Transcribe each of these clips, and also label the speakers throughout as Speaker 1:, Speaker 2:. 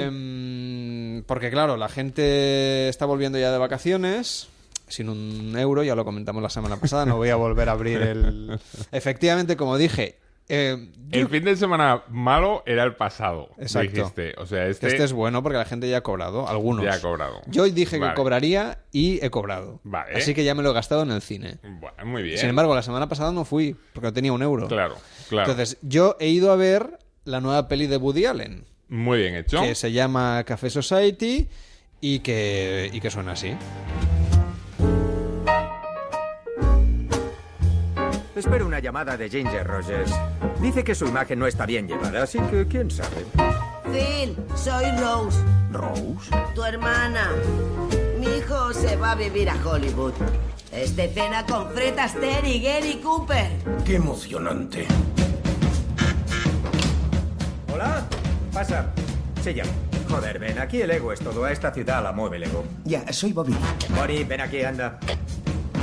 Speaker 1: Em, Porque claro, la gente está volviendo ya de vacaciones sin un euro, ya lo comentamos la semana pasada, no voy a volver a abrir el... Efectivamente, como dije... eh, yo-
Speaker 2: El fin de semana malo era el pasado.
Speaker 1: Exacto.
Speaker 2: Dijiste. O sea, este,
Speaker 1: Este es bueno porque la gente ya ha cobrado, algunos.
Speaker 2: ya ha cobrado.
Speaker 1: Yo dije
Speaker 2: Vale.
Speaker 1: que cobraría y he cobrado.
Speaker 2: Vale.
Speaker 1: Así que ya me lo he gastado en el cine.
Speaker 2: Bueno, muy bien.
Speaker 1: Sin embargo, la semana pasada no fui porque no tenía un euro.
Speaker 2: claro, claro.
Speaker 1: Entonces, yo he ido a ver la nueva peli de Woody Allen,
Speaker 2: muy bien hecho.
Speaker 1: que se llama Café Society y que, y que suena así.
Speaker 3: Espero una llamada de Ginger Rogers. Dice que su imagen no está bien llevada, así que quién sabe.
Speaker 4: Phil, soy Rose,
Speaker 3: ¿Rose?
Speaker 4: tu hermana. Mi hijo se va a vivir a Hollywood. Este cena con Fred Astaire y Gary Cooper.
Speaker 3: Qué emocionante. Hola, pasa. Se llama. Joder, ven, aquí el ego es todo. A esta ciudad la mueve el ego.
Speaker 5: Ya, soy Bobby.
Speaker 3: Bonnie, ven aquí, anda.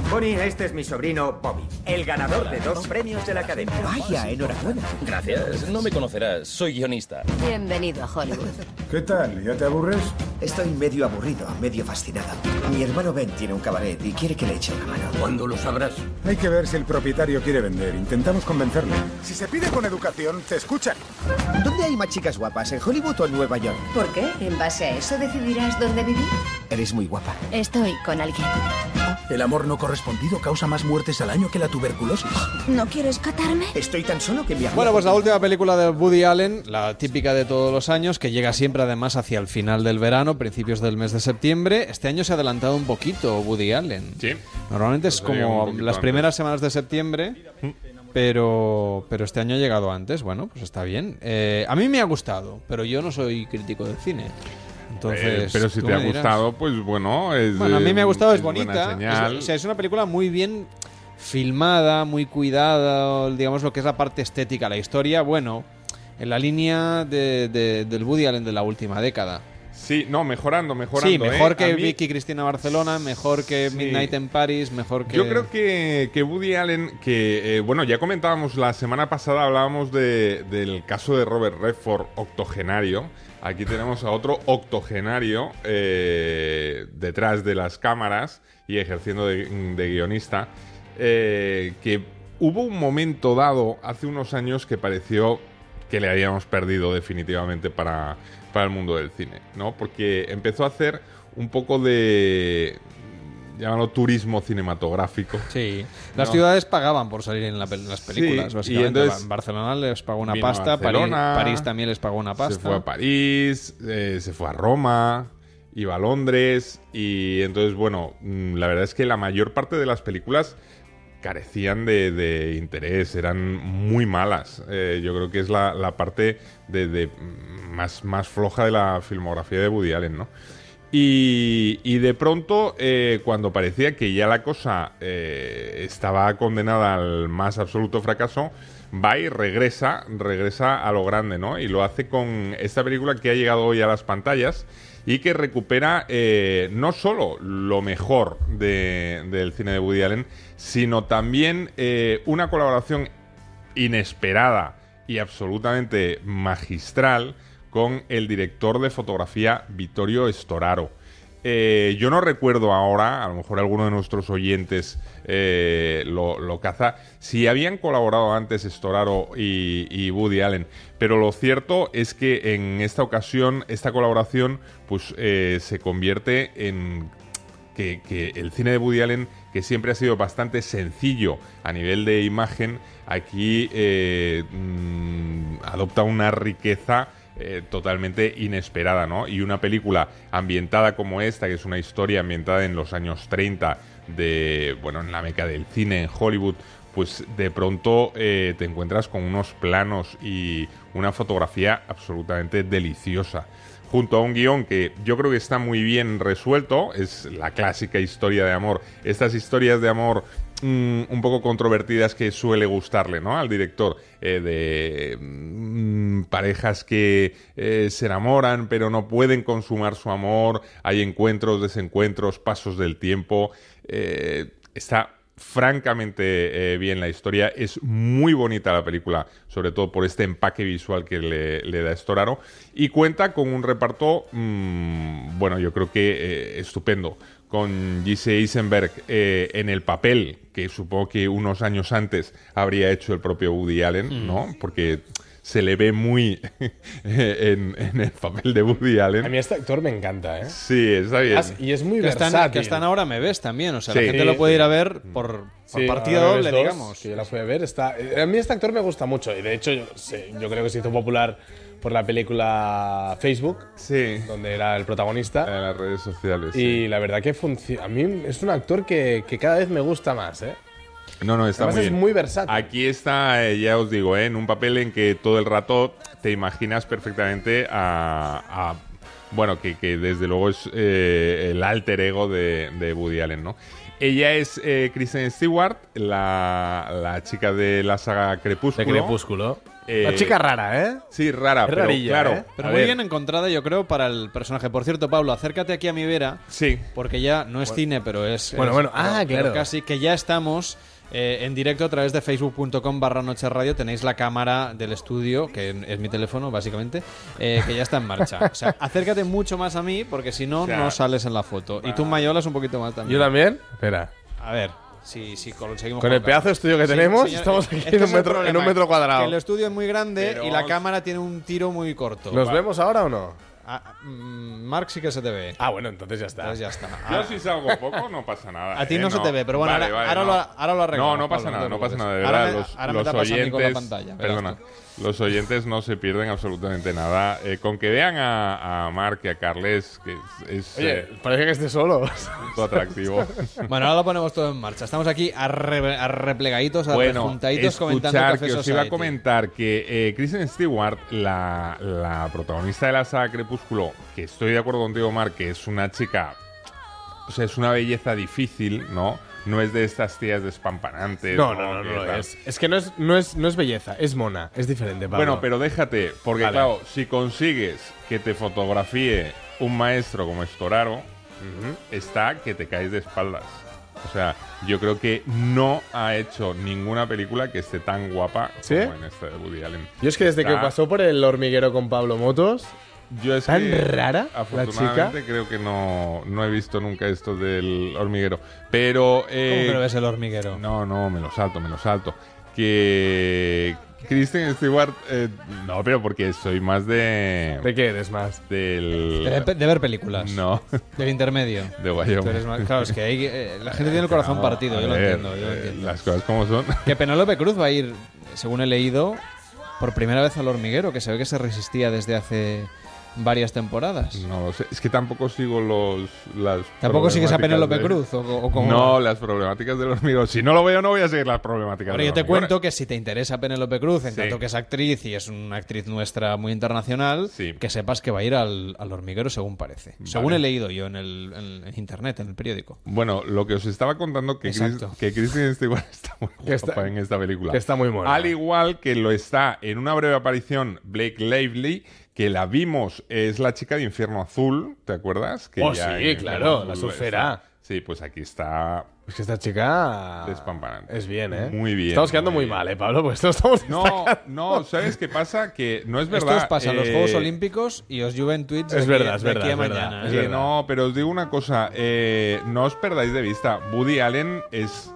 Speaker 3: Bonnie, este es mi sobrino Bobby, el ganador de dos premios de la academia.
Speaker 5: Vaya, enhorabuena.
Speaker 6: Gracias, no me conocerás, soy guionista.
Speaker 4: Bienvenido a Hollywood.
Speaker 7: ¿Qué tal? ¿Ya te aburres?
Speaker 5: Estoy medio aburrido, medio fascinado. Mi hermano Ben tiene un cabaret y quiere que le eche una mano.
Speaker 3: ¿Cuándo lo sabrás?
Speaker 7: Hay que ver si el propietario quiere vender. Intentamos convencerle. Si se pide con educación, te escuchan.
Speaker 5: ¿Dónde hay más chicas guapas, en Hollywood o en Nueva York?
Speaker 8: ¿Por qué? ¿En base a eso decidirás dónde vivir?
Speaker 5: Eres muy guapa.
Speaker 8: Estoy con alguien.
Speaker 9: El amor no correspondido causa más muertes al año que la tuberculosis.
Speaker 8: ¿No quiero escatarme?
Speaker 5: Estoy tan solo que mi amor...
Speaker 1: Bueno, pues la última película de Woody Allen, la típica de todos los años, que llega siempre además hacia el final del verano, principios del mes de septiembre. Este año se ha adelantado un poquito Woody Allen.
Speaker 2: Sí.
Speaker 1: Normalmente es
Speaker 2: Pues llega un
Speaker 1: como
Speaker 2: poquito
Speaker 1: las
Speaker 2: antes.
Speaker 1: primeras semanas de septiembre, pero, pero este año ha llegado antes. Bueno, pues está bien. Eh, a mí me ha gustado, pero yo no soy crítico del cine. Entonces,
Speaker 2: Eh, pero si
Speaker 1: tú
Speaker 2: te ha
Speaker 1: me dirás.
Speaker 2: gustado, pues bueno, es,
Speaker 1: Bueno, a mí me ha gustado,
Speaker 2: eh,
Speaker 1: es bonita.
Speaker 2: buena señal.
Speaker 1: Es, o sea, es una película muy bien filmada, muy cuidada, digamos lo que es la parte estética, la historia, bueno, en la línea de- de- del Woody Allen de la última década.
Speaker 2: Sí, no, mejorando, mejorando.
Speaker 1: sí, mejor
Speaker 2: ¿eh?
Speaker 1: que
Speaker 2: A mí-
Speaker 1: Vicky Cristina Barcelona, mejor que
Speaker 2: Sí.
Speaker 1: Midnight en Paris, mejor que...
Speaker 2: Yo creo que, que Woody Allen, que eh, bueno, ya comentábamos la semana pasada, hablábamos de- del caso de Robert Redford, octogenario. Aquí tenemos a otro octogenario eh, detrás de las cámaras y ejerciendo de, de guionista, eh, que hubo un momento dado hace unos años que pareció que le habíamos perdido definitivamente para, para el mundo del cine, ¿no? Porque empezó a hacer un poco de, llámalo turismo cinematográfico.
Speaker 1: Sí, las
Speaker 2: No.
Speaker 1: ciudades pagaban por salir en, la pel- en las películas,
Speaker 2: Sí,
Speaker 1: básicamente.
Speaker 2: y entonces-
Speaker 1: Ba- Barcelona les pagó una
Speaker 2: Vino a
Speaker 1: pasta, París,
Speaker 2: Barcelona,
Speaker 1: París también les pagó una pasta.
Speaker 2: Se fue a París, eh, se fue a Roma, iba a Londres y entonces, bueno, mm, la verdad es que la mayor parte de las películas carecían de, de interés, eran muy malas. Eh, yo creo que es la, la parte de, de, mm, más, más floja de la filmografía de Woody Allen, ¿no? Y, y de pronto, eh, cuando parecía que ya la cosa eh, estaba condenada al más absoluto fracaso, va y regresa, regresa a lo grande, ¿no? Y lo hace con esta película que ha llegado hoy a las pantallas y que recupera eh, no solo lo mejor de- del cine de Woody Allen, sino también eh, una colaboración inesperada y absolutamente magistral con el director de fotografía Vittorio Storaro. Eh, yo no recuerdo ahora, a lo mejor alguno de nuestros oyentes eh, lo, lo caza, si habían colaborado antes Storaro y, y Woody Allen, pero lo cierto es que en esta ocasión esta colaboración pues, eh, se convierte en que, que el cine de Woody Allen, que siempre ha sido bastante sencillo a nivel de imagen, aquí eh, mm, adopta una riqueza eh, totalmente inesperada, ¿no? Y una película ambientada como esta, que es una historia ambientada en los años 30, de, bueno, en la meca del cine, en Hollywood, pues de pronto eh, te encuentras con unos planos y una fotografía absolutamente deliciosa. Junto a un guión que yo creo que está muy bien resuelto, es la clásica historia de amor. Estas historias de amor mm, un poco controvertidas que suele gustarle, ¿no? Al director, eh, de mm, parejas que eh, se enamoran pero no pueden consumar su amor, hay encuentros, desencuentros, pasos del tiempo. eh, está francamente eh, bien la historia. Es muy bonita la película, sobre todo por este empaque visual que le, le da Storaro. Y cuenta con un reparto, mm, bueno, yo creo que eh, estupendo. Con Gise Eisenberg eh, en el papel, que supongo que unos años antes habría hecho el propio Woody Allen,
Speaker 10: Mm.
Speaker 2: ¿no? Porque se le ve muy en, en el papel de Woody
Speaker 10: A
Speaker 2: Allen.
Speaker 10: mí este actor me encanta, ¿eh?
Speaker 2: Sí, está bien.
Speaker 10: As- Y es muy
Speaker 1: Que están, que
Speaker 10: versátil.
Speaker 1: están ahora me ves también. O sea,
Speaker 2: Sí.
Speaker 1: la gente lo puede ir a ver por, por
Speaker 10: Sí,
Speaker 1: partida
Speaker 10: ahora ves
Speaker 1: doble,
Speaker 10: dos,
Speaker 1: digamos.
Speaker 10: Que yo la fui a ver. Está, eh, a mí este actor me gusta mucho. Y de hecho, yo, sé- yo creo que se hizo popular por la película Facebook,
Speaker 2: Sí, en
Speaker 10: donde era el protagonista.
Speaker 2: las redes sociales. sí.
Speaker 10: Y la verdad que funciona. A mí es un actor que, que cada vez me gusta más, ¿eh?
Speaker 2: No, no, está
Speaker 10: Además
Speaker 2: muy
Speaker 10: es
Speaker 2: bien.
Speaker 10: muy versátil.
Speaker 2: Aquí está, eh, ya os digo, eh, en un papel en que todo el rato te imaginas perfectamente a... a- bueno, que, que desde luego es eh, el alter ego de, de Woody Allen, ¿no? Ella es eh, Kristen Stewart, la, la chica de la saga Crepúsculo. Eh,
Speaker 10: Una chica rara, ¿eh?
Speaker 2: Sí, rara,
Speaker 10: Es
Speaker 2: pero
Speaker 10: rarilla,
Speaker 2: claro.
Speaker 10: ¿eh?
Speaker 1: Pero
Speaker 2: a
Speaker 1: muy
Speaker 2: ver,
Speaker 1: bien encontrada, yo creo, para el personaje. Por cierto, Pablo, acércate aquí a mi vera.
Speaker 2: Sí.
Speaker 1: Porque ya no es cine, pero es.
Speaker 10: Bueno,
Speaker 1: es-
Speaker 10: bueno, ah,
Speaker 1: pero- pero
Speaker 10: claro.
Speaker 1: Casi que ya estamos eh, en directo a través de facebook.com barra noche radio. Tenéis la cámara del estudio, que es mi teléfono, básicamente, eh, que ya está en marcha. O sea, acércate mucho más a mí, porque si no,
Speaker 2: O sea,
Speaker 1: no sales en la foto. Y tú, Mayolas, un poquito más también.
Speaker 10: Yo también. Espera.
Speaker 1: A ver, si, si conseguimos.
Speaker 10: Con el
Speaker 1: colocar.
Speaker 10: pedazo de estudio que tenemos, estamos aquí
Speaker 1: eh, este es
Speaker 10: en
Speaker 1: que
Speaker 10: un
Speaker 1: es el
Speaker 10: metro- en
Speaker 1: problema,
Speaker 10: un metro cuadrado.
Speaker 1: que el estudio es muy grande
Speaker 2: Pero
Speaker 1: y la
Speaker 2: vamos-
Speaker 1: cámara tiene un tiro muy corto.
Speaker 10: ¿Nos vemos ahora o no?
Speaker 1: Ah, mm, Mark sí que se te ve.
Speaker 10: Ah, bueno, entonces ya está.
Speaker 1: Entonces ya está.
Speaker 2: Yo
Speaker 1: Ah,
Speaker 2: si salgo poco no pasa nada.
Speaker 1: A ti
Speaker 2: ¿eh?
Speaker 1: no se te ve, pero bueno, ahora- ahora lo- ahora lo arreglamos,
Speaker 2: No, no pasa
Speaker 1: Pablo,
Speaker 2: nada,
Speaker 1: no
Speaker 2: no
Speaker 1: te
Speaker 2: pasa nada, de
Speaker 1: preocupes.
Speaker 2: verdad.
Speaker 1: Ahora
Speaker 2: Los,
Speaker 1: me- ahora me
Speaker 2: los
Speaker 1: tapas a mí con la
Speaker 2: oyentes.
Speaker 1: pantalla, verás
Speaker 2: perdona. Los oyentes no se pierden absolutamente nada. Eh, con que vean a, a Mark y a Carles, que es, es,
Speaker 10: Oye,
Speaker 2: eh,
Speaker 10: parece que esté solo.
Speaker 2: todo atractivo.
Speaker 1: Bueno, ahora lo ponemos todo en marcha. Estamos aquí arre- arreplegaditos,
Speaker 2: bueno,
Speaker 1: arrejuntaditos, comentando
Speaker 2: escuchar
Speaker 1: Café
Speaker 2: que os iba a
Speaker 1: Society.
Speaker 2: comentar que eh, Kristen Stewart, la, la protagonista de la saga Crepúsculo, que estoy de acuerdo contigo, Mark, que es una chica O sea, es una belleza difícil, ¿no? No es de estas tías despampanantes.
Speaker 10: No, no, no,
Speaker 2: Que
Speaker 10: no,
Speaker 2: tal.
Speaker 10: es. Es que no es, no, es, no es belleza, es mona, es diferente. Pablo.
Speaker 2: Bueno, pero déjate, porque
Speaker 10: Vale.
Speaker 2: claro, si consigues que te fotografíe un maestro como Estoraro, está que te caes de espaldas. O sea, yo creo que no ha hecho ninguna película que esté tan guapa
Speaker 10: ¿Sí?
Speaker 2: como en esta de Woody Allen.
Speaker 10: Yo es que desde que
Speaker 2: Está-
Speaker 10: pasó por el hormiguero con Pablo Motos,
Speaker 2: Yo es
Speaker 10: ¿Tan
Speaker 2: que,
Speaker 10: rara la
Speaker 2: afortunadamente, creo que no, no he visto nunca esto del hormiguero. Pero.
Speaker 1: ¿Cómo
Speaker 2: eh,
Speaker 1: que no ves el hormiguero?
Speaker 2: No, no, me lo salto, me lo salto. Que Kristen Stewart, eh, no, pero porque soy más de
Speaker 10: ¿de qué eres más?
Speaker 1: De,
Speaker 2: del
Speaker 1: de ver películas.
Speaker 2: no,
Speaker 1: Del intermedio.
Speaker 2: de
Speaker 1: Tú eres
Speaker 2: Wyoming.
Speaker 1: más- claro, es que hay, eh, la gente tiene el corazón
Speaker 2: No,
Speaker 1: partido,
Speaker 2: a
Speaker 1: yo lo
Speaker 2: ver,
Speaker 1: entiendo. yo lo
Speaker 2: eh,
Speaker 1: entiendo.
Speaker 2: Las cosas como son.
Speaker 1: Que Penélope Cruz va a ir, según he leído, por primera vez al hormiguero, que se ve que se resistía desde hace varias temporadas.
Speaker 2: No lo sé. Es que tampoco sigo los las
Speaker 1: ¿Tampoco sigues a
Speaker 2: problemáticas
Speaker 1: Penélope
Speaker 2: de-
Speaker 1: Cruz? ¿O, o cómo?
Speaker 2: No, las problemáticas del hormiguero. Si no lo veo, no voy a seguir las problemáticas.
Speaker 1: Ahora
Speaker 2: del
Speaker 1: yo te
Speaker 2: hormiguero.
Speaker 1: cuento que si te interesa Penélope Cruz, en
Speaker 2: Sí.
Speaker 1: tanto que es actriz y es una actriz nuestra muy internacional,
Speaker 2: Sí.
Speaker 1: que sepas que va a ir al, al hormiguero según parece. Según
Speaker 2: Vale.
Speaker 1: he leído yo en, el, en- en internet, en el periódico.
Speaker 2: Bueno, lo que os estaba contando que, Chris,
Speaker 1: Exacto.
Speaker 2: que Kristen Stewart está muy guapa
Speaker 10: Que está-
Speaker 2: en esta película.
Speaker 10: que está muy mona.
Speaker 2: Al igual que lo está en una breve aparición Blake Lively, que la vimos, es la chica de Infierno Azul, ¿te acuerdas? Que
Speaker 10: Oh,
Speaker 2: ya
Speaker 10: sí,
Speaker 2: en Infierno
Speaker 10: claro, la
Speaker 2: Azul
Speaker 10: surfera.
Speaker 2: está- Sí, pues aquí está.
Speaker 10: Es que esta chica.
Speaker 2: Despampanante.
Speaker 10: Es bien, ¿eh?
Speaker 2: Muy bien,
Speaker 10: Estamos quedando
Speaker 2: muy
Speaker 10: muy,
Speaker 2: bien.
Speaker 10: mal, ¿eh, Pablo? Pues esto estamos.
Speaker 2: No, no, ¿sabes qué pasa? Que no es verdad.
Speaker 1: Esto os pasa en los
Speaker 2: eh,
Speaker 1: Juegos Olímpicos y os llueven tweets de
Speaker 10: Es
Speaker 1: aquí-
Speaker 10: verdad, es
Speaker 1: de aquí
Speaker 10: verdad,
Speaker 1: a
Speaker 10: es verdad.
Speaker 1: mañana.
Speaker 10: Ah, Es
Speaker 2: que
Speaker 10: verdad.
Speaker 2: no, pero os digo una cosa, eh, no os perdáis de vista, Woody Allen es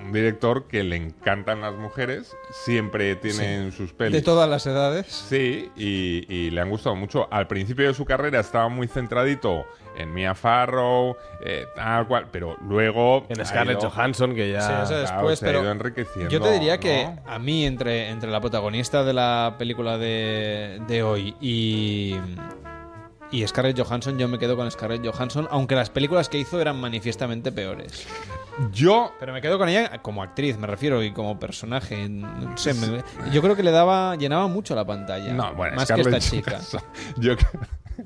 Speaker 2: un director que le encantan las mujeres, siempre tiene en sus pelis.
Speaker 1: De todas las edades.
Speaker 2: Sí, y, y le han gustado mucho. Al principio de su carrera estaba muy centradito en Mia Farrow, eh, tal cual, pero luego...
Speaker 10: En
Speaker 2: ha
Speaker 10: Scarlett
Speaker 2: ido-
Speaker 10: Johansson, que ya.
Speaker 1: Sí, eso
Speaker 2: Ah, claro,
Speaker 1: después,
Speaker 2: se ha ido
Speaker 1: pero
Speaker 2: enriqueciendo,
Speaker 1: yo te diría que
Speaker 2: ¿no?
Speaker 1: a mí, entre, entre la protagonista de la película de, de hoy y, y Scarlett Johansson, yo me quedo con Scarlett Johansson, aunque las películas que hizo eran manifiestamente peores.
Speaker 2: Yo...
Speaker 1: Pero me quedo con ella como actriz, me refiero, y como personaje. No sé, me- yo creo que le daba, llenaba mucho la pantalla.
Speaker 2: No, bueno,
Speaker 1: más
Speaker 2: Scarlett
Speaker 1: que esta chica.
Speaker 2: Johansson, Yo creo...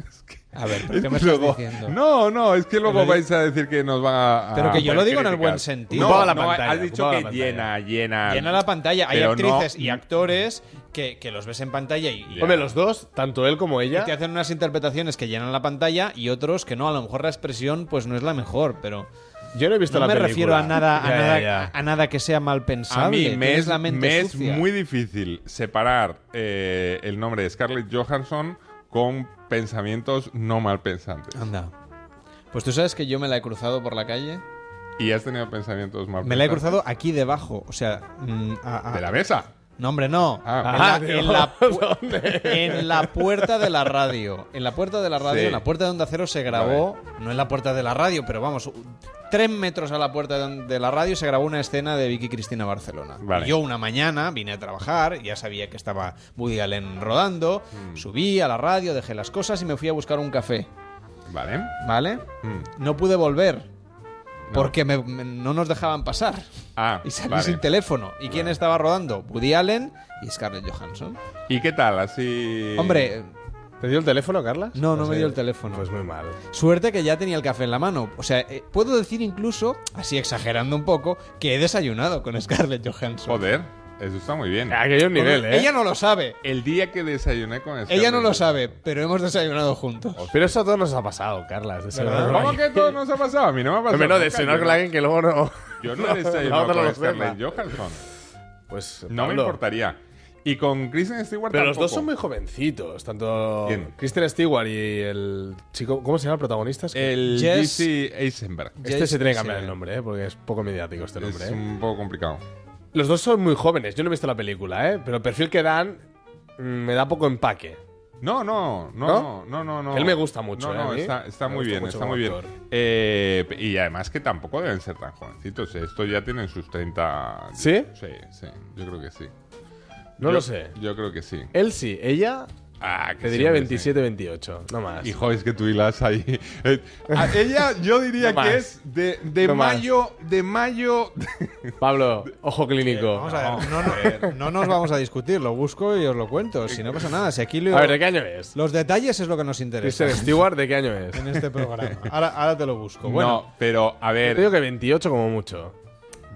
Speaker 2: es que-
Speaker 1: A ver, ¿pero ¿qué me
Speaker 2: es que
Speaker 1: estás
Speaker 2: luego-
Speaker 1: diciendo?
Speaker 2: No, no, es que luego
Speaker 1: Pero yo-
Speaker 2: vais a decir que nos van a. a
Speaker 1: Pero que yo lo digo en el
Speaker 2: criticar.
Speaker 1: buen sentido.
Speaker 2: No,
Speaker 10: Ocupaba la
Speaker 2: no,
Speaker 10: pantalla,
Speaker 2: has dicho
Speaker 10: ocupaba
Speaker 2: que
Speaker 10: la pantalla.
Speaker 2: llena, llena.
Speaker 1: Llena la pantalla. Hay
Speaker 2: Pero no- mm.
Speaker 1: actrices y actores que, que los ves en pantalla y,
Speaker 10: Hombre, los dos, tanto él como ella.
Speaker 1: y te hacen unas interpretaciones que llenan la pantalla y otros que no. A lo mejor la expresión pues no es la mejor, pero
Speaker 10: Yo no he visto
Speaker 1: no
Speaker 10: la
Speaker 1: me
Speaker 10: película.
Speaker 1: refiero a nada, a,
Speaker 10: Ya, ya,
Speaker 1: nada
Speaker 10: ya.
Speaker 1: a nada que sea mal pensable.
Speaker 2: A mí me
Speaker 1: Tienes
Speaker 2: es,
Speaker 1: la mente
Speaker 2: me es
Speaker 1: sucia.
Speaker 2: muy difícil separar eh, el nombre de Scarlett Johansson con pensamientos no mal pensantes.
Speaker 1: Anda. Pues tú sabes que yo me la he cruzado por la calle.
Speaker 2: ¿Y has tenido pensamientos mal pensantes?
Speaker 1: Me la he cruzado aquí debajo, o sea, mm, a- a-
Speaker 2: ¿De la mesa?
Speaker 1: no hombre, no.
Speaker 2: Ah.
Speaker 1: en, la, en la pu- en la puerta de la radio, en la puerta de la radio,
Speaker 2: Sí.
Speaker 1: en la puerta de Onda Cero se grabó, no en la puerta de la radio, pero vamos, u- tres metros a la puerta de on- de la radio se grabó una escena de Vicky Cristina Barcelona.
Speaker 2: Vale.
Speaker 1: Y Yo una mañana vine a trabajar, ya sabía que estaba Woody Allen rodando,
Speaker 2: Mm.
Speaker 1: subí a la radio, dejé las cosas y me fui a buscar un café,
Speaker 2: Vale.
Speaker 1: ¿vale?
Speaker 2: Mm.
Speaker 1: No pude volver. Porque me- me- no nos dejaban pasar.
Speaker 2: Ah,
Speaker 1: Y salí
Speaker 2: vale.
Speaker 1: sin teléfono. ¿Y quién estaba rodando? Woody Allen y Scarlett Johansson.
Speaker 2: ¿Y qué tal? Así...
Speaker 1: Hombre,
Speaker 10: ¿Te dio el teléfono, Carlas?
Speaker 1: No, no
Speaker 10: sé.
Speaker 1: me dio el teléfono.
Speaker 10: Pues muy mal.
Speaker 1: suerte que ya tenía el café en la mano. O sea, eh, puedo decir incluso, así exagerando un poco, que he desayunado con Scarlett Johansson.
Speaker 2: Joder, eso está muy bien.
Speaker 10: Aquello nivel, ¿eh?
Speaker 1: Ella no lo sabe.
Speaker 2: El día que desayuné con Scarlett
Speaker 1: Ella no lo
Speaker 2: Johansson.
Speaker 1: sabe, pero hemos desayunado juntos.
Speaker 10: Pero eso a todos nos ha pasado, Carlas. De
Speaker 1: ¿Verdad?
Speaker 10: no
Speaker 2: ¿Cómo que todo nos ha pasado? A mí no me ha pasado.
Speaker 10: Hombre, no,
Speaker 2: nunca,
Speaker 10: de cenar
Speaker 2: yo
Speaker 10: con alguien que luego no.
Speaker 2: Yo no he
Speaker 10: la
Speaker 2: desayunado
Speaker 10: otra
Speaker 2: con
Speaker 10: lo sepa.
Speaker 2: Scarlett Johansson.
Speaker 10: Pues.
Speaker 2: No me
Speaker 10: Pablo.
Speaker 2: importaría. Y con Kristen Stewart
Speaker 10: Pero los
Speaker 2: tampoco.
Speaker 10: dos son muy jovencitos, tanto
Speaker 2: ¿Quién?
Speaker 10: Kristen Stewart y el chico, ¿cómo se llama el protagonista? Es que-
Speaker 2: El
Speaker 1: Jess-
Speaker 2: DC Eisenberg.
Speaker 10: este
Speaker 1: Jason
Speaker 10: se tiene que cambiar
Speaker 1: Segel.
Speaker 10: el nombre, ¿eh? porque es poco mediático este nombre.
Speaker 2: Es
Speaker 10: ¿eh?
Speaker 2: un poco complicado.
Speaker 10: Los dos son muy jóvenes, yo no he visto la película, ¿eh? pero el perfil que dan mm, me da poco empaque.
Speaker 2: No, no, no,
Speaker 10: ¿No?
Speaker 2: no, no, no.
Speaker 10: Él me gusta mucho,
Speaker 2: No,
Speaker 10: ¿eh?
Speaker 2: no,
Speaker 10: A mí
Speaker 2: está, está
Speaker 10: me
Speaker 2: muy
Speaker 10: gusta
Speaker 2: bien,
Speaker 10: mucho
Speaker 2: está
Speaker 10: como
Speaker 2: muy bien.
Speaker 10: actor.
Speaker 2: Eh, y además que tampoco deben ser tan jovencitos. ¿eh? Estos ya tienen sus 30.
Speaker 10: ¿Sí?
Speaker 2: Sí, sí. Yo creo que sí.
Speaker 10: No
Speaker 2: Yo-
Speaker 10: lo sé.
Speaker 2: Yo creo que sí.
Speaker 10: Él sí, ella
Speaker 2: Ah, que
Speaker 10: te
Speaker 2: sí,
Speaker 10: diría
Speaker 2: hombre, sí.
Speaker 10: 27, 28, no más.
Speaker 2: Hijo, es que tú hilas ahí. Eh, a ella yo diría
Speaker 10: No más.
Speaker 2: que es de, de
Speaker 10: No más.
Speaker 2: mayo, de mayo.
Speaker 10: Pablo, ojo clínico.
Speaker 1: Eh, Vamos a ver, no, no- no nos vamos a discutir, lo busco y os lo cuento. Si no pasa nada, si aquí lo-
Speaker 10: A ver, ¿de qué Este año es?
Speaker 1: los detalles es lo que nos interesa
Speaker 10: Kristen Stewart, ¿de qué año es?
Speaker 1: en este programa. Ahora, ahora te lo busco.
Speaker 10: Mm,
Speaker 1: Bueno,
Speaker 2: No, pero a
Speaker 10: Yo
Speaker 2: ver,
Speaker 10: digo que 28 como mucho.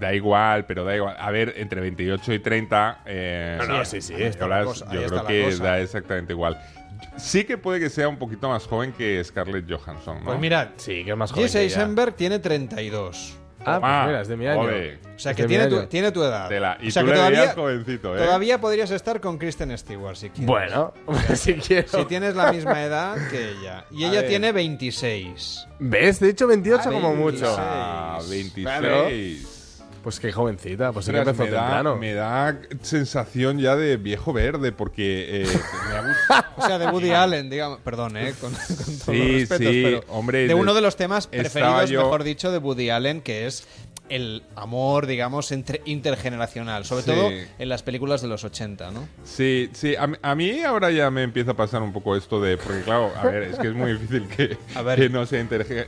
Speaker 2: da igual, pero da igual. A ver, entre 28 y 30. eh,
Speaker 10: No, no, sí, sí,
Speaker 2: ahí
Speaker 10: está
Speaker 2: está
Speaker 10: la
Speaker 2: las-
Speaker 1: cosa, ahí
Speaker 2: yo
Speaker 1: está
Speaker 2: creo
Speaker 1: la
Speaker 2: que
Speaker 1: cosa.
Speaker 2: da exactamente igual. Sí que puede que sea un poquito más joven que Scarlett Johansson, ¿no?
Speaker 1: pues mirad,
Speaker 10: Sí, que es más joven.
Speaker 1: Jesse
Speaker 10: que ella.
Speaker 1: Eisenberg tiene 32.
Speaker 10: Ah, pues
Speaker 2: Ah,
Speaker 10: mira, es de mi año.
Speaker 2: joder.
Speaker 1: O sea,
Speaker 10: Es
Speaker 1: que
Speaker 10: de mi
Speaker 1: tiene
Speaker 10: año.
Speaker 1: tu, tiene tu edad.
Speaker 2: Tela. Y
Speaker 1: o sea,
Speaker 2: tú
Speaker 1: que
Speaker 2: le
Speaker 1: todavía,
Speaker 2: veías jovencito, ¿eh?
Speaker 1: todavía podrías estar con Kristen Stewart si quieres.
Speaker 10: Bueno, pues si quiero.
Speaker 1: Si tienes la misma edad que ella. Y
Speaker 10: A
Speaker 1: ella
Speaker 10: ver.
Speaker 1: tiene 26.
Speaker 10: ¿Ves? Te he dicho 28
Speaker 1: Ah,
Speaker 10: como
Speaker 1: 26.
Speaker 10: mucho.
Speaker 2: Ah, 26.
Speaker 10: Claro. Pues qué jovencita, pues sí que
Speaker 2: Ostras, me,
Speaker 10: empezó
Speaker 2: da,
Speaker 10: temprano.
Speaker 2: me da sensación ya de viejo verde porque eh, me ha gustado.
Speaker 1: O sea, de Woody Allen, digamos. Perdón, ¿eh? Con, con todos los
Speaker 2: Sí,
Speaker 1: respetos,
Speaker 2: sí,
Speaker 1: pero
Speaker 2: hombre,
Speaker 1: De
Speaker 2: de-
Speaker 1: uno de los temas
Speaker 2: estaba
Speaker 1: preferidos,
Speaker 2: yo-
Speaker 1: mejor dicho, de Woody Allen, que es el amor, digamos, entre, intergeneracional. Sobre
Speaker 2: Sí.
Speaker 1: todo en las películas de los 80, ¿no?
Speaker 2: Sí, sí, a, mí- a mí ahora ya me empieza a pasar un poco esto de. Porque, claro, a ver, es que es muy difícil que,
Speaker 1: A ver.
Speaker 2: que no sea interge-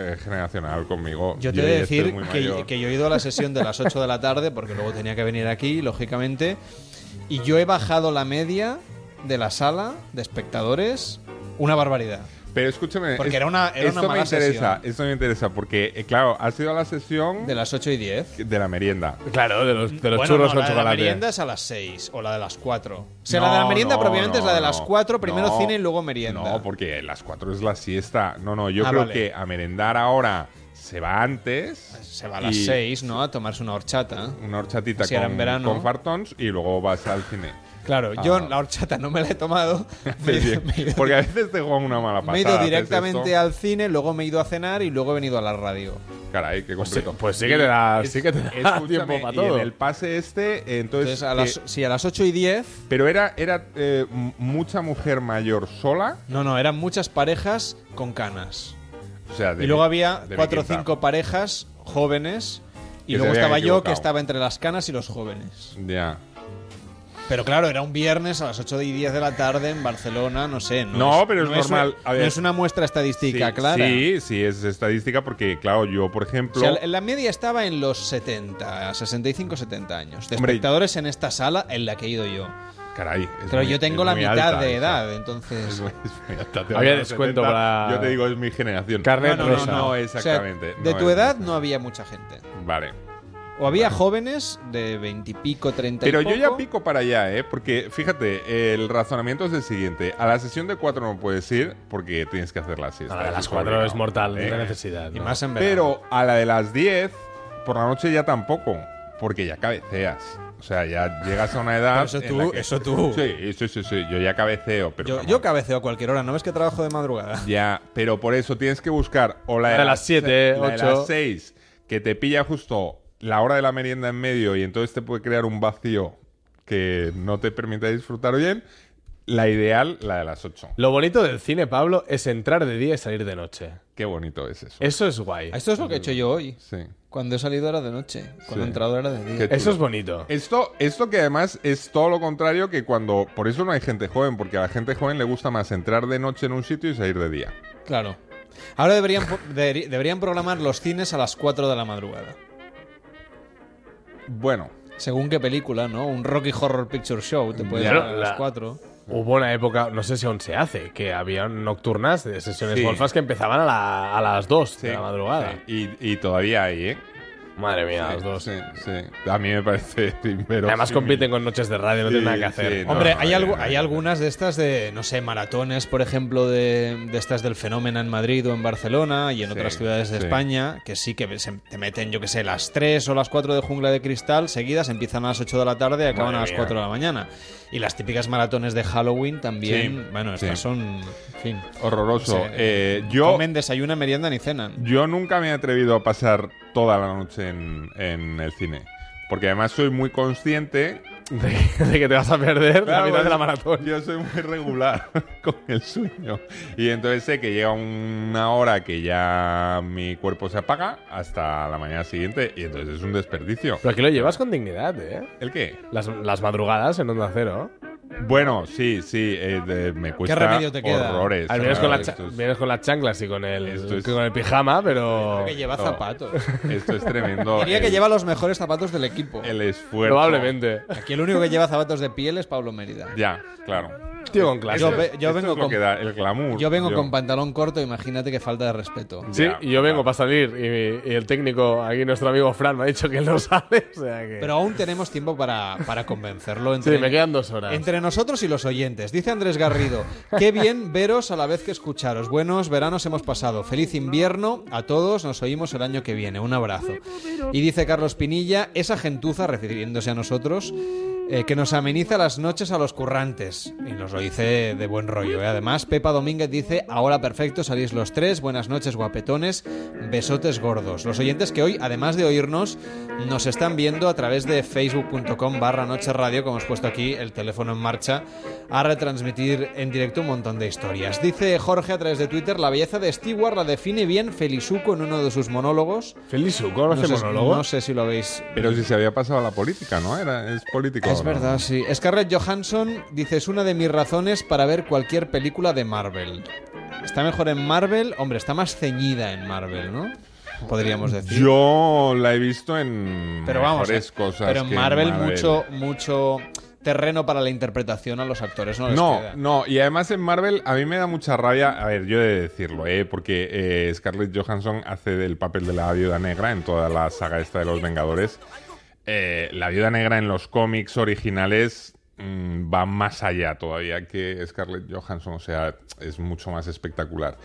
Speaker 2: intergeneracional conmigo.
Speaker 1: Yo te
Speaker 2: ya
Speaker 1: voy a
Speaker 2: estoy
Speaker 1: decir
Speaker 2: muy
Speaker 1: que,
Speaker 2: mayor.
Speaker 1: que yo he ido a la sesión de las 8 de la tarde porque luego tenía que venir aquí, lógicamente, y yo he bajado la media de la sala de espectadores una barbaridad.
Speaker 2: Pero escúchame.
Speaker 1: Porque era una- era una
Speaker 2: esto me
Speaker 1: mala
Speaker 2: interesa,
Speaker 1: sesión.
Speaker 2: esto me interesa, porque, eh, claro, ha sido la sesión
Speaker 1: De las 8 y 10.
Speaker 2: de la merienda.
Speaker 10: Claro, de los, de los
Speaker 1: Bueno,
Speaker 10: churros
Speaker 1: no,
Speaker 10: con
Speaker 1: la de la
Speaker 10: chocolate.
Speaker 1: merienda es a las 6 o la de las 4. O sea,
Speaker 2: No,
Speaker 1: la de la merienda
Speaker 2: no,
Speaker 1: propiamente es la de
Speaker 2: no,
Speaker 1: las
Speaker 2: no.
Speaker 1: 4, primero
Speaker 2: No,
Speaker 1: cine y luego merienda.
Speaker 2: No, porque las 4 es la siesta. No, no, yo
Speaker 1: Ah,
Speaker 2: creo
Speaker 1: vale.
Speaker 2: que a merendar ahora se va antes.
Speaker 1: Se va a las
Speaker 2: y
Speaker 1: 6, ¿no? A tomarse una horchata.
Speaker 2: Una horchatita
Speaker 1: Si era en
Speaker 2: con,
Speaker 1: verano.
Speaker 2: con fartons y luego vas al cine.
Speaker 1: Claro,
Speaker 2: Ah.
Speaker 1: yo la horchata no me la he tomado. Me he ido- me he ido-
Speaker 2: Porque a veces te juegan una mala pasada.
Speaker 1: me he ido
Speaker 2: haces
Speaker 1: directamente
Speaker 2: esto.
Speaker 1: al cine, luego me he ido a cenar y luego he venido a la radio.
Speaker 2: Caray, qué
Speaker 10: Pues sí,
Speaker 2: completo.
Speaker 10: pues sí que te da, sí que te da
Speaker 2: Escúchame,
Speaker 10: tiempo para
Speaker 2: y
Speaker 10: todo.
Speaker 2: en el pase este,
Speaker 1: Entonces,
Speaker 2: entonces...
Speaker 1: a
Speaker 2: eh,
Speaker 1: las, sí, a las 8 y 10.
Speaker 2: Pero era, era eh, m- mucha mujer mayor sola.
Speaker 1: No, no, eran muchas parejas con canas.
Speaker 2: O sea, de
Speaker 1: y
Speaker 2: mi-
Speaker 1: luego había
Speaker 2: de mi
Speaker 1: cuatro o
Speaker 2: quinta.
Speaker 1: cinco parejas jóvenes. Y
Speaker 2: Que
Speaker 1: luego
Speaker 2: se habían
Speaker 1: estaba yo, que
Speaker 2: equivocado.
Speaker 1: estaba entre las canas y los jóvenes.
Speaker 2: Ya.
Speaker 1: Pero claro, era un viernes a las 8 y 10 de la tarde en Barcelona, no sé. No,
Speaker 2: No, pero es normal.
Speaker 1: una-
Speaker 2: A ver.
Speaker 1: no es una muestra estadística,
Speaker 2: sí,
Speaker 1: clara.
Speaker 2: Sí, sí, es estadística porque, claro, yo, por ejemplo...
Speaker 1: O sea, la media estaba en los 70, 65, 70 años. De
Speaker 2: Hombre,
Speaker 1: espectadores en esta sala en la que he ido yo.
Speaker 2: Caray. es
Speaker 1: Pero
Speaker 2: muy-
Speaker 1: yo tengo
Speaker 2: es
Speaker 1: la
Speaker 2: muy
Speaker 1: mitad
Speaker 2: alta
Speaker 1: de
Speaker 2: esa.
Speaker 1: edad, entonces.
Speaker 2: Es muy- es muy alta, te
Speaker 10: Había
Speaker 2: vas a los
Speaker 10: descuento
Speaker 2: 70.
Speaker 10: para-
Speaker 2: Yo te digo, es mi generación.
Speaker 10: Carnet
Speaker 2: no, no,
Speaker 10: rosa.
Speaker 2: no,
Speaker 1: O sea,
Speaker 2: exactamente.
Speaker 1: de
Speaker 2: no
Speaker 1: tu
Speaker 2: es
Speaker 1: edad
Speaker 2: esa.
Speaker 1: no había mucha gente.
Speaker 2: Vale.
Speaker 1: O había jóvenes de veintipico, treinta y
Speaker 2: Pero yo ya
Speaker 1: poco.
Speaker 2: pico para allá, ¿eh? Porque fíjate, el razonamiento es el siguiente. A la sesión de cuatro no puedes ir porque tienes que hacer la siesta.
Speaker 10: A la de
Speaker 2: Eso
Speaker 10: las
Speaker 2: obligado,
Speaker 10: cuatro es mortal, no
Speaker 2: ¿eh?
Speaker 10: hay necesidad.
Speaker 1: Y
Speaker 10: ¿no?
Speaker 1: más en verano.
Speaker 2: Pero a la de las 10, por la noche ya tampoco, porque ya cabeceas. O sea, ya llegas a una edad.
Speaker 1: Pero eso
Speaker 2: en
Speaker 1: tú,
Speaker 2: la que-
Speaker 1: eso tú.
Speaker 2: Sí, sí, sí, sí, Yo ya cabeceo, pero.
Speaker 1: yo,
Speaker 2: vamos,
Speaker 1: yo cabeceo a cualquier hora, ¿no ves que trabajo de madrugada?
Speaker 2: Ya, pero por eso tienes que buscar o la
Speaker 10: La de las siete,
Speaker 2: la de
Speaker 10: ocho.
Speaker 2: las 6, que te pilla justo la hora de la merienda en medio y entonces te puede crear un vacío que no te permite disfrutar bien. La ideal, la de las 8.
Speaker 10: Lo bonito del cine, Pablo, es entrar de día y salir de noche.
Speaker 2: Qué bonito es eso.
Speaker 10: Eso es guay.
Speaker 1: Esto es lo que he hecho yo hoy.
Speaker 2: Sí.
Speaker 1: Cuando he salido era de noche, cuando
Speaker 2: Sí.
Speaker 1: he entrado era de día.
Speaker 2: Qué
Speaker 10: Eso
Speaker 2: chulo.
Speaker 10: es bonito.
Speaker 2: Esto, esto que además es todo lo contrario que cuando. Por eso no hay gente joven, porque a la gente joven le gusta más entrar de noche en un sitio y salir de día.
Speaker 1: Claro. Ahora deberían, po- deberi- deberían programar los cines a las 4 de la madrugada.
Speaker 2: Bueno,
Speaker 1: Según qué película, ¿no? Un Rocky Horror Picture Show te puede
Speaker 10: Ya,
Speaker 1: dar a
Speaker 10: la-
Speaker 1: las 4.
Speaker 10: Hubo una época, no sé si aún se hace, que había nocturnas de sesiones
Speaker 2: Sí.
Speaker 10: golfas que empezaban a, la- a las 2
Speaker 2: sí,
Speaker 10: de la madrugada.
Speaker 2: sí. Y, y todavía hay, ¿eh?
Speaker 10: Madre mía,
Speaker 2: Sí,
Speaker 10: las 2.
Speaker 2: sí, sí. A mí me parece inverosímil.
Speaker 10: Además compiten con noches de radio, no
Speaker 2: Sí,
Speaker 10: tienen nada que hacer.
Speaker 2: sí, no.
Speaker 1: Hombre, hay,
Speaker 2: no,
Speaker 1: algu-
Speaker 2: no,
Speaker 1: hay
Speaker 2: no.
Speaker 1: algunas de estas de, no sé, maratones, por ejemplo, de, de estas del fenómeno en Madrid o en Barcelona y en
Speaker 2: Sí,
Speaker 1: otras ciudades de
Speaker 2: sí.
Speaker 1: España, que sí que se- te meten, yo que sé, las 3 o las 4 de Jungla de Cristal seguidas, empiezan a las 8 de la tarde y acaban
Speaker 10: Madre
Speaker 1: a las
Speaker 10: mía.
Speaker 1: 4 de la mañana. Y las típicas maratones de Halloween también,
Speaker 2: Sí,
Speaker 1: bueno, estas
Speaker 2: sí.
Speaker 1: son, en fin.
Speaker 2: Horroroso.
Speaker 1: Sí.
Speaker 2: Eh, yo,
Speaker 1: Comen, desayunan, meriendan y cenan.
Speaker 2: yo nunca me he atrevido a pasar toda la noche en, en el cine. Porque además soy muy consciente.
Speaker 10: De, de que te vas a perder la
Speaker 2: Claro,
Speaker 10: mitad de la
Speaker 2: pues,
Speaker 10: maratón.
Speaker 2: Yo soy muy regular con el sueño. Y entonces sé que llega una hora que ya mi cuerpo se apaga hasta la mañana siguiente. Y entonces es un desperdicio.
Speaker 10: Pero aquí lo llevas con dignidad, ¿eh?
Speaker 2: ¿El qué?
Speaker 10: Las, las madrugadas en Onda Cero.
Speaker 2: Bueno, sí, sí. eh, de- me cuesta
Speaker 1: remedio te queda?
Speaker 2: horrores.
Speaker 10: Al vienes, con la
Speaker 2: Claro,
Speaker 10: cha-
Speaker 2: esto es-
Speaker 10: vienes con las chanclas y con el,
Speaker 2: Esto es-
Speaker 10: con el pijama, pero
Speaker 1: que lleva
Speaker 2: no.
Speaker 1: zapatos.
Speaker 2: Esto es tremendo.
Speaker 1: Diría que
Speaker 2: El-
Speaker 1: lleva los mejores zapatos del equipo.
Speaker 2: el esfuerzo.
Speaker 10: probablemente.
Speaker 1: Aquí el único que lleva zapatos de piel es Pablo Mérida.
Speaker 2: Ya, claro.
Speaker 10: Tío con clase.
Speaker 1: Yo,
Speaker 2: Esto
Speaker 1: ve-
Speaker 2: es-
Speaker 1: yo
Speaker 2: esto
Speaker 1: vengo
Speaker 2: es lo
Speaker 1: con
Speaker 2: que da el glamour.
Speaker 1: Yo vengo con pantalón corto, imagínate qué falta de respeto.
Speaker 10: Sí,
Speaker 2: Ya,
Speaker 10: y yo vengo
Speaker 2: claro.
Speaker 10: para salir y, y el técnico, aquí nuestro amigo Fran, me ha dicho que él no sale. O sea que...
Speaker 1: Pero aún tenemos tiempo para, para convencerlo
Speaker 10: sí,
Speaker 1: entre,
Speaker 10: me quedan dos horas.
Speaker 1: entre nosotros y los oyentes. Dice Andrés Garrido, qué bien veros a la vez que escucharos. Buenos veranos hemos pasado. Feliz invierno a todos. Nos oímos el año que viene. Un abrazo. Y dice Carlos Pinilla, esa gentuza, refiriéndose a nosotros, eh, que nos ameniza las noches a los currantes. Y nos lo dice de buen rollo. ¿eh? Además, Pepa Domínguez dice, ahora perfecto, salís los tres. Buenas noches, guapetones. Besotes gordos. Los oyentes que hoy, además de oírnos, nos están viendo a través de facebook.com barra noche radio, como hemos puesto aquí el teléfono en marcha, a retransmitir en directo un montón de historias. Dice Jorge a través de Twitter, la belleza de Stewart la define bien Felizuco en uno de sus monólogos.
Speaker 10: Feliz ¿cómo
Speaker 1: No
Speaker 10: hace
Speaker 1: sé,
Speaker 10: monólogo?
Speaker 1: no sé si lo habéis
Speaker 2: Pero si se había pasado a la política, ¿no? Era, es político.
Speaker 1: es
Speaker 2: ahora.
Speaker 1: verdad, sí. Scarlett Johansson dice, es una de mis razones para ver cualquier película de Marvel. Está mejor en Marvel, hombre, está más ceñida en Marvel, ¿no? Podríamos decir.
Speaker 2: Yo la he visto en
Speaker 1: pero vamos,
Speaker 2: mejores
Speaker 1: eh,
Speaker 2: cosas.
Speaker 1: pero en
Speaker 2: que
Speaker 1: Marvel, mucho mucho terreno para la interpretación a los actores no les
Speaker 2: No,
Speaker 1: queda.
Speaker 2: no, y además en Marvel a mí me da mucha rabia, a ver, yo he de decirlo, ¿eh? porque eh, Scarlett Johansson hace el papel de la viuda negra en toda la saga esta de los Vengadores. Eh, la viuda negra en los cómics originales mm, va más allá todavía que Scarlett Johansson, o sea, es mucho más espectacular.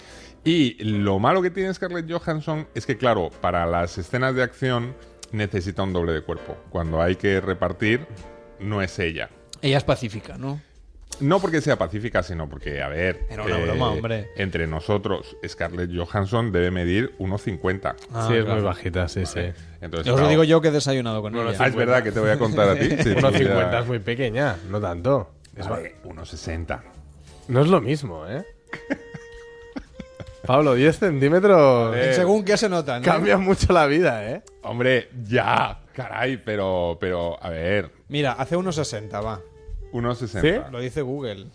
Speaker 2: Y lo malo que tiene Scarlett Johansson es que, claro, para las escenas de acción necesita un doble de cuerpo. Cuando hay que repartir, no es ella.
Speaker 1: Ella es pacífica, ¿no?
Speaker 2: No porque sea pacífica, sino porque, a ver. eh,
Speaker 1: Era una broma, hombre.
Speaker 2: Entre nosotros, Scarlett Johansson debe medir 1,50.
Speaker 1: Ah,
Speaker 10: sí, es
Speaker 1: claro.
Speaker 10: muy bajita, sí, sí.
Speaker 2: Entonces,
Speaker 1: Os lo
Speaker 2: claro,
Speaker 1: digo yo que he desayunado con
Speaker 10: Bueno,
Speaker 2: Ah,
Speaker 1: ella.
Speaker 2: es verdad que te voy a contar a ti. Sí, sí,
Speaker 10: 1,50
Speaker 2: ya.
Speaker 10: es muy pequeña, no tanto. Es
Speaker 2: A
Speaker 10: ba-
Speaker 2: ver, 1,60.
Speaker 10: no es lo mismo, ¿eh? Pablo, 10 centímetros
Speaker 2: Eh,
Speaker 1: Según qué se notan. ¿no?
Speaker 10: cambia mucho la vida, ¿eh?
Speaker 2: Hombre, ya. Caray, pero, pero a ver.
Speaker 1: Mira, hace unos 60, va.
Speaker 2: 1,60.
Speaker 1: Lo dice Google.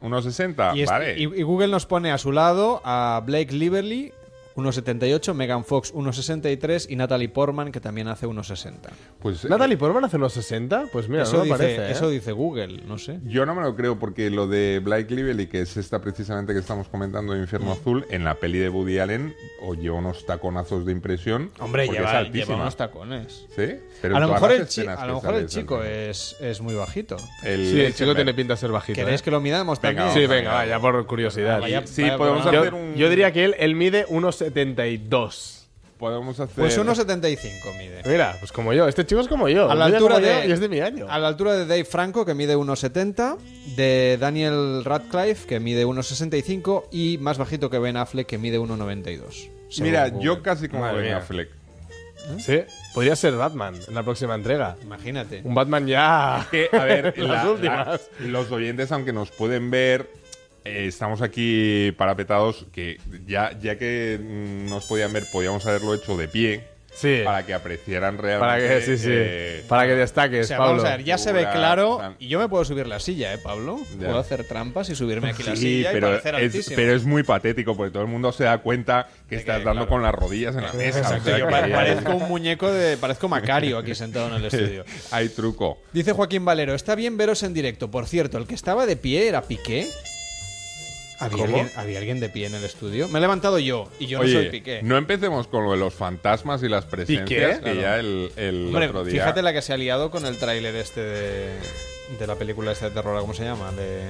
Speaker 2: 1,60.
Speaker 1: Y, este-
Speaker 2: Vale.
Speaker 1: y- y Google nos pone a su lado a Blake Lively, 1,78, Megan Fox 1,63 y Natalie Portman, que también hace 1,60.
Speaker 2: Pues, eh,
Speaker 10: ¿Natalie Portman hace unos 60? Pues mira,
Speaker 1: eso,
Speaker 10: no me
Speaker 1: dice,
Speaker 10: parece. ¿eh?
Speaker 1: eso dice Google, no sé.
Speaker 2: Yo no me lo creo porque lo de Blake Lively, que es esta precisamente que estamos comentando de Infierno
Speaker 1: Mm.
Speaker 2: Azul, en la peli de Woody Allen, o lleva unos taconazos de impresión.
Speaker 1: Hombre,
Speaker 2: porque
Speaker 1: lleva,
Speaker 2: es altísima.
Speaker 1: lleva unos tacones.
Speaker 2: ¿Sí? Pero
Speaker 1: A
Speaker 2: en
Speaker 1: lo
Speaker 2: todas
Speaker 1: mejor
Speaker 2: las
Speaker 1: el, chi-
Speaker 2: escenas
Speaker 1: a
Speaker 2: que
Speaker 1: lo mejor el
Speaker 2: sale es
Speaker 1: chico
Speaker 2: altísimo.
Speaker 1: es, es muy bajito.
Speaker 2: El-
Speaker 10: Sí, el
Speaker 2: ese
Speaker 10: chico
Speaker 2: me-
Speaker 10: tiene pinta de ser bajito.
Speaker 1: ¿Queréis
Speaker 10: ¿eh?
Speaker 1: que lo midamos
Speaker 2: Venga,
Speaker 1: también?
Speaker 10: Sí, venga, vaya, por
Speaker 2: Ah,
Speaker 10: curiosidad.
Speaker 1: Vaya-
Speaker 2: Sí,
Speaker 1: vaya
Speaker 2: podemos
Speaker 1: programa.
Speaker 10: yo,
Speaker 2: hacer un-
Speaker 10: yo diría que él, él mide unos 72.
Speaker 2: Podemos hacer.
Speaker 1: Pues 1,75 mide.
Speaker 10: Mira, pues como yo. Este chico es como yo.
Speaker 1: A la
Speaker 10: Mide
Speaker 1: altura
Speaker 10: como yo
Speaker 1: de,
Speaker 10: Y es de mi año.
Speaker 1: A la altura de Dave Franco, que mide 1,70. De Daniel Radcliffe, que mide 1,65. Y más bajito que Ben Affleck, que mide 1,92. según
Speaker 2: Mira,
Speaker 1: Google.
Speaker 2: yo casi como
Speaker 10: Madre
Speaker 2: Ben
Speaker 10: mía.
Speaker 2: Affleck.
Speaker 10: Sí. Podría ser Batman en la próxima entrega.
Speaker 1: Imagínate.
Speaker 10: Un Batman ya.
Speaker 2: Que, a ver,
Speaker 10: Las
Speaker 2: la- la-
Speaker 10: últimas.
Speaker 2: los oyentes, aunque nos pueden ver, eh, estamos aquí parapetados, que ya, ya que mm, nos podían ver, podíamos haberlo hecho de pie.
Speaker 10: Sí.
Speaker 2: Para que apreciaran
Speaker 10: Para
Speaker 2: realmente.
Speaker 10: que, sí, sí.
Speaker 2: eh,
Speaker 10: para que
Speaker 1: O
Speaker 10: destaques,
Speaker 1: sea,
Speaker 10: Pablo.
Speaker 1: vamos a ver, ya se ve
Speaker 2: Figuras,
Speaker 1: claro.
Speaker 2: tan-
Speaker 1: Y yo me puedo subir la silla, ¿eh, Pablo?
Speaker 2: Ya.
Speaker 1: Puedo hacer trampas y subirme aquí la
Speaker 2: Sí,
Speaker 1: silla y
Speaker 2: pero
Speaker 1: parecer
Speaker 2: es,
Speaker 1: altísimo.
Speaker 2: pero es muy patético porque todo el mundo se da cuenta que estás dando con las rodillas en la mesa. o
Speaker 1: Exacto,
Speaker 2: sea,
Speaker 1: yo
Speaker 2: que
Speaker 1: pa-
Speaker 2: ahí hay-
Speaker 1: parezco un muñeco de. Parezco Macario aquí sentado en el estudio.
Speaker 2: hay truco.
Speaker 1: Dice Joaquín Valero, está bien veros en directo. Por cierto, el que estaba de pie era Piqué. ¿Había, Alguien, había alguien de pie en el estudio? Me he levantado yo y yo
Speaker 2: Oye,
Speaker 1: no soy Piqué.
Speaker 2: no empecemos con lo de los fantasmas y las presencias, que
Speaker 10: Claro.
Speaker 2: ya el, el
Speaker 1: Hombre,
Speaker 2: otro día...
Speaker 1: fíjate la que se ha liado con el tráiler este de, de la película esta de terror, ¿cómo se llama? De,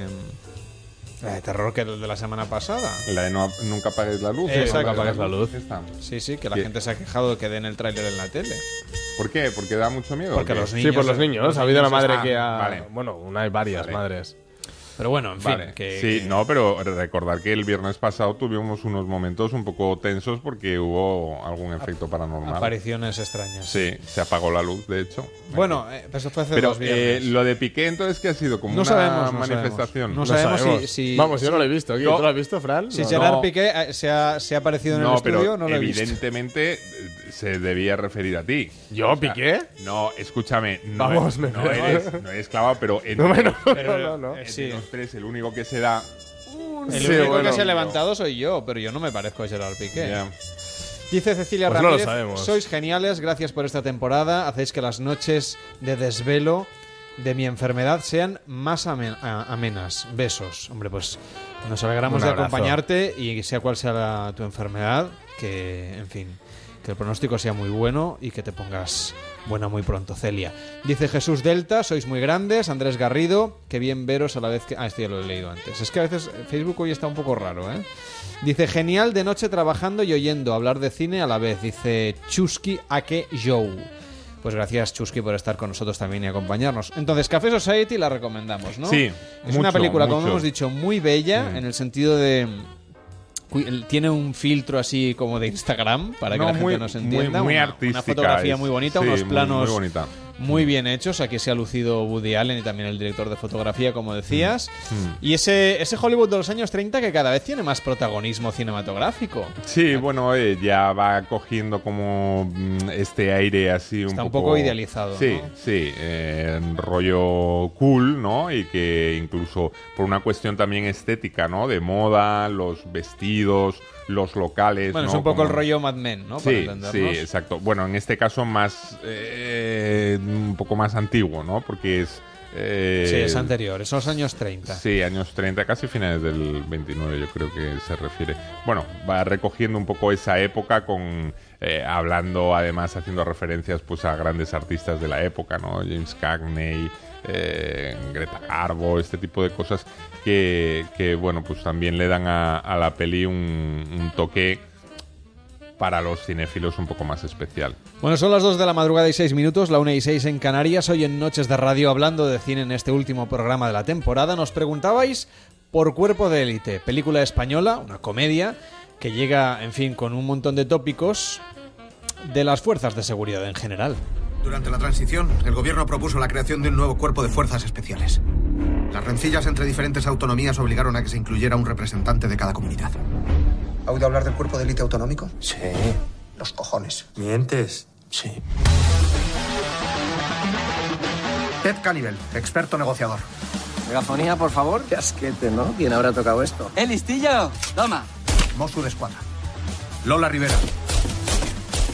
Speaker 1: la de terror que el de la semana pasada.
Speaker 2: La de no- nunca apagues la luz.
Speaker 1: Eh,
Speaker 2: ¿no?
Speaker 1: exacto.
Speaker 10: Apagues la luz.
Speaker 2: Esta.
Speaker 1: Sí, sí, que la
Speaker 2: ¿Qué?
Speaker 1: gente se ha quejado de que den el tráiler en la tele.
Speaker 2: ¿Por qué? Porque da mucho miedo.
Speaker 1: Porque
Speaker 2: ¿o qué?
Speaker 1: los
Speaker 10: sí, por
Speaker 1: niños- ¿eh?
Speaker 10: los niños.
Speaker 1: los
Speaker 10: ha habido una
Speaker 1: niños
Speaker 10: madre
Speaker 2: están-
Speaker 10: que ha.
Speaker 2: Vale.
Speaker 10: Bueno, una hay varias
Speaker 2: Vale.
Speaker 10: madres.
Speaker 1: Pero bueno, en fin.
Speaker 2: Vale.
Speaker 1: que-
Speaker 2: sí,
Speaker 1: que-
Speaker 2: no, pero recordar que el viernes pasado tuvimos unos momentos un poco tensos porque hubo algún efecto paranormal.
Speaker 1: Apariciones extrañas.
Speaker 2: Sí, se apagó la luz, de hecho.
Speaker 1: Bueno, eh, pues eso fue hace
Speaker 2: pero
Speaker 1: dos
Speaker 2: eh,
Speaker 1: viernes.
Speaker 2: lo de Piqué entonces que ha sido como
Speaker 1: No
Speaker 2: una
Speaker 1: sabemos, no
Speaker 2: manifestación.
Speaker 1: sabemos. No
Speaker 10: No
Speaker 1: sabemos si-
Speaker 10: sabemos.
Speaker 1: si-
Speaker 10: Vamos, yo
Speaker 1: si-
Speaker 10: no lo he visto. ¿Tú
Speaker 2: Yo-
Speaker 10: lo has visto, Fran?
Speaker 1: Si
Speaker 10: No,
Speaker 1: Gerard
Speaker 2: no.
Speaker 1: Piqué eh, se ha, se ha aparecido en
Speaker 2: No,
Speaker 1: el
Speaker 2: pero
Speaker 1: estudio, no lo he visto.
Speaker 2: evidentemente eh, se debía referir a ti.
Speaker 10: no. ¿Yo, Piqué?
Speaker 2: No, escúchame, no,
Speaker 10: Vamos,
Speaker 2: no
Speaker 10: me-
Speaker 2: eres, no eres clavado, pero en,
Speaker 10: No, bueno,
Speaker 1: Pero-
Speaker 10: no, no.
Speaker 1: eh,
Speaker 2: entre
Speaker 1: sí.
Speaker 2: los tres el único que se da
Speaker 1: El
Speaker 10: Sí,
Speaker 1: único
Speaker 10: bueno.
Speaker 1: que se ha levantado soy yo, pero yo no me parezco a Gerard Piqué.
Speaker 2: Ya.
Speaker 1: Dice Cecilia
Speaker 10: Pues no lo
Speaker 1: Ramírez,
Speaker 10: sabemos.
Speaker 1: sois geniales, gracias por esta temporada, hacéis que las noches de desvelo de mi enfermedad sean más amen- a- amenas. Besos. Hombre, pues nos alegramos
Speaker 10: Un
Speaker 1: de
Speaker 10: abrazo.
Speaker 1: acompañarte y sea cual sea la- tu enfermedad, que, en fin, que el pronóstico sea muy bueno y que te pongas buena muy pronto, Celia. Dice Jesús Delta, sois muy grandes, Andrés Garrido, que bien veros a la vez que... Ah, esto ya lo he leído antes. Es que a veces Facebook hoy está un poco raro, ¿eh? Dice, genial de noche trabajando y oyendo hablar de cine a la vez. Dice Chusky Ake Joe. Pues gracias, Chusky, por estar con nosotros también y acompañarnos. Entonces, Café Society la recomendamos, ¿no?
Speaker 2: Sí,
Speaker 1: Es
Speaker 2: mucho,
Speaker 1: una película, como
Speaker 2: mucho.
Speaker 1: hemos dicho, muy bella en el sentido de. cu- el- Tiene un filtro así como de Instagram para que
Speaker 2: No,
Speaker 1: la gente
Speaker 2: muy-
Speaker 1: nos
Speaker 2: muy-
Speaker 1: entienda.
Speaker 2: muy
Speaker 1: una,
Speaker 2: artística,
Speaker 1: Una fotografía
Speaker 2: es-
Speaker 1: muy bonita,
Speaker 2: sí,
Speaker 1: unos
Speaker 2: muy- muy
Speaker 1: planos
Speaker 2: bonita.
Speaker 1: muy bien hechos. Aquí se ha lucido Woody Allen y también el director de fotografía, como decías.
Speaker 2: Mm,
Speaker 1: Y ese, ese Hollywood de los años 30 que cada vez tiene más protagonismo cinematográfico.
Speaker 2: Sí, bueno, eh, ya va cogiendo como mm, este aire así un
Speaker 1: Está un
Speaker 2: poco...
Speaker 1: poco idealizado,
Speaker 2: Sí,
Speaker 1: ¿no?
Speaker 2: sí, eh, rollo cool, ¿no? Y que incluso por una cuestión también estética, ¿no? De moda, los vestidos, los locales,
Speaker 1: Bueno, es
Speaker 2: ¿no?
Speaker 1: un poco el
Speaker 2: Como-
Speaker 1: rollo Mad Men, ¿no? Para
Speaker 2: Sí, sí,
Speaker 1: entendernos.
Speaker 2: exacto. Bueno, en este caso más... eh, un poco más antiguo, ¿no? Porque es... eh,
Speaker 1: Sí, es anterior, son los años 30.
Speaker 2: Sí, años 30, casi finales del 29, yo creo que se refiere. Bueno, va recogiendo un poco esa época con eh, hablando, además haciendo referencias pues a grandes artistas de la época, ¿no? James Cagney, eh, Greta Garbo, este tipo de cosas que, que, bueno, pues también le dan a, a la peli un, un toque para los cinéfilos un poco más especial.
Speaker 1: Bueno, son las 2 de la madrugada y 6 minutos, la 1 y 6 en Canarias. Hoy en Noches de Radio hablando de cine en este último programa de la temporada. Nos preguntabais por Cuerpo de Élite, película española, una comedia que llega, en fin, con un montón de tópicos de las fuerzas de seguridad en general.
Speaker 9: Durante la transición, el gobierno propuso la creación de un nuevo cuerpo de fuerzas especiales. Las rencillas entre diferentes autonomías obligaron a que se incluyera un representante de cada comunidad. ¿Ha oído hablar del cuerpo de élite autonómico? Sí. Los cojones.
Speaker 3: ¿Mientes? Sí.
Speaker 9: Ted Cannibal, experto negociador.
Speaker 5: Megafonía, por favor. Qué asquete, ¿no? ¿Quién habrá tocado esto?
Speaker 11: ¡Eh, listillo! Toma.
Speaker 9: Mosu de escuadra. Lola Rivera.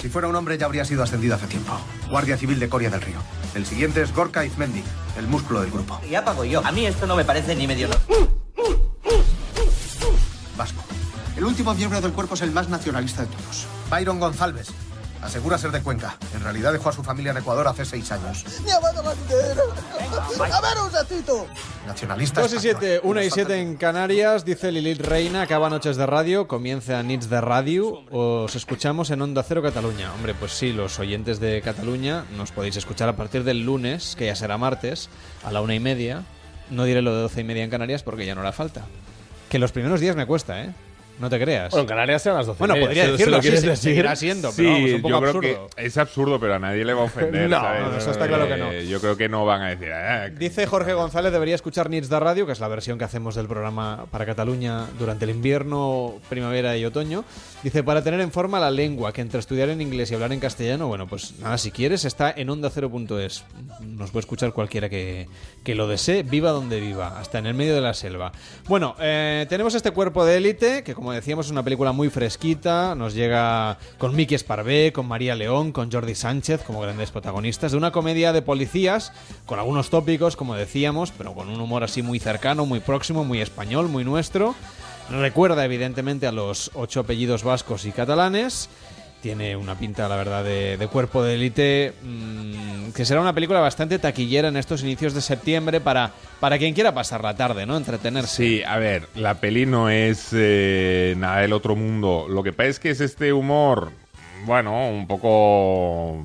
Speaker 9: Si fuera un hombre ya habría sido ascendido hace tiempo. Guardia Civil de Coria del Río. El siguiente es Gorka Izmendi, el músculo del grupo.
Speaker 11: Ya pago yo. A mí esto no me parece ni medio.
Speaker 9: Vasco. El último miembro del cuerpo es el más nacionalista de todos. Byron González. Asegura ser de Cuenca. En realidad dejó a su familia en Ecuador hace seis años.
Speaker 12: ¡Mi amada bandera! A ver un ratito.
Speaker 9: Nacionalista.
Speaker 1: 2 y 7, 1 y 7 en Canarias, dice Lilith Reina, acaba Noches de Radio, comienza Nits de Radio, os escuchamos en Onda Cero Cataluña. Hombre, pues sí, los oyentes de Cataluña nos podéis escuchar a partir del lunes, que ya será martes, a la una y media. No diré lo de 12 y media en Canarias porque ya no hará falta. Que los primeros días me cuesta, ¿eh? No te creas.
Speaker 10: Bueno, en Canarias serán las 12.
Speaker 1: Bueno, podría decirlo,
Speaker 10: si lo
Speaker 1: sí,
Speaker 10: quieres
Speaker 1: sí, seguirá siendo,
Speaker 2: Sí,
Speaker 1: pero vamos, un poco
Speaker 2: yo creo
Speaker 1: absurdo.
Speaker 2: que es absurdo, pero a nadie le va a ofender.
Speaker 1: No,
Speaker 2: ¿sabes?
Speaker 1: no, eso está claro que no.
Speaker 2: Eh, Yo creo que no van a decir. "Ah,
Speaker 1: Dice Jorge González, debería escuchar Nits de Radio, que es la versión que hacemos del programa para Cataluña durante el invierno, primavera y otoño. Dice, para tener en forma la lengua, que entre estudiar en inglés y hablar en castellano, bueno, pues nada, si quieres, está en onda 0.es. Nos puede escuchar cualquiera que, que lo desee, viva donde viva, hasta en el medio de la selva. Bueno, eh, tenemos este cuerpo de élite, que como decíamos es una película muy fresquita, nos llega con Miki Esparvé, con María León, con Jordi Sánchez como grandes protagonistas, de una comedia de policías, con algunos tópicos, como decíamos, pero con un humor así muy cercano, muy próximo, muy español, muy nuestro. Recuerda evidentemente a los ocho apellidos vascos y catalanes. Tiene una pinta, la verdad, de, de cuerpo de élite, mm, que será una película bastante taquillera en estos inicios de septiembre para, para quien quiera pasar la tarde, ¿no? Entretenerse.
Speaker 2: Sí, a ver, la peli no es eh, nada del otro mundo. Lo que pasa es que es este humor, bueno, un poco...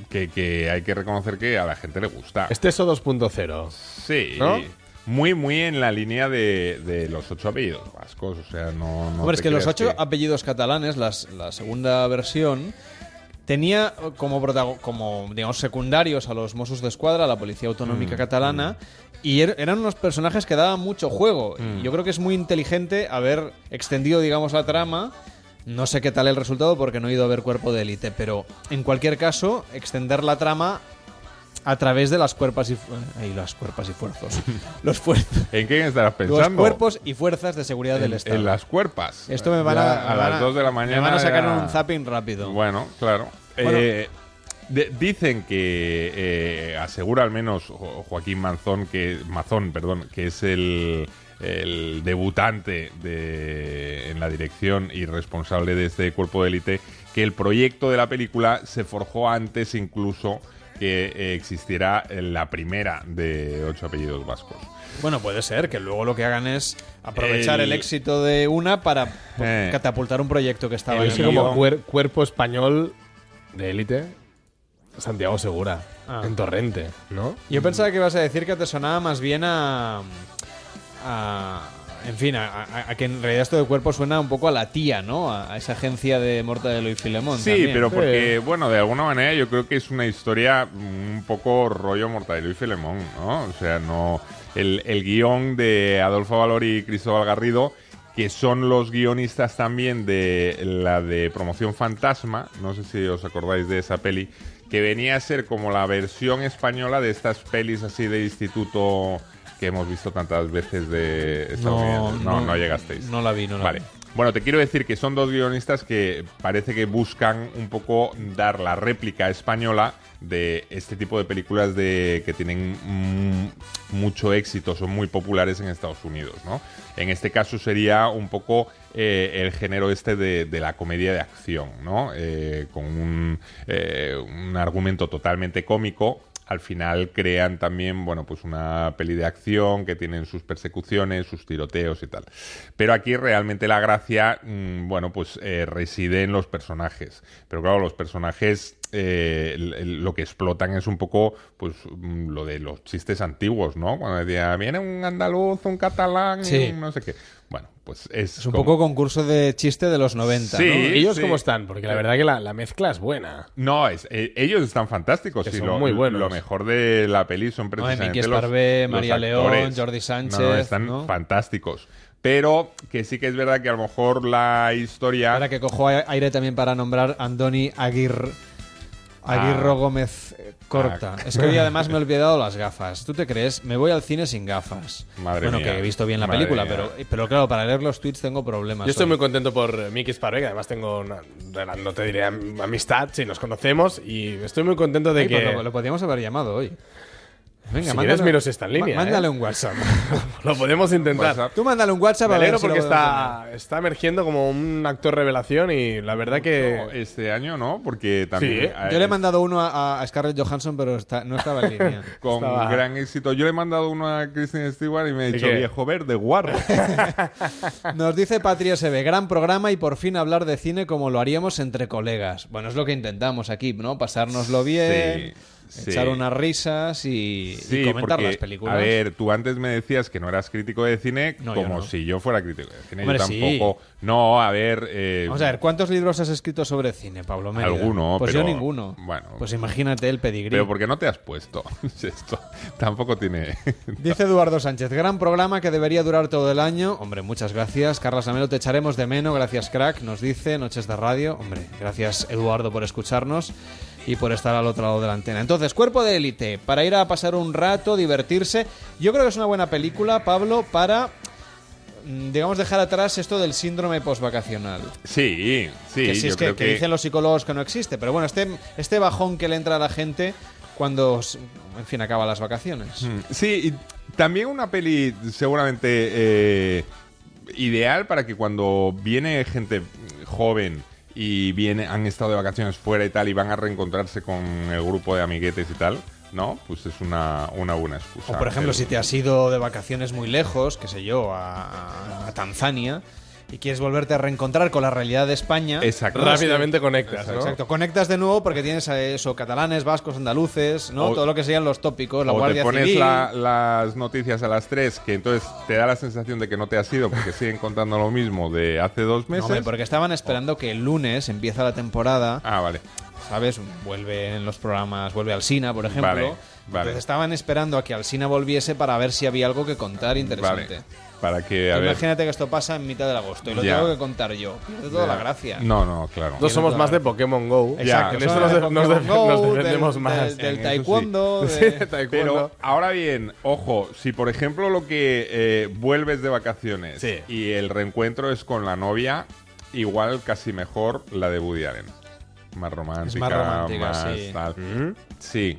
Speaker 2: mm, Que, que hay que reconocer que a la gente le gusta.
Speaker 10: Este es 2.0.
Speaker 2: Sí.
Speaker 10: ¿No?
Speaker 2: Muy, muy en la línea de, de los ocho apellidos vascos. O sea, no... no
Speaker 1: Hombre, es
Speaker 2: te
Speaker 1: que los
Speaker 2: creas
Speaker 1: ocho apellidos catalanes, las- la segunda versión, tenía como, protago- como digamos, secundarios a los Mossos de Escuadra, la Policía Autonómica
Speaker 10: Mm,
Speaker 1: Catalana, y er- eran unos personajes que daban mucho juego.
Speaker 2: Mm.
Speaker 1: Y Yo creo que es muy inteligente haber extendido, digamos, la trama. No sé qué tal el resultado porque no he ido a ver Cuerpo de Élite, pero en cualquier caso, extender la trama a través de las cuerpas y... fu- Ahí las cuerpas y fuerzos. Los fuerzos.
Speaker 2: ¿En quién estarás
Speaker 1: Los
Speaker 2: pensando?
Speaker 1: cuerpos y fuerzas de seguridad del
Speaker 2: En-
Speaker 1: Estado.
Speaker 2: En las cuerpas.
Speaker 1: Esto me van a-
Speaker 2: Ya
Speaker 1: me van a-
Speaker 2: las 2 de la
Speaker 1: me
Speaker 2: mañana.
Speaker 1: van a sacar
Speaker 2: ya-
Speaker 1: un zapping rápido.
Speaker 2: Bueno, claro.
Speaker 1: Bueno.
Speaker 2: Eh, de- dicen que eh, asegura al menos Jo- Joaquín Manzón que Mazón, perdón, que es el, el debutante de, en la dirección y responsable de este cuerpo de élite, que el proyecto de la película se forjó antes incluso que eh, existiera la primera de ocho apellidos vascos.
Speaker 1: Bueno, puede ser que luego lo que hagan es aprovechar el,
Speaker 2: El-
Speaker 1: éxito de una para
Speaker 2: Eh.
Speaker 1: catapultar un proyecto que estaba
Speaker 10: El
Speaker 1: en
Speaker 10: que
Speaker 1: el
Speaker 10: como
Speaker 1: guión.
Speaker 10: cuer- cuerpo español de élite, Santiago Segura,
Speaker 1: Ah.
Speaker 10: en Torrente, ¿no?
Speaker 1: Yo pensaba que ibas a decir que te sonaba más bien a. a- en fin, a, a- a que en realidad esto de cuerpo suena un poco a la tía, ¿no? A, a esa agencia de Mortadelo y Filemón.
Speaker 2: Sí,
Speaker 1: también.
Speaker 2: pero porque, bueno, de alguna manera yo creo que es una historia un poco rollo Mortadelo y Filemón, ¿no? O sea, no. El, el guión de Adolfo Valor y Cristóbal Garrido, que son los guionistas también de la de Promoción Fantasma, no sé si os acordáis de esa peli, que venía a ser como la versión española de estas pelis así de instituto que hemos visto tantas veces de estadounidenses. No, no,
Speaker 1: no,
Speaker 2: llegasteis.
Speaker 1: no la vi, no la
Speaker 2: Vale.
Speaker 1: vi.
Speaker 2: Bueno, te quiero decir que son dos guionistas que parece que buscan un poco dar la réplica española de este tipo de películas de que tienen mm, mucho éxito, son muy populares en Estados Unidos, ¿no? En este caso sería un poco eh, el género este de, de la comedia de acción, ¿no? Eh, con un, eh, un argumento totalmente cómico al final crean también, bueno, pues una peli de acción que tienen sus persecuciones, sus tiroteos y tal. Pero aquí realmente la gracia, mm, bueno, pues eh, reside en los personajes. Pero claro, los personajes eh, el- el- lo que explotan es un poco, pues, mm, lo de los chistes antiguos, ¿no? Cuando decía, viene un andaluz, un catalán,
Speaker 1: Sí.
Speaker 2: un no sé qué. Bueno, pues es,
Speaker 1: Es un
Speaker 2: como-
Speaker 1: poco concurso de chiste de los 90.
Speaker 2: Sí,
Speaker 1: ¿no?
Speaker 10: ¿Ellos
Speaker 2: sí.
Speaker 10: cómo están? Porque la verdad que la, la mezcla es buena.
Speaker 2: No, es, eh, ellos están fantásticos.
Speaker 10: Que
Speaker 2: sí,
Speaker 10: son
Speaker 2: lo,
Speaker 10: muy buenos.
Speaker 2: Lo mejor de la peli son
Speaker 1: No, de
Speaker 2: precisamente
Speaker 1: Miki
Speaker 2: los,
Speaker 1: Esparvé,
Speaker 2: los
Speaker 1: María León,
Speaker 2: actores.
Speaker 1: Jordi Sánchez,
Speaker 2: No, no, están
Speaker 1: ¿no?
Speaker 2: fantásticos. Pero que sí que es verdad que a lo mejor la historia...
Speaker 1: Ahora
Speaker 10: Ah.
Speaker 1: que cojo a- aire también para nombrar a Andoni Aguirre. Aguirro Gómez eh, Corta. Es que hoy además me he olvidado las gafas. ¿Tú te crees? Me voy al cine sin gafas.
Speaker 2: Madre
Speaker 1: bueno,
Speaker 2: mía.
Speaker 1: que he visto bien la
Speaker 2: Madre
Speaker 1: película,
Speaker 2: mía.
Speaker 1: pero, pero claro, para leer los tweets tengo problemas.
Speaker 10: Yo estoy
Speaker 1: hoy.
Speaker 10: muy contento por eh, Mickey Sparrow, que además tengo una, no te diré am- amistad, si nos conocemos, y estoy muy contento de
Speaker 1: Ay,
Speaker 10: que...
Speaker 1: pues lo, lo podríamos haber llamado hoy. Venga,
Speaker 10: Si
Speaker 1: mándale-
Speaker 10: quieres, miro si está en
Speaker 1: ma-
Speaker 10: línea,
Speaker 1: Mándale
Speaker 10: ¿eh?
Speaker 1: un WhatsApp.
Speaker 10: lo podemos intentar.
Speaker 1: Tú mándale un WhatsApp
Speaker 10: Me
Speaker 1: a ver
Speaker 10: alegro
Speaker 1: si lo
Speaker 10: porque
Speaker 1: podemos
Speaker 10: está, está emergiendo como un actor revelación y la verdad que...
Speaker 2: este año no, porque
Speaker 10: Sí,
Speaker 2: también...
Speaker 10: ¿eh?
Speaker 2: eh,
Speaker 1: Yo le he mandado uno a, a Scarlett Johansson, pero está- no estaba en línea.
Speaker 2: Con gran éxito. Yo le he mandado uno a Kristen Stewart y me ha
Speaker 1: ¿Y
Speaker 2: dicho,
Speaker 1: qué?
Speaker 2: viejo verde, guarro.
Speaker 1: Nos dice Patria SB, gran programa y por fin hablar de cine como lo haríamos entre colegas. Bueno, es lo que intentamos aquí, ¿no? Pasárnoslo bien,
Speaker 2: Sí,
Speaker 1: echar
Speaker 2: sí.
Speaker 1: unas risas y, y
Speaker 2: Sí,
Speaker 1: comentar
Speaker 2: porque,
Speaker 1: las películas.
Speaker 2: A ver, tú antes me decías que no eras crítico de cine
Speaker 1: No, yo
Speaker 2: como
Speaker 1: no.
Speaker 2: si yo fuera crítico de cine.
Speaker 1: Hombre,
Speaker 2: yo
Speaker 1: sí.
Speaker 2: tampoco. No, a ver. eh,
Speaker 1: Vamos a ver, ¿cuántos libros has escrito sobre cine, Pablo Mérida?
Speaker 2: Alguno,
Speaker 1: Pues yo
Speaker 2: pero-
Speaker 1: ninguno.
Speaker 2: bueno.
Speaker 1: Pues imagínate el pedigrí.
Speaker 2: Pero porque no te has puesto. Esto tampoco tiene.
Speaker 1: Dice Eduardo Sánchez, gran programa que debería durar todo el año. Hombre, muchas gracias. Carlos Amelo, te echaremos de menos. Gracias, crack. Nos dice Noches de Radio. Hombre, gracias, Eduardo, por escucharnos y por estar al otro lado de la antena. Entonces, Cuerpo de Élite, para ir a pasar un rato, divertirse. Yo creo que es una buena película, Pablo, para, mm, digamos, dejar atrás esto del síndrome postvacacional.
Speaker 2: Sí, sí.
Speaker 1: que si
Speaker 2: yo
Speaker 1: es que,
Speaker 2: creo
Speaker 1: que dicen los psicólogos que no existe. Pero bueno, este, este bajón que le entra a la gente cuando, s- en fin, acaba las vacaciones.
Speaker 2: Mm, Sí, y también una peli seguramente eh, ideal para que cuando viene gente joven y viene, han estado de vacaciones fuera y tal y van a reencontrarse con el grupo de amiguetes y tal, ¿no? Pues es una, una buena excusa.
Speaker 1: O por ejemplo,
Speaker 2: El-
Speaker 1: si te has ido de vacaciones muy lejos, qué sé yo, a, a Tanzania, y quieres volverte a reencontrar con la realidad de España, pues, eh,
Speaker 2: Exacto.
Speaker 10: Rápidamente conectas, ¿no?
Speaker 1: Exacto, conectas de nuevo porque tienes a eso, catalanes, vascos, andaluces, ¿no?
Speaker 2: O-
Speaker 1: Todo lo que serían los tópicos, la
Speaker 2: o te
Speaker 1: Guardia
Speaker 2: pones
Speaker 1: Civil.
Speaker 2: la- las noticias a las 3, que entonces te da la sensación de que no te has ido porque siguen contando lo mismo de hace dos
Speaker 1: No,
Speaker 2: meses.
Speaker 1: hombre, porque estaban esperando que el lunes empieza la temporada.
Speaker 2: Ah, vale.
Speaker 1: ¿Sabes? Vuelven los programas, vuelve Alsina, por ejemplo.
Speaker 2: Vale, vale.
Speaker 1: Entonces estaban esperando a que Alsina volviese para ver si había algo que contar interesante.
Speaker 2: Vale. Para que, a ver,
Speaker 1: Imagínate que esto pasa en mitad de agosto y lo
Speaker 2: Ya.
Speaker 1: tengo que contar yo. Pierde toda
Speaker 2: Ya.
Speaker 1: la gracia.
Speaker 2: No, no, claro.
Speaker 10: No somos más de Pokémon Go.
Speaker 2: Exacto,
Speaker 10: En eso
Speaker 2: somos
Speaker 10: nos,
Speaker 2: de
Speaker 10: nos
Speaker 2: Pokémon
Speaker 10: def-
Speaker 2: Go,
Speaker 10: nos
Speaker 2: del-
Speaker 10: defendemos
Speaker 1: del-
Speaker 10: más.
Speaker 1: del
Speaker 2: En Eh, eso sí.
Speaker 1: taekwondo,
Speaker 10: Sí,
Speaker 1: de-
Speaker 10: taekwondo.
Speaker 2: Pero ahora bien, ojo, si por ejemplo lo que eh, vuelves de vacaciones y el reencuentro es con la novia, igual casi mejor la de Woody Allen. Más romántica,
Speaker 1: romántica,
Speaker 2: más
Speaker 1: sí. Mm-hmm.
Speaker 2: tal. Sí.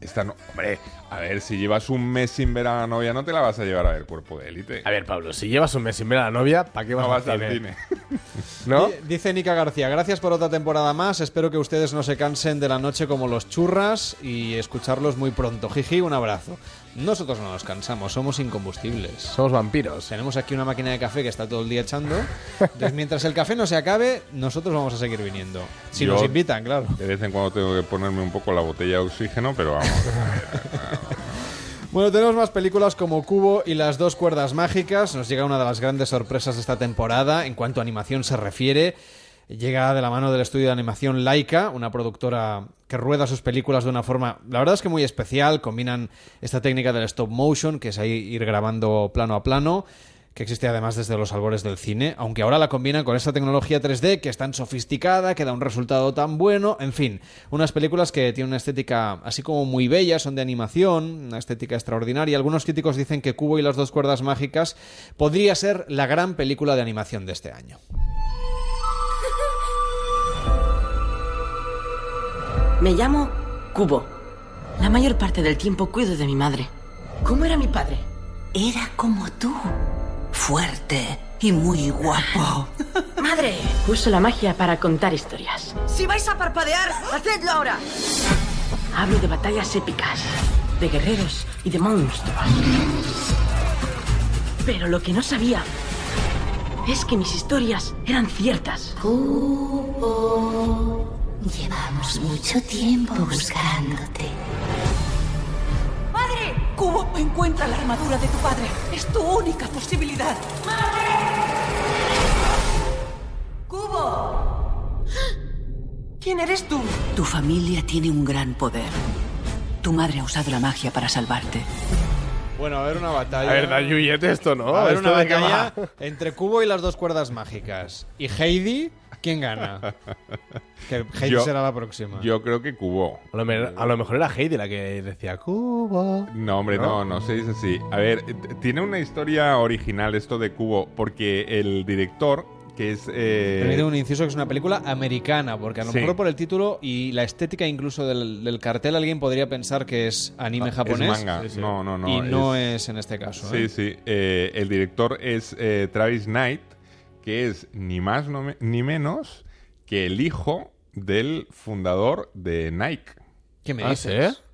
Speaker 2: Esta no, hombre, a ver, si llevas un mes sin ver a la novia, no te la vas a llevar a ver cuerpo de élite.
Speaker 10: A ver, Pablo, si llevas un mes sin ver a la novia, ¿para qué vas,
Speaker 2: No vas
Speaker 10: al
Speaker 2: al
Speaker 10: cine?
Speaker 2: cine.
Speaker 10: ¿No?
Speaker 1: Di- Dice Nica García, gracias por otra temporada más. Espero que ustedes no se cansen de la noche como los churras y escucharlos muy pronto. Jiji, un abrazo. Nosotros no nos cansamos, somos incombustibles.
Speaker 10: Somos vampiros.
Speaker 1: Tenemos aquí una máquina de café que está todo el día echando. Entonces, mientras el café no se acabe, nosotros vamos a seguir viniendo. Si
Speaker 2: Yo
Speaker 1: nos invitan, claro.
Speaker 2: De vez en cuando tengo que ponerme un poco la botella de oxígeno, pero vamos.
Speaker 1: Bueno, tenemos más películas como Cubo y las dos cuerdas mágicas. Nos llega una de las grandes sorpresas de esta temporada en cuanto a animación se refiere. Llega de la mano del estudio de animación Laika, una productora que rueda sus películas de una forma, la verdad es que muy especial. Combinan esta técnica del stop motion, que es ahí ir grabando plano a plano, que existe además desde los albores del cine, aunque ahora la combinan con esta tecnología 3D que es tan sofisticada, que da un resultado tan bueno, en fin, unas películas que tienen una estética así como muy bella, son de animación, una estética extraordinaria. Algunos críticos dicen que Cubo y las dos cuerdas mágicas podría ser la gran película de animación de este año.
Speaker 13: Me llamo Cubo. La mayor parte del tiempo cuido de mi madre. ¿Cómo era mi padre? Era como tú. Fuerte y muy guapo. ¡Madre! Uso la magia para contar historias.
Speaker 4: Si vais a parpadear, hacedlo ahora.
Speaker 13: Hablo de batallas épicas, de guerreros y de monstruos. Pero lo que no sabía es que mis historias eran ciertas.
Speaker 8: Llevamos mucho tiempo buscándote.
Speaker 13: ¡Madre! Cubo encuentra la armadura de tu padre. Es tu única posibilidad.
Speaker 14: ¡Cubo! ¿Quién eres tú?
Speaker 13: Tu familia tiene un gran poder. Tu madre ha usado la magia para salvarte.
Speaker 1: Bueno, a ver una batalla.
Speaker 10: A ver, da Yuyet esto, ¿no?
Speaker 1: A ver
Speaker 10: ¿Esto
Speaker 1: una
Speaker 10: de qué
Speaker 1: batalla entre Cubo y las dos cuerdas mágicas. Y Heidi, ¿quién gana? Que Heidi
Speaker 2: Yo-
Speaker 1: será la próxima.
Speaker 2: Yo creo que Cubo.
Speaker 10: A lo, me- a lo mejor era Heidi la que decía Cubo.
Speaker 2: No, hombre, no, no se dice así. A ver, t- tiene una historia original esto de Cubo, porque el director, que es... eh,
Speaker 1: Permíteme un inciso que es una película americana, porque a lo
Speaker 2: Sí.
Speaker 1: mejor por el título y la estética incluso del, del cartel alguien podría pensar que es anime
Speaker 2: Ah, Es
Speaker 1: japonés.
Speaker 2: manga. Sí, sí. No, no, no,
Speaker 1: Y no
Speaker 2: es-
Speaker 1: es, en este caso.
Speaker 2: Sí,
Speaker 1: ¿eh?
Speaker 2: sí. Eh, el director es eh, Travis Knight, que es ni más no me- ni menos que el hijo del fundador de Nike.
Speaker 1: ¿Qué me dices? Ah, ¿eh?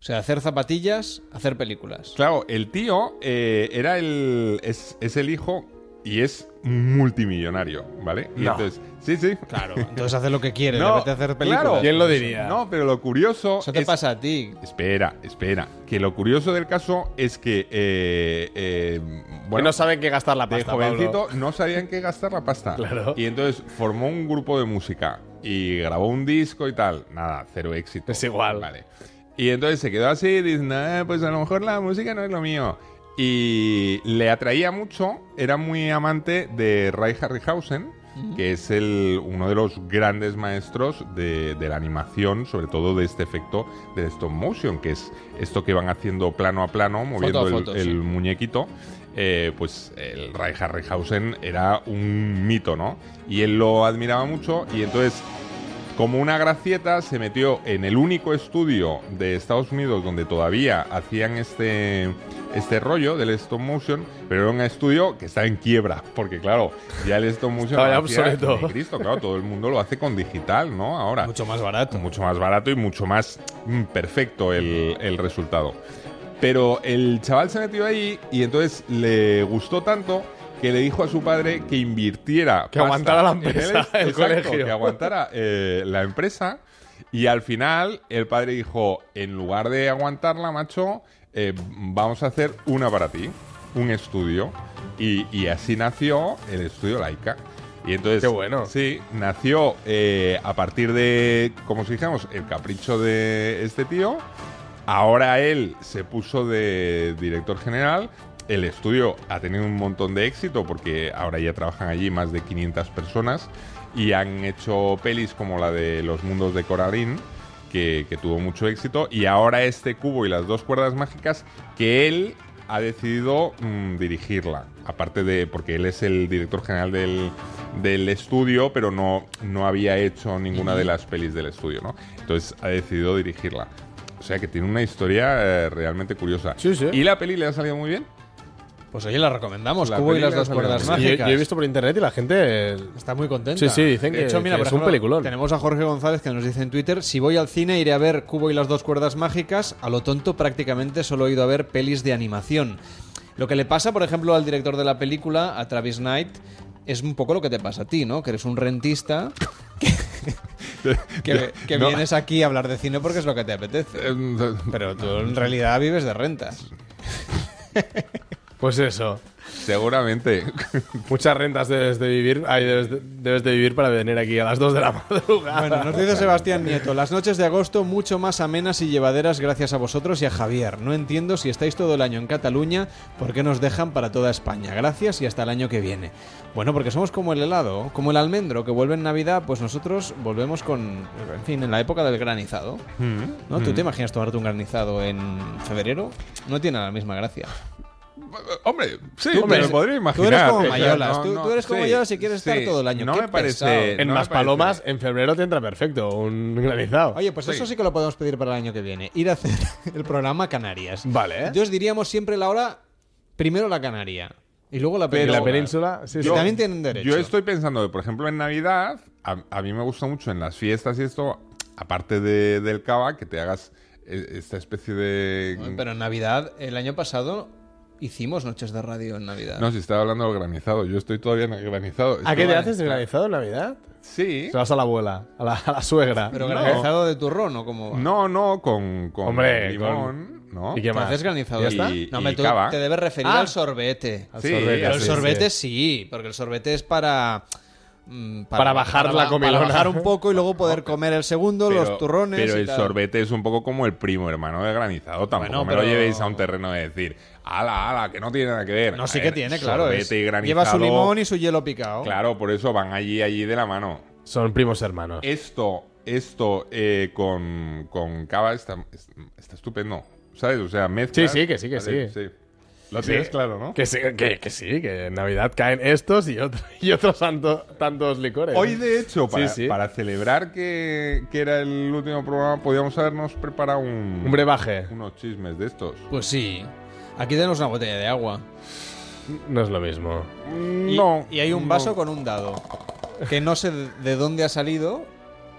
Speaker 1: O sea, hacer zapatillas, hacer películas.
Speaker 2: Claro, el tío eh, era el. Es, es el hijo y es multimillonario, ¿vale? Y
Speaker 1: No.
Speaker 2: entonces. Sí, sí.
Speaker 1: Claro, entonces hace lo que quiere, le apetece hacer películas.
Speaker 2: No, pero lo curioso.
Speaker 1: Eso te
Speaker 2: es-
Speaker 1: pasa a ti.
Speaker 2: Espera, espera. Que lo curioso del caso es que. eh, eh, bueno,
Speaker 10: no saben qué gastar la pasta,
Speaker 2: De jovencito
Speaker 10: Pablo.
Speaker 2: no sabían qué gastar la pasta.
Speaker 10: Claro.
Speaker 2: Y entonces formó un grupo de música y grabó un disco y tal. Nada, cero éxito. Es igual. Vale. Y entonces se quedó así diciendo, "Eh, pues a lo mejor la música no es lo mío. Y le atraía mucho, era muy amante de Ray Harryhausen,
Speaker 15: Ujú.
Speaker 2: que es el, uno de los grandes maestros de, de la animación, sobre todo de este efecto de stop motion, que es esto que van haciendo plano a plano, moviendo
Speaker 1: a
Speaker 2: el-
Speaker 1: foto,
Speaker 2: el,
Speaker 1: sí.
Speaker 2: muñequito. eh, pues el Ray Harryhausen era un mito, ¿no? Y él lo admiraba mucho y entonces como una gracieta, se metió en el único estudio de Estados Unidos donde todavía hacían este, este rollo del stop motion, pero era un estudio que está en quiebra, porque claro, ya el stop motion
Speaker 10: Estaba ya
Speaker 2: lo hacía
Speaker 10: obsoleto.
Speaker 2: ni Cristo, claro, todo el mundo lo hace con digital, ¿no? Ahora. Mucho
Speaker 1: más barato.
Speaker 2: Mucho más barato y mucho más mm, perfecto el, el resultado. Pero el chaval se metió ahí y entonces le gustó tanto que le dijo a su padre que invirtiera
Speaker 10: Que
Speaker 2: pasta
Speaker 10: aguantara la
Speaker 2: en
Speaker 10: empresa,
Speaker 2: el,
Speaker 10: el
Speaker 2: exacto,
Speaker 10: colegio.
Speaker 2: Que aguantara eh, la empresa. Y al final el padre dijo, en lugar de aguantarla, macho, eh, vamos a hacer una para ti, un estudio. Y, y así nació el estudio Laika. Y entonces, Qué bueno. sí, nació eh, a partir de, como si dijéramos, el capricho de este tío. Ahora él se puso de director general. El estudio ha tenido un montón de éxito porque ahora ya trabajan allí más de 500 personas y han hecho pelis como la de Los Mundos de Coraline, que, que tuvo mucho éxito. Y ahora este cubo y las dos cuerdas mágicas que él ha decidido mm, dirigirla. Aparte de, porque él es el director general del, del estudio, pero no, no había hecho ninguna de las pelis del estudio, ¿no? Entonces ha decidido dirigirla. O sea que tiene una historia eh, realmente curiosa. Y la peli le ha salido muy bien.
Speaker 1: Pues oye, la recomendamos,
Speaker 2: La
Speaker 1: Cubo y
Speaker 2: peli
Speaker 1: las
Speaker 2: la
Speaker 1: dos cuerdas
Speaker 2: sabemos.
Speaker 10: Yo, yo
Speaker 1: mágicas.
Speaker 10: he visto por internet y la gente eh,
Speaker 1: Está muy contenta.
Speaker 10: Sí, sí, dicen
Speaker 1: De
Speaker 10: que,
Speaker 1: hecho, mira,
Speaker 10: que
Speaker 1: por
Speaker 10: es un
Speaker 1: ejemplo,
Speaker 10: peliculón.
Speaker 1: Tenemos a Jorge González que nos dice en Twitter, si voy al cine iré a ver Cubo y las dos cuerdas mágicas, a lo tonto prácticamente solo he ido a ver pelis de animación. Lo que le pasa, por ejemplo, al director de la película, a Travis Knight, es un poco lo que te pasa a ti, ¿no? Que eres un rentista que, que
Speaker 2: No.
Speaker 1: vienes aquí a hablar de cine porque es lo que te apetece.
Speaker 2: Eh,
Speaker 1: Pero tú en realidad vives de rentas.
Speaker 10: Pues eso.
Speaker 2: Seguramente.
Speaker 10: Muchas rentas debes de vivir. ay, debes, de, debes de vivir para venir aquí a las 2 de la madrugada.
Speaker 1: Bueno, nos dice Sebastián Nieto, las noches de agosto mucho más amenas y llevaderas gracias a vosotros y a Javier. No entiendo si estáis todo el año en Cataluña, ¿por qué nos dejan para toda España? Gracias y hasta el año que viene. Bueno, porque somos como el helado, como el almendro, que vuelve en Navidad, pues nosotros volvemos con, en fin, en la época del granizado. ¿No? ¿Tú
Speaker 2: Mm.
Speaker 1: te imaginas tomarte un granizado en febrero? No tiene la misma gracia.
Speaker 2: Hombre, sí,
Speaker 1: Tú
Speaker 2: me
Speaker 1: eres-
Speaker 2: lo podría
Speaker 1: tú eres
Speaker 2: imaginar.
Speaker 1: como
Speaker 2: O sea,
Speaker 1: Mayolas,
Speaker 2: no,
Speaker 1: tú-
Speaker 2: no,
Speaker 1: tú eres como
Speaker 2: sí,
Speaker 1: Mayolas y quieres estar todo el año.
Speaker 2: No
Speaker 1: Qué
Speaker 2: me parece.
Speaker 1: pesado.
Speaker 10: En
Speaker 2: no me
Speaker 10: Más
Speaker 2: parece-
Speaker 10: Palomas, en febrero te entra perfecto un granizado.
Speaker 1: Oye, pues eso sí que lo podemos pedir para el año que viene. Ir a hacer el programa a Canarias. Vale. Yo os diríamos siempre la hora, primero la Canaria. Y luego la
Speaker 10: Pero-
Speaker 1: península.
Speaker 10: La península, sí,
Speaker 1: Que
Speaker 10: sí.
Speaker 1: también tienen derecho.
Speaker 2: Yo estoy pensando, por ejemplo, en Navidad, a, a mí me gusta mucho en las fiestas y esto, aparte de- del cava, que te hagas eh, esta especie de...
Speaker 1: Pero en Navidad, el año pasado, hicimos noches de radio en Navidad.
Speaker 2: No, si estaba hablando del granizado, yo estoy todavía en el granizado.
Speaker 10: ¿A qué
Speaker 2: Estoy-
Speaker 10: te haces de granizado en Navidad?
Speaker 2: Sí.
Speaker 10: Se vas a la abuela, a la, a la suegra.
Speaker 1: Pero
Speaker 10: No.
Speaker 1: granizado de turrón, ¿o cómo va?
Speaker 2: No, no, con, con
Speaker 10: Hombre,
Speaker 2: limón,
Speaker 10: con-
Speaker 2: ¿no?
Speaker 10: ¿Y qué
Speaker 1: ¿Te
Speaker 10: más?
Speaker 1: haces granizado?
Speaker 2: ¿Ya está?
Speaker 1: No,
Speaker 2: Y-
Speaker 1: hombre,
Speaker 2: y
Speaker 1: tú
Speaker 2: cava.
Speaker 1: te debes referir
Speaker 10: Ah.
Speaker 1: al sorbete.
Speaker 10: Al sorbete,
Speaker 1: Pero el
Speaker 10: sí,
Speaker 1: sorbete
Speaker 10: sí.
Speaker 1: sí, porque el sorbete es para... mm,
Speaker 10: Para bajar la
Speaker 1: ba-
Speaker 10: comilona.
Speaker 1: Para bajar un poco y luego poder comer el segundo, los turrones.
Speaker 2: Pero
Speaker 1: y
Speaker 2: el
Speaker 1: tal.
Speaker 2: sorbete es un poco como el primo hermano de granizado. Tampoco
Speaker 1: Bueno,
Speaker 2: me lo
Speaker 1: pero-
Speaker 2: llevéis a un terreno de decir, ala, ala, que no tiene nada que ver.
Speaker 1: No,
Speaker 2: A
Speaker 1: sí que
Speaker 2: ver,
Speaker 1: tiene, claro.
Speaker 2: Sorbete
Speaker 1: es-
Speaker 2: y granizado.
Speaker 1: lleva su limón y su hielo picado.
Speaker 2: Claro, por eso van allí, allí de la mano.
Speaker 10: Son primos hermanos.
Speaker 2: Eh, Esto, esto eh, con, con cava está, está estupendo. ¿Sabes? O sea, mezcla.
Speaker 10: Sí, sí, que sí, que sí.
Speaker 2: Lo
Speaker 10: Sí.
Speaker 2: tienes claro, ¿no?
Speaker 10: Que sí, que, que sí, que en Navidad caen estos y, otro- y otros tanto- tantos licores.
Speaker 2: Hoy, de hecho, para,
Speaker 10: Sí, sí.
Speaker 2: para celebrar que, que era el último programa, podíamos habernos preparado un,
Speaker 10: Un brebaje.
Speaker 2: Unos chismes de estos.
Speaker 1: Pues sí. Aquí tenemos una botella de agua.
Speaker 10: No es lo mismo.
Speaker 1: Y- Y hay un vaso con un dado. Que no sé de dónde ha salido.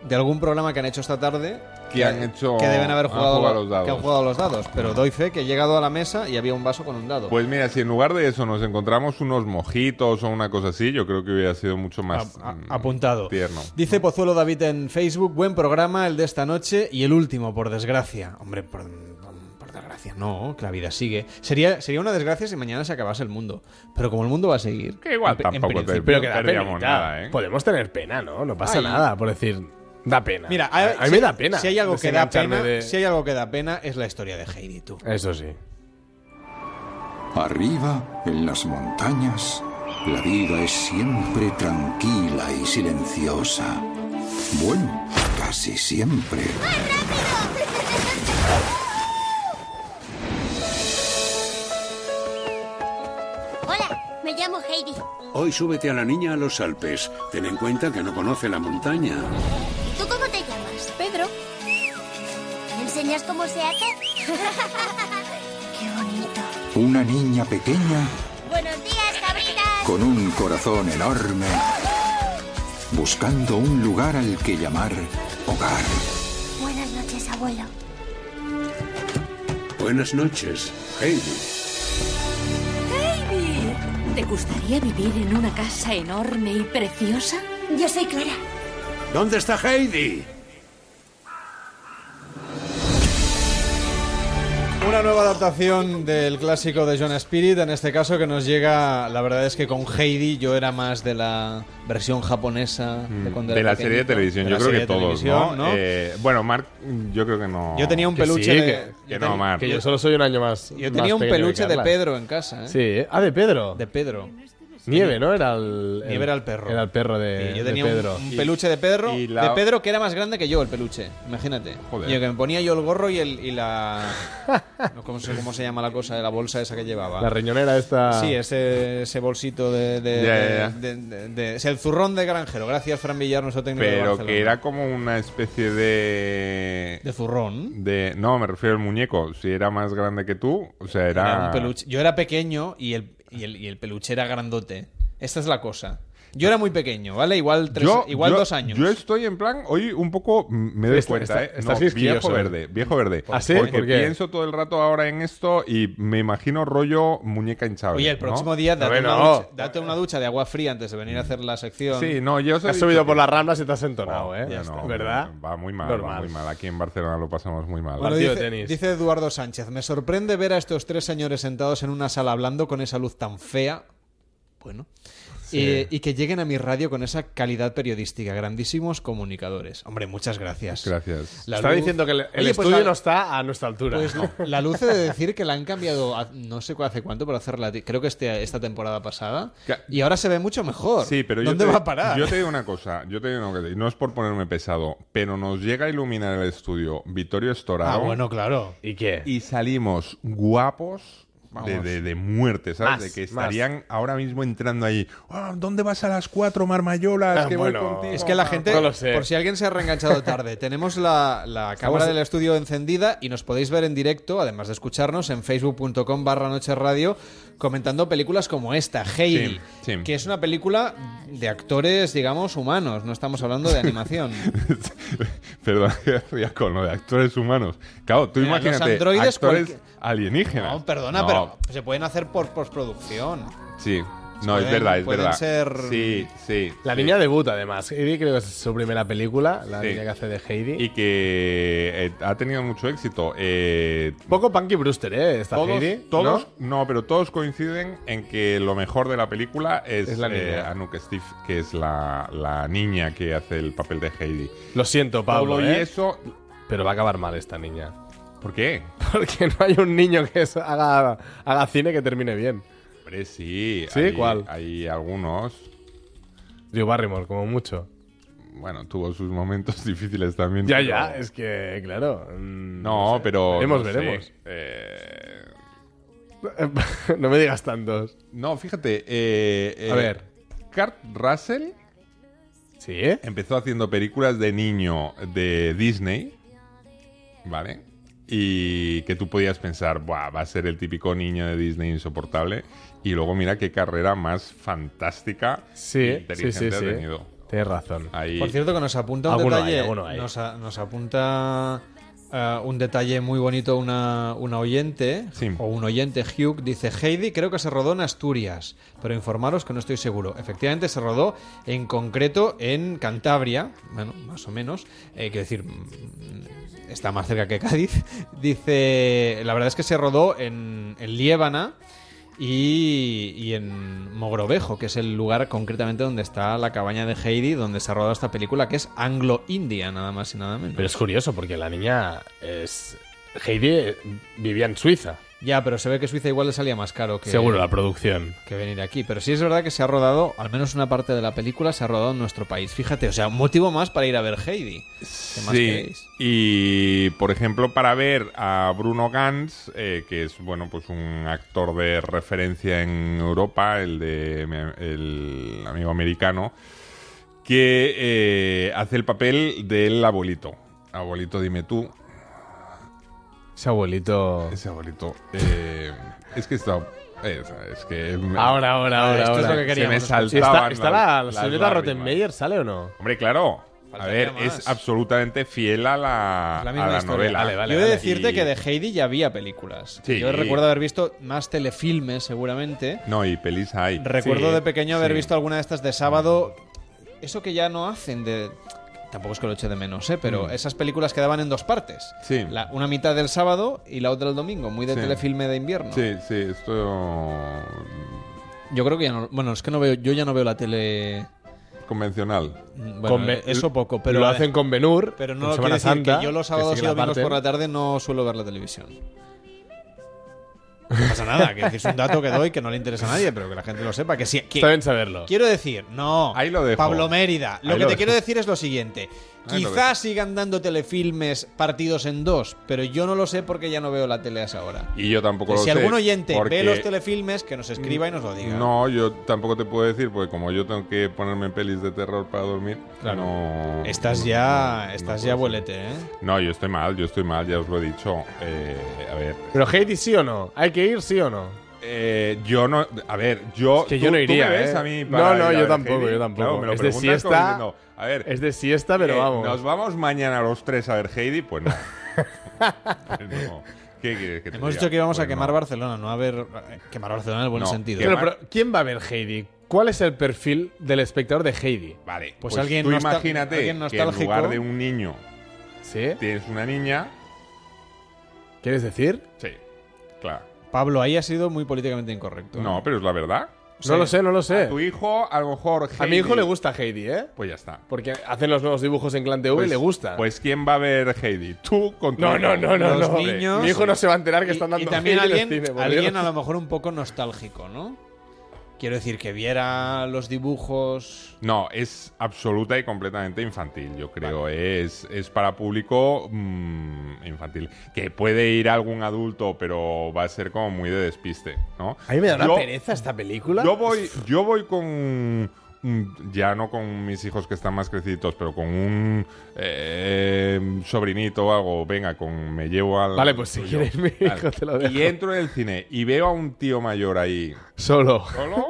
Speaker 1: De algún programa que han hecho esta tarde.
Speaker 2: Que han hecho-
Speaker 1: Que deben haber
Speaker 2: han
Speaker 1: jugado,
Speaker 2: jugado a los dados.
Speaker 1: Que han jugado a los dados. Pero doy fe que he llegado a la mesa y había un vaso con un dado.
Speaker 2: Pues mira, si en lugar de eso nos encontramos unos mojitos o una cosa así, yo creo que hubiera sido mucho más
Speaker 1: A- a-
Speaker 2: mm,
Speaker 1: apuntado.
Speaker 2: tierno.
Speaker 1: Dice Pozuelo David en Facebook, buen programa el de esta noche y el último, por desgracia. Hombre, por, por desgracia, no, que la vida sigue. Sería, sería una desgracia si mañana se acabase el mundo. Pero como el mundo va a seguir...
Speaker 2: Que igual
Speaker 1: en- en
Speaker 2: tampoco te-
Speaker 1: principio-
Speaker 10: Pero que da
Speaker 2: Perdíamos
Speaker 10: penita.
Speaker 2: nada, ¿eh?
Speaker 10: Podemos tener pena, ¿no? No pasa
Speaker 1: Ay.
Speaker 10: nada, por decir. Da pena.
Speaker 1: Mira, eh,
Speaker 10: a, a mí
Speaker 1: si-
Speaker 10: me da pena.
Speaker 1: Si hay algo que da
Speaker 10: desengancharme
Speaker 1: pena,
Speaker 10: de-
Speaker 1: si hay algo que da pena es la historia de Heidi, tú.
Speaker 10: Eso sí.
Speaker 15: Arriba, en las montañas, la vida es siempre tranquila y silenciosa. Bueno, casi siempre.
Speaker 16: Hola, me llamo Heidi.
Speaker 17: Hoy súbete a la niña a los Alpes. Pues, Ten en cuenta que no conoce la montaña.
Speaker 16: ¿Y tú cómo te llamas? Pedro. ¿Me enseñas cómo se hace? Qué bonito.
Speaker 15: Una niña pequeña
Speaker 16: Buenos días, cabritas.
Speaker 15: con un corazón enorme, buscando un lugar al que llamar hogar.
Speaker 16: Buenas noches, abuelo.
Speaker 17: Buenas noches, Heidi.
Speaker 8: ¡Heidi! ¿Te gustaría vivir en una casa enorme y preciosa? Yo soy Clara.
Speaker 17: ¿Dónde está Heidi?
Speaker 1: Una nueva adaptación del clásico de John Spirit, en este caso que nos llega, la verdad es que con Heidi yo era más de la versión japonesa de cuando
Speaker 2: Mm, De
Speaker 1: era
Speaker 2: la serie de
Speaker 1: pequeñito.
Speaker 2: televisión,
Speaker 1: De
Speaker 2: yo
Speaker 1: la
Speaker 2: creo
Speaker 1: serie
Speaker 2: que
Speaker 1: de
Speaker 2: todos, ¿no?
Speaker 1: televisión,
Speaker 2: Eh, bueno, Mark, yo creo que no.
Speaker 1: Yo tenía un
Speaker 10: Que sí,
Speaker 1: peluche
Speaker 10: que-
Speaker 1: de-
Speaker 10: que
Speaker 1: yo
Speaker 10: no,
Speaker 1: ten-
Speaker 10: Marc. Que
Speaker 1: yo-
Speaker 10: yo solo soy un año más.
Speaker 1: Yo tenía un peluche de Pedro en casa, ¿eh?
Speaker 10: Sí, ¿eh? ah, de Pedro.
Speaker 1: De Pedro.
Speaker 10: Nieve, ¿no? Era el,
Speaker 1: Nieve era el perro.
Speaker 10: Era el perro de,
Speaker 1: Y yo
Speaker 10: de
Speaker 1: tenía un-
Speaker 10: Pedro.
Speaker 1: un, peluche de Pedro,
Speaker 10: y
Speaker 1: de
Speaker 10: la-
Speaker 1: Pedro que era más grande que yo el peluche, imagínate.
Speaker 10: Joder.
Speaker 1: Y que me ponía yo el gorro y, el, y la... no, ¿cómo, se, cómo se llama la cosa de la bolsa esa que llevaba?
Speaker 10: La riñonera esta.
Speaker 1: Sí, ese, ese bolsito de... de-
Speaker 2: Ya, ya, ya.
Speaker 1: de- de- de- es el zurrón de granjero. Gracias, Fran Villar, nuestro técnico de
Speaker 2: Pero
Speaker 1: Barcelona.
Speaker 2: que era como una especie de.
Speaker 1: ¿De zurrón?
Speaker 2: De, no, me refiero al muñeco. Si era más grande que tú, o sea, era.
Speaker 1: Era un peluche. Yo era pequeño y el, y, el, y el peluche era grandote. Esta es la cosa. Yo era muy pequeño, ¿vale? Igual, tres,
Speaker 2: Yo-
Speaker 1: igual
Speaker 2: yo-
Speaker 1: dos años.
Speaker 2: Yo estoy en plan, hoy un poco mm, me doy
Speaker 10: Está-
Speaker 2: cuenta,
Speaker 10: está-
Speaker 2: ¿eh?
Speaker 10: estás
Speaker 2: No,
Speaker 10: quisquilloso.
Speaker 2: viejo verde, viejo verde.
Speaker 10: ¿Ah, sí?
Speaker 2: Porque
Speaker 10: ¿Por qué?
Speaker 2: pienso todo el rato ahora en esto y me imagino rollo muñeca hinchable.
Speaker 1: Oye, el
Speaker 2: ¿no?
Speaker 1: próximo día date, una ducha, date una ducha de agua fría antes de venir a hacer la sección.
Speaker 2: Sí, no, yo os he
Speaker 10: Has
Speaker 2: dicho
Speaker 10: subido por
Speaker 2: que-
Speaker 10: las ramas y te has entonado, ¿eh?
Speaker 2: Ya no,
Speaker 10: ¿Verdad?
Speaker 2: Va muy mal, va
Speaker 10: Normal.
Speaker 2: muy mal. Aquí en Barcelona lo pasamos muy mal.
Speaker 1: Bueno, dice, dice Eduardo Sánchez, me sorprende ver a estos tres señores sentados en una sala hablando con esa luz tan fea. Bueno. eh,
Speaker 10: Sí.
Speaker 1: Y, y que lleguen a mi radio con esa calidad periodística. Grandísimos comunicadores. Hombre, muchas gracias.
Speaker 2: Gracias.
Speaker 1: La
Speaker 10: Está
Speaker 1: luz-
Speaker 10: diciendo que el, el
Speaker 1: Oye, pues
Speaker 10: estudio
Speaker 1: la-
Speaker 10: no está a nuestra altura.
Speaker 1: Pues
Speaker 10: No.
Speaker 1: la luz he de decir que la han cambiado, a- no sé cu- hace cuánto, pero hace relati- creo que este, esta temporada pasada. Y ahora se ve mucho mejor.
Speaker 2: Sí, pero
Speaker 1: ¿Dónde
Speaker 2: yo te,
Speaker 1: va a parar?
Speaker 2: Yo te digo una cosa, yo te digo una cosa, y no es por ponerme pesado, pero nos llega a iluminar el estudio Vittorio Storaro.
Speaker 1: Ah, bueno, claro.
Speaker 10: ¿Y qué?
Speaker 2: Y salimos guapos de,
Speaker 10: Vamos.
Speaker 2: de- de muerte, ¿sabes?
Speaker 10: Más,
Speaker 2: de que
Speaker 10: más.
Speaker 2: estarían ahora mismo entrando ahí. "Ah, ¿Dónde vas a las cuatro, Marmayolas?
Speaker 10: Ah,
Speaker 2: que voy
Speaker 10: bueno.
Speaker 2: contigo".
Speaker 1: Es que la gente,
Speaker 10: No lo sé.
Speaker 1: por si alguien se ha reenganchado tarde, tenemos la, la cámara del estudio encendida y nos podéis ver en directo, además de escucharnos, en facebook.com barra noche radio, comentando películas como esta, Heidi,
Speaker 2: Sí, sí.
Speaker 1: que es una película de actores, digamos, humanos, no estamos hablando de animación.
Speaker 2: Perdón, que ría con lo de actores humanos. Claro, tú
Speaker 1: Mira, los
Speaker 2: imagínate,
Speaker 1: androides
Speaker 2: actores
Speaker 1: cualquier-
Speaker 2: alienígenas.
Speaker 1: No, perdona,
Speaker 2: No,
Speaker 1: pero se pueden hacer por postproducción.
Speaker 2: Sí, No,
Speaker 1: Pueden-
Speaker 2: es verdad, es
Speaker 1: pueden
Speaker 2: verdad.
Speaker 1: ser-
Speaker 2: Sí, sí.
Speaker 10: La
Speaker 2: sí.
Speaker 10: niña debuta, además. Heidi creo que es su primera película, la
Speaker 2: Sí.
Speaker 10: niña que hace de Heidi.
Speaker 2: Y que eh, ha tenido mucho éxito. Eh,
Speaker 10: Poco Punky Brewster, ¿eh? Esta
Speaker 2: todos,
Speaker 10: Heidi.
Speaker 2: todos- ¿no? pero todos coinciden en que lo mejor de la película es,
Speaker 10: Es la niña.
Speaker 2: eh, Anouk Steve, que es la, la niña que hace el papel de Heidi.
Speaker 10: Lo siento, Pablo.
Speaker 2: Todo y
Speaker 10: ¿eh?
Speaker 2: eso-
Speaker 10: Pero va a acabar mal esta niña.
Speaker 2: ¿Por qué?
Speaker 10: Porque no hay un niño que es- haga, haga cine que termine bien.
Speaker 2: Hombre, sí.
Speaker 10: ¿Sí?
Speaker 2: hay-
Speaker 10: ¿Cuál?
Speaker 2: Hay algunos.
Speaker 10: Drew Barrymore, como mucho.
Speaker 2: Bueno, tuvo sus momentos difíciles también.
Speaker 10: Ya,
Speaker 2: pero-
Speaker 10: ya, es que, claro. mm,
Speaker 2: No,
Speaker 10: sé.
Speaker 2: pero.
Speaker 10: Veremos,
Speaker 2: no sé.
Speaker 10: veremos.
Speaker 2: Eh,
Speaker 10: no me digas tantos.
Speaker 2: No, fíjate. eh, eh,
Speaker 10: A ver.
Speaker 2: Kurt Russell.
Speaker 10: Sí.
Speaker 2: Empezó haciendo películas de niño de Disney. ¿Vale? Y que tú podías pensar, Buah, va a ser el típico niño de Disney insoportable. Y luego mira qué carrera más fantástica
Speaker 10: Sí,
Speaker 2: e
Speaker 10: sí,
Speaker 2: inteligente Ah.
Speaker 10: sí,
Speaker 2: ha
Speaker 10: sí.
Speaker 2: tenido.
Speaker 10: Tienes razón.
Speaker 2: Ahí-
Speaker 1: Por cierto, que nos apunta un
Speaker 10: Alguno hay,
Speaker 1: detalle.
Speaker 10: alguno hay.
Speaker 1: Nos, a- nos apunta eh, un detalle muy bonito una, una oyente, o un oyente, Hugh, dice: Heidi, creo que se rodó en Asturias, pero informaros que no estoy seguro. Efectivamente, se rodó en concreto en Cantabria, bueno, más o menos. Eh, quiero decir, mm, está más cerca que Cádiz. Dice: La verdad es que se rodó en, en Liébana. Y, y en Mogrovejo, que es el lugar concretamente donde está la cabaña de Heidi, donde se ha rodado esta película, que es anglo-india, nada más y nada menos.
Speaker 10: Pero es curioso porque la niña es. Heidi vivía en Suiza.
Speaker 1: Ya, pero se ve que Suiza igual le salía más caro que,
Speaker 10: Seguro, la producción.
Speaker 1: que venir aquí. Pero sí es verdad que se ha rodado, al menos una parte de la película se ha rodado en nuestro país. Fíjate, o sea, un motivo más para ir a ver Heidi. ¿Qué más
Speaker 2: Sí,
Speaker 1: queréis?
Speaker 2: y por ejemplo para ver a Bruno Gantz, eh, que es bueno pues un actor de referencia en Europa, el de me- el amigo americano, que eh, hace el papel del abuelito. Abuelito, dime tú.
Speaker 10: Ese abuelito.
Speaker 2: Ese abuelito. eh, es que está. Es, es que me-
Speaker 10: Ahora, ahora, ahora.
Speaker 2: Esto es
Speaker 10: ahora.
Speaker 2: lo que queríamos.
Speaker 10: Se me
Speaker 2: saltaban
Speaker 10: saltaban ¿Está, está la
Speaker 2: las-
Speaker 10: señorita
Speaker 2: las
Speaker 10: Rottenmeier? ¿Sale o no?
Speaker 2: Hombre, claro. A
Speaker 10: Faltaría
Speaker 2: ver, es
Speaker 10: más.
Speaker 2: absolutamente fiel a la,
Speaker 1: La
Speaker 2: Ah, a
Speaker 1: misma
Speaker 2: la
Speaker 1: historia.
Speaker 2: novela.
Speaker 1: Yo he de
Speaker 2: Y-
Speaker 1: decirte que de Heidi ya había películas.
Speaker 2: Sí.
Speaker 1: Yo recuerdo haber visto más telefilmes, seguramente.
Speaker 2: No, y pelis hay.
Speaker 1: Recuerdo
Speaker 2: Sí,
Speaker 1: de pequeño haber
Speaker 2: sí.
Speaker 1: visto alguna de estas de sábado. Eso que ya no hacen de. Tampoco es que lo eche de menos, ¿eh? pero
Speaker 2: Mm.
Speaker 1: esas películas quedaban en dos partes.
Speaker 2: Sí.
Speaker 1: La- una mitad del sábado y la otra el domingo, muy de
Speaker 2: Sí.
Speaker 1: telefilme de invierno.
Speaker 2: Sí, sí, esto. mm,
Speaker 1: Yo creo que ya no. Bueno, es que no veo, yo ya no veo la tele.
Speaker 2: convencional.
Speaker 1: Mm, bueno, Con- eh, eso poco, pero-
Speaker 10: Lo hacen con Benur.
Speaker 1: Pero
Speaker 10: en
Speaker 1: no lo quiero
Speaker 10: Semana
Speaker 1: decir
Speaker 10: Santa,
Speaker 1: que yo los
Speaker 10: que
Speaker 1: sábados
Speaker 10: sí
Speaker 1: y
Speaker 10: que la
Speaker 1: domingos
Speaker 10: parten.
Speaker 1: por la tarde no suelo ver la televisión. No pasa nada, que es un dato que doy que no le interesa a nadie, pero que la gente lo sepa. Que sí, que-
Speaker 10: Está bien saberlo.
Speaker 1: Quiero decir, no.
Speaker 10: Ahí lo dejo.
Speaker 1: Pablo Mérida, lo
Speaker 10: Ahí
Speaker 1: que te
Speaker 10: lo dejo.
Speaker 1: quiero decir es lo siguiente.
Speaker 10: Ahí lo
Speaker 1: Quizás sigan dando telefilmes partidos en dos, pero yo no lo sé porque ya no veo la tele a esa hora.
Speaker 2: Y yo tampoco lo
Speaker 1: si
Speaker 2: sé.
Speaker 1: algún oyente
Speaker 2: porque-
Speaker 1: ve los telefilmes, que nos escriba y nos lo diga.
Speaker 2: No, yo tampoco te puedo decir, porque como yo tengo que ponerme pelis de terror para dormir,
Speaker 1: Claro.
Speaker 2: no.
Speaker 1: Estás
Speaker 2: no-
Speaker 1: ya,
Speaker 2: no- no
Speaker 1: estás
Speaker 2: puedo
Speaker 1: ya
Speaker 2: ser.
Speaker 1: bolete, ¿eh?
Speaker 2: No, yo estoy mal, yo estoy mal, ya os lo he dicho. Eh, a ver.
Speaker 10: Pero Heidi sí o no. Hay que ir sí o no.
Speaker 2: Eh, yo no. A ver, yo.
Speaker 10: Es que
Speaker 2: tú-
Speaker 10: yo
Speaker 2: tú
Speaker 10: no
Speaker 2: me
Speaker 10: iría.
Speaker 2: ves
Speaker 10: ¿eh?
Speaker 2: a mí para ir
Speaker 10: no,
Speaker 2: a
Speaker 10: no, yo
Speaker 2: ver
Speaker 10: tampoco,
Speaker 2: Heidi.
Speaker 10: yo tampoco.
Speaker 2: Claro, me lo
Speaker 10: es de
Speaker 2: preguntas como
Speaker 10: siesta.
Speaker 2: diciendo, a ver,
Speaker 10: es de siesta, pero
Speaker 2: eh,
Speaker 10: vamos.
Speaker 2: ¿Nos vamos mañana los tres a ver Heidi? Pues no. Pues no. ¿Qué quieres que te
Speaker 1: Hemos
Speaker 2: diga?
Speaker 1: dicho que íbamos a
Speaker 2: Pues no.
Speaker 1: quemar Barcelona, no a ver. eh, Quemar Barcelona en el buen
Speaker 2: No,
Speaker 1: sentido.
Speaker 10: Pero, pero, ¿quién va a ver Heidi? ¿Cuál es el perfil del espectador de Heidi?
Speaker 2: Vale,
Speaker 1: Pues alguien
Speaker 2: tú
Speaker 1: nostal-
Speaker 2: imagínate
Speaker 1: alguien
Speaker 2: que en
Speaker 1: nostálgico.
Speaker 2: lugar de un niño
Speaker 10: ¿Sí?
Speaker 2: tienes una niña.
Speaker 10: ¿Quieres decir?
Speaker 2: Sí, claro.
Speaker 1: Pablo, ahí ha sido muy políticamente incorrecto. ¿eh?
Speaker 2: No, pero es la verdad.
Speaker 10: No lo sé, no lo sé.
Speaker 2: A tu hijo, a lo mejor.
Speaker 10: Eh. A mi hijo le gusta Heidi, ¿eh?
Speaker 2: Pues ya está.
Speaker 10: Porque hacen los nuevos dibujos en Clan TV
Speaker 2: Pues-
Speaker 10: y le gusta.
Speaker 2: Pues ¿quién va a ver Heidi? Tú con tu
Speaker 10: no,
Speaker 2: hijo.
Speaker 10: no, no, no,
Speaker 1: Los
Speaker 10: no.
Speaker 1: niños-
Speaker 10: Mi hijo no se va a enterar que
Speaker 1: Y-
Speaker 10: están dando
Speaker 1: y, también
Speaker 10: Heidi en el
Speaker 1: alguien,
Speaker 10: cine, por
Speaker 1: alguien
Speaker 10: Dios.
Speaker 1: a lo mejor un poco nostálgico, ¿no? Quiero decir, que viera los dibujos.
Speaker 2: No, es absoluta y completamente infantil, yo creo. Es, es para público mm, infantil. Que puede ir algún adulto, pero va a ser como muy de despiste, ¿no?
Speaker 10: A mí me da una
Speaker 2: Yo-
Speaker 10: pereza esta película.
Speaker 2: Yo voy, yo voy con. mm, Ya no con mis hijos que están más crecidos, pero con un eh, sobrinito o algo. Venga, con me llevo al.
Speaker 10: Vale, pues si
Speaker 2: tuyo.
Speaker 10: quieres, mi
Speaker 2: Vale.
Speaker 10: hijo te lo dejo.
Speaker 2: Y entro en el cine y veo a un tío mayor ahí.
Speaker 10: Solo.
Speaker 2: ¿Solo?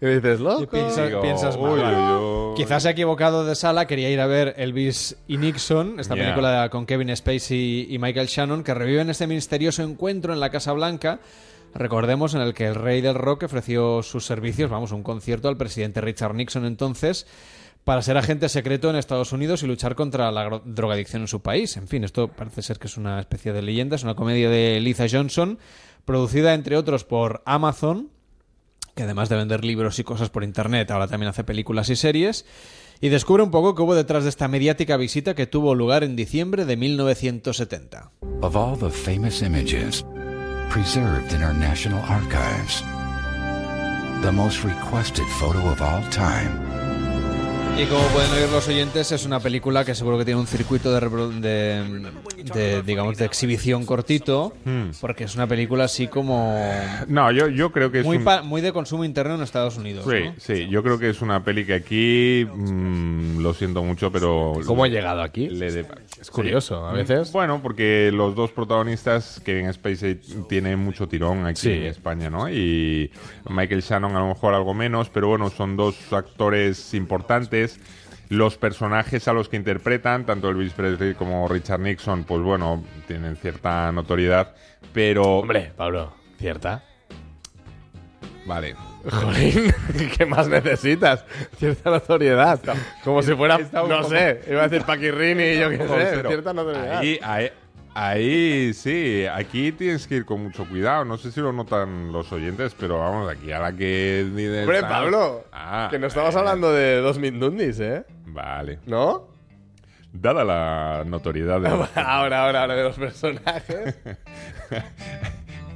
Speaker 10: Y me dices, loco.
Speaker 1: Piensa-
Speaker 2: Digo,
Speaker 1: piensas mal,
Speaker 2: uy,
Speaker 1: vale.
Speaker 2: uy, uy.
Speaker 1: Quizás se ha equivocado de sala, quería ir a ver Elvis y Nixon, esta
Speaker 2: Ya.
Speaker 1: película con Kevin Spacey y Michael Shannon, que reviven este misterioso encuentro en la Casa Blanca. recordemos, en el que el rey del rock ofreció sus servicios, vamos, un concierto al presidente Richard Nixon entonces, para ser agente secreto en Estados Unidos y luchar contra la gro- drogadicción en su país. En fin, esto parece ser que es una especie de leyenda, es una comedia de Liza Johnson, producida entre otros por Amazon, que además de vender libros y cosas por internet, ahora también hace películas y series. Y descubre un poco qué hubo detrás de esta mediática visita que tuvo lugar en diciembre de 1970.
Speaker 18: Of all the famous images preserved in our national archives, the most requested photo of all time
Speaker 1: Y como pueden oír los oyentes, es una película que seguro que tiene un circuito de, repro- de- de, digamos, de exhibición cortito,
Speaker 2: Hmm.
Speaker 1: porque es una película así como...
Speaker 2: No, yo, yo creo que es
Speaker 1: muy,
Speaker 2: un-
Speaker 1: pa- muy de consumo interno en Estados Unidos.
Speaker 2: Sí,
Speaker 1: ¿no?
Speaker 2: sí, yo creo que es una peli que aquí, mm, lo siento mucho, pero...
Speaker 10: ¿Cómo ha
Speaker 2: llegado aquí? es
Speaker 10: curioso, a veces.
Speaker 2: Bueno, porque los dos protagonistas, Kevin Spacey tiene mucho tirón aquí
Speaker 10: Sí.
Speaker 2: en España, ¿no? Y Michael Shannon a lo mejor algo menos, pero bueno, son dos actores importantes. Los personajes a los que interpretan, tanto Elvis Presley como Richard Nixon, pues bueno, tienen cierta notoriedad, pero... Hombre, Pablo, cierta.
Speaker 10: Eh,
Speaker 2: Vale.
Speaker 10: Jolín, ¿qué más necesitas? Cierta notoriedad. Como si fuera,
Speaker 2: Está un
Speaker 10: no
Speaker 2: poco-
Speaker 10: sé, iba a decir Paquirrini, yo qué sé,
Speaker 2: Joder,
Speaker 10: cierta notoriedad.
Speaker 2: Ahí, ahí, ahí sí, aquí tienes que ir con mucho cuidado. No sé si lo notan los oyentes, pero vamos, aquí a la que... ni de-
Speaker 10: Hombre,
Speaker 2: tal.
Speaker 10: Pablo,
Speaker 2: Ah,
Speaker 10: que no estabas hablando de dos mindundis, ¿eh?
Speaker 2: Vale.
Speaker 10: ¿No?
Speaker 2: Dada la notoriedad de...
Speaker 10: Ahora, ahora, ahora de los personajes.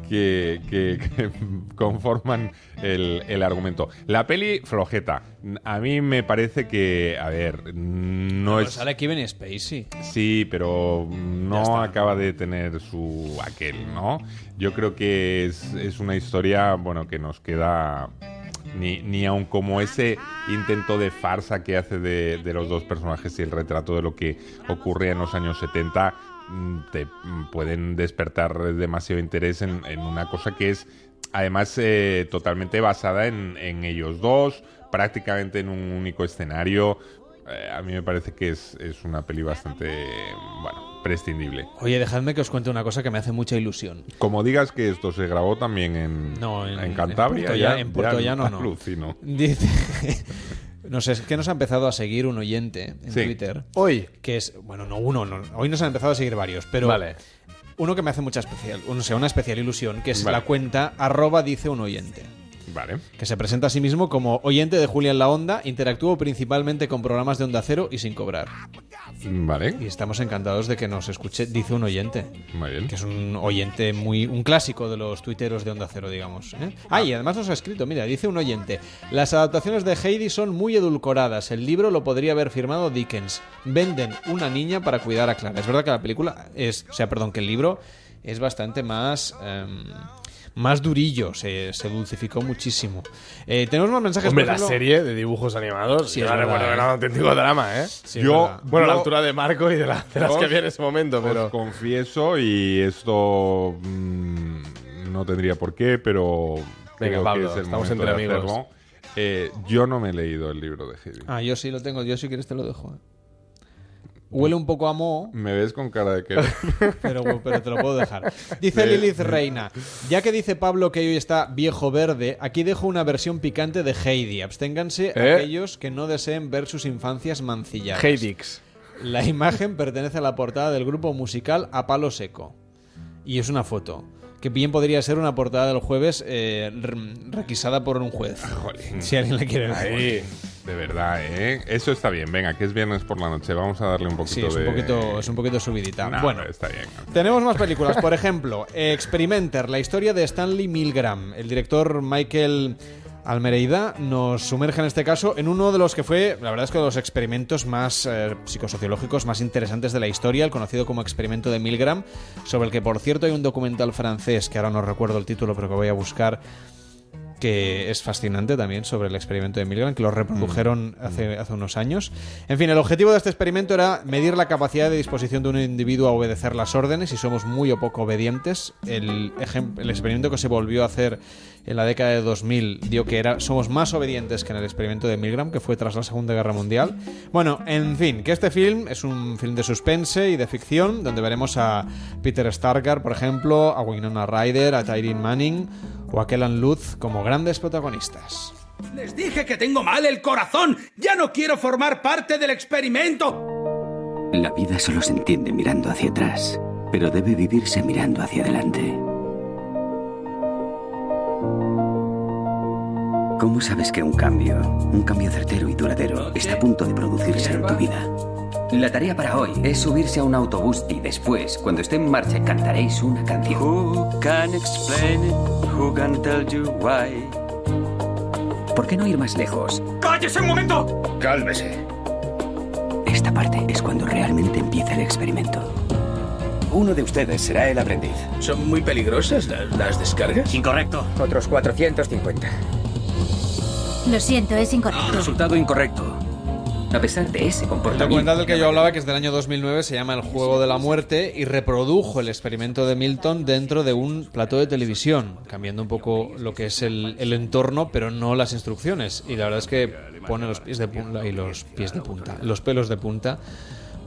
Speaker 2: que, que- que conforman el, el argumento. La peli flojeta. A mí me parece que, a ver, no
Speaker 1: Pero
Speaker 2: es...
Speaker 1: pues sale Kevin Spacey.
Speaker 2: Sí, pero mm, no acaba de tener su aquel, ¿no? Yo creo que es, es una historia, bueno, que nos queda ni, ni aun como ese intento de farsa que hace de, de los dos personajes y el retrato de lo que ocurre en los años 70 mm, te mm, pueden despertar demasiado interés en, en una cosa que es además eh, totalmente basada en, en ellos dos, prácticamente en un único escenario. Eh, a mí me parece que es, es una peli bastante, bueno, prescindible.
Speaker 1: Oye, dejadme que os cuente una cosa que me hace mucha ilusión.
Speaker 2: Como digas que esto se grabó también en,
Speaker 1: No, en-
Speaker 2: en Cantabria,
Speaker 1: en Puerto
Speaker 2: ya,
Speaker 1: Ya- en Puerto
Speaker 2: ya
Speaker 1: Llano no.
Speaker 2: alucino.
Speaker 1: Dice... No sé, es que nos ha empezado a seguir un oyente en
Speaker 2: Sí.
Speaker 1: Twitter.
Speaker 10: Hoy.
Speaker 1: Que es, bueno, no uno, no, hoy nos han empezado a seguir varios, pero
Speaker 10: Vale.
Speaker 1: uno que me hace mucha especial, o sea, una especial ilusión, que es
Speaker 10: Vale.
Speaker 1: la cuenta arroba dice un oyente.
Speaker 2: Vale.
Speaker 1: Que se presenta a sí mismo como oyente de Julia en la Onda, interactuó principalmente con programas de Onda Cero y sin cobrar.
Speaker 2: Vale.
Speaker 1: Y estamos encantados de que nos escuche, dice un oyente.
Speaker 2: Muy bien.
Speaker 1: Que es un oyente muy. un clásico de los tuiteros de Onda Cero, digamos. ¿eh? Ah, y además nos ha escrito, mira, dice un oyente. Las adaptaciones de Heidi son muy edulcoradas. El libro lo podría haber firmado Dickens. Venden una niña para cuidar a Clara. Es verdad que la película es. O sea, perdón, que el libro es bastante más. em, más durillo, se, se dulcificó muchísimo. Eh, tenemos más mensajes.
Speaker 10: Hombre,
Speaker 1: por
Speaker 10: la
Speaker 1: ejemplo-
Speaker 10: serie de dibujos animados,
Speaker 1: Sí,
Speaker 10: yo
Speaker 1: es
Speaker 10: la
Speaker 1: verdad,
Speaker 10: recuerdo
Speaker 1: ¿eh?
Speaker 10: que era un auténtico drama, ¿eh?
Speaker 1: Sí, es
Speaker 10: yo,
Speaker 1: verdad.
Speaker 10: bueno, la
Speaker 2: yo-
Speaker 10: altura de Marco y de, la- de las
Speaker 2: Os-
Speaker 10: que había en ese momento, pero...
Speaker 2: Os confieso, y esto mm, no tendría por qué, pero. creo que
Speaker 10: Pablo,
Speaker 2: es el
Speaker 10: estamos
Speaker 2: momento
Speaker 10: entre
Speaker 2: de
Speaker 10: amigos.
Speaker 2: hacerlo. Eh, yo no me he leído el libro de Heidi.
Speaker 1: Ah, yo sí lo tengo, yo si quieres te lo dejo. eh. Huele un poco a moho,
Speaker 2: Me ves con cara de que.
Speaker 1: pero, pero te lo puedo dejar. Dice
Speaker 2: Le-
Speaker 1: Lilith Reina, ya que dice Pablo que hoy está viejo verde, aquí dejo una versión picante de Heidi. Absténganse
Speaker 10: ¿Eh?
Speaker 1: aquellos que no deseen ver sus infancias mancilladas.
Speaker 10: Heidix.
Speaker 1: La imagen pertenece a la portada del grupo musical A Palo Seco. Y es una foto. Que bien podría ser una portada del jueves eh, rem- requisada por un juez. Si alguien la quiere ver.
Speaker 2: Ahí, de verdad, ¿eh? Eso está bien. Venga, que es viernes por la noche. Vamos a darle un poquito
Speaker 1: Sí, es un
Speaker 2: de.
Speaker 1: poquito, es un poquito subidita.
Speaker 2: Nah,
Speaker 1: bueno,
Speaker 2: está bien.
Speaker 1: Tenemos más películas, por ejemplo, Experimenter, la historia de Stanley Milgram. El director Michael Almereida nos sumerge en este caso en uno de los que fue, la verdad es que de los experimentos más eh, psicosociológicos más interesantes de la historia, el conocido como experimento de Milgram, sobre el que por cierto hay un documental francés que ahora no recuerdo el título, pero que voy a buscar que es fascinante también sobre el experimento de Milgram, que lo reprodujeron hace, hace unos años. En fin, el objetivo de este experimento era medir la capacidad de disposición de un individuo a obedecer las órdenes, si somos muy o poco obedientes. El, ejem- el experimento que se volvió a hacer en la década de 2000 dio que era, somos más obedientes que en el experimento de Milgram, que fue tras la Segunda Guerra Mundial. Bueno, en fin, que este film es un film de suspense y de ficción, donde veremos a Peter Stargard, por ejemplo, a Winona Ryder, a Tyrone Manning o a Kellan Lutz como grandes protagonistas.
Speaker 19: Les dije que tengo mal el corazón. Ya no quiero formar parte del experimento.
Speaker 20: La vida solo se entiende mirando hacia atrás, pero debe vivirse mirando hacia adelante. ¿Cómo sabes que un cambio, un cambio certero y duradero, está a punto de producirse en tu vida?
Speaker 11: La tarea para hoy es subirse a un autobús y después, cuando esté en marcha, cantaréis una canción. Who can explain it? Who can tell you why? ¿Por qué no ir más lejos?
Speaker 19: ¡Cállese un momento!
Speaker 20: Cálmese. Esta parte es cuando realmente empieza el experimento. Uno de ustedes será el aprendiz.
Speaker 21: ¿Son muy peligrosas las, las descargas? Incorrecto. Otros 450.
Speaker 22: Lo siento, es incorrecto.
Speaker 11: Resultado incorrecto. A pesar de ese
Speaker 1: El
Speaker 11: comportamiento.
Speaker 1: documental del que yo hablaba, que es del año 2009, se llama El Juego de la Muerte y reprodujo el experimento de Milton dentro de un plató de televisión, cambiando un poco lo que es el, el entorno, pero no las instrucciones. Y la verdad es que pone los pies de punta y los pies de punta, los pelos de punta,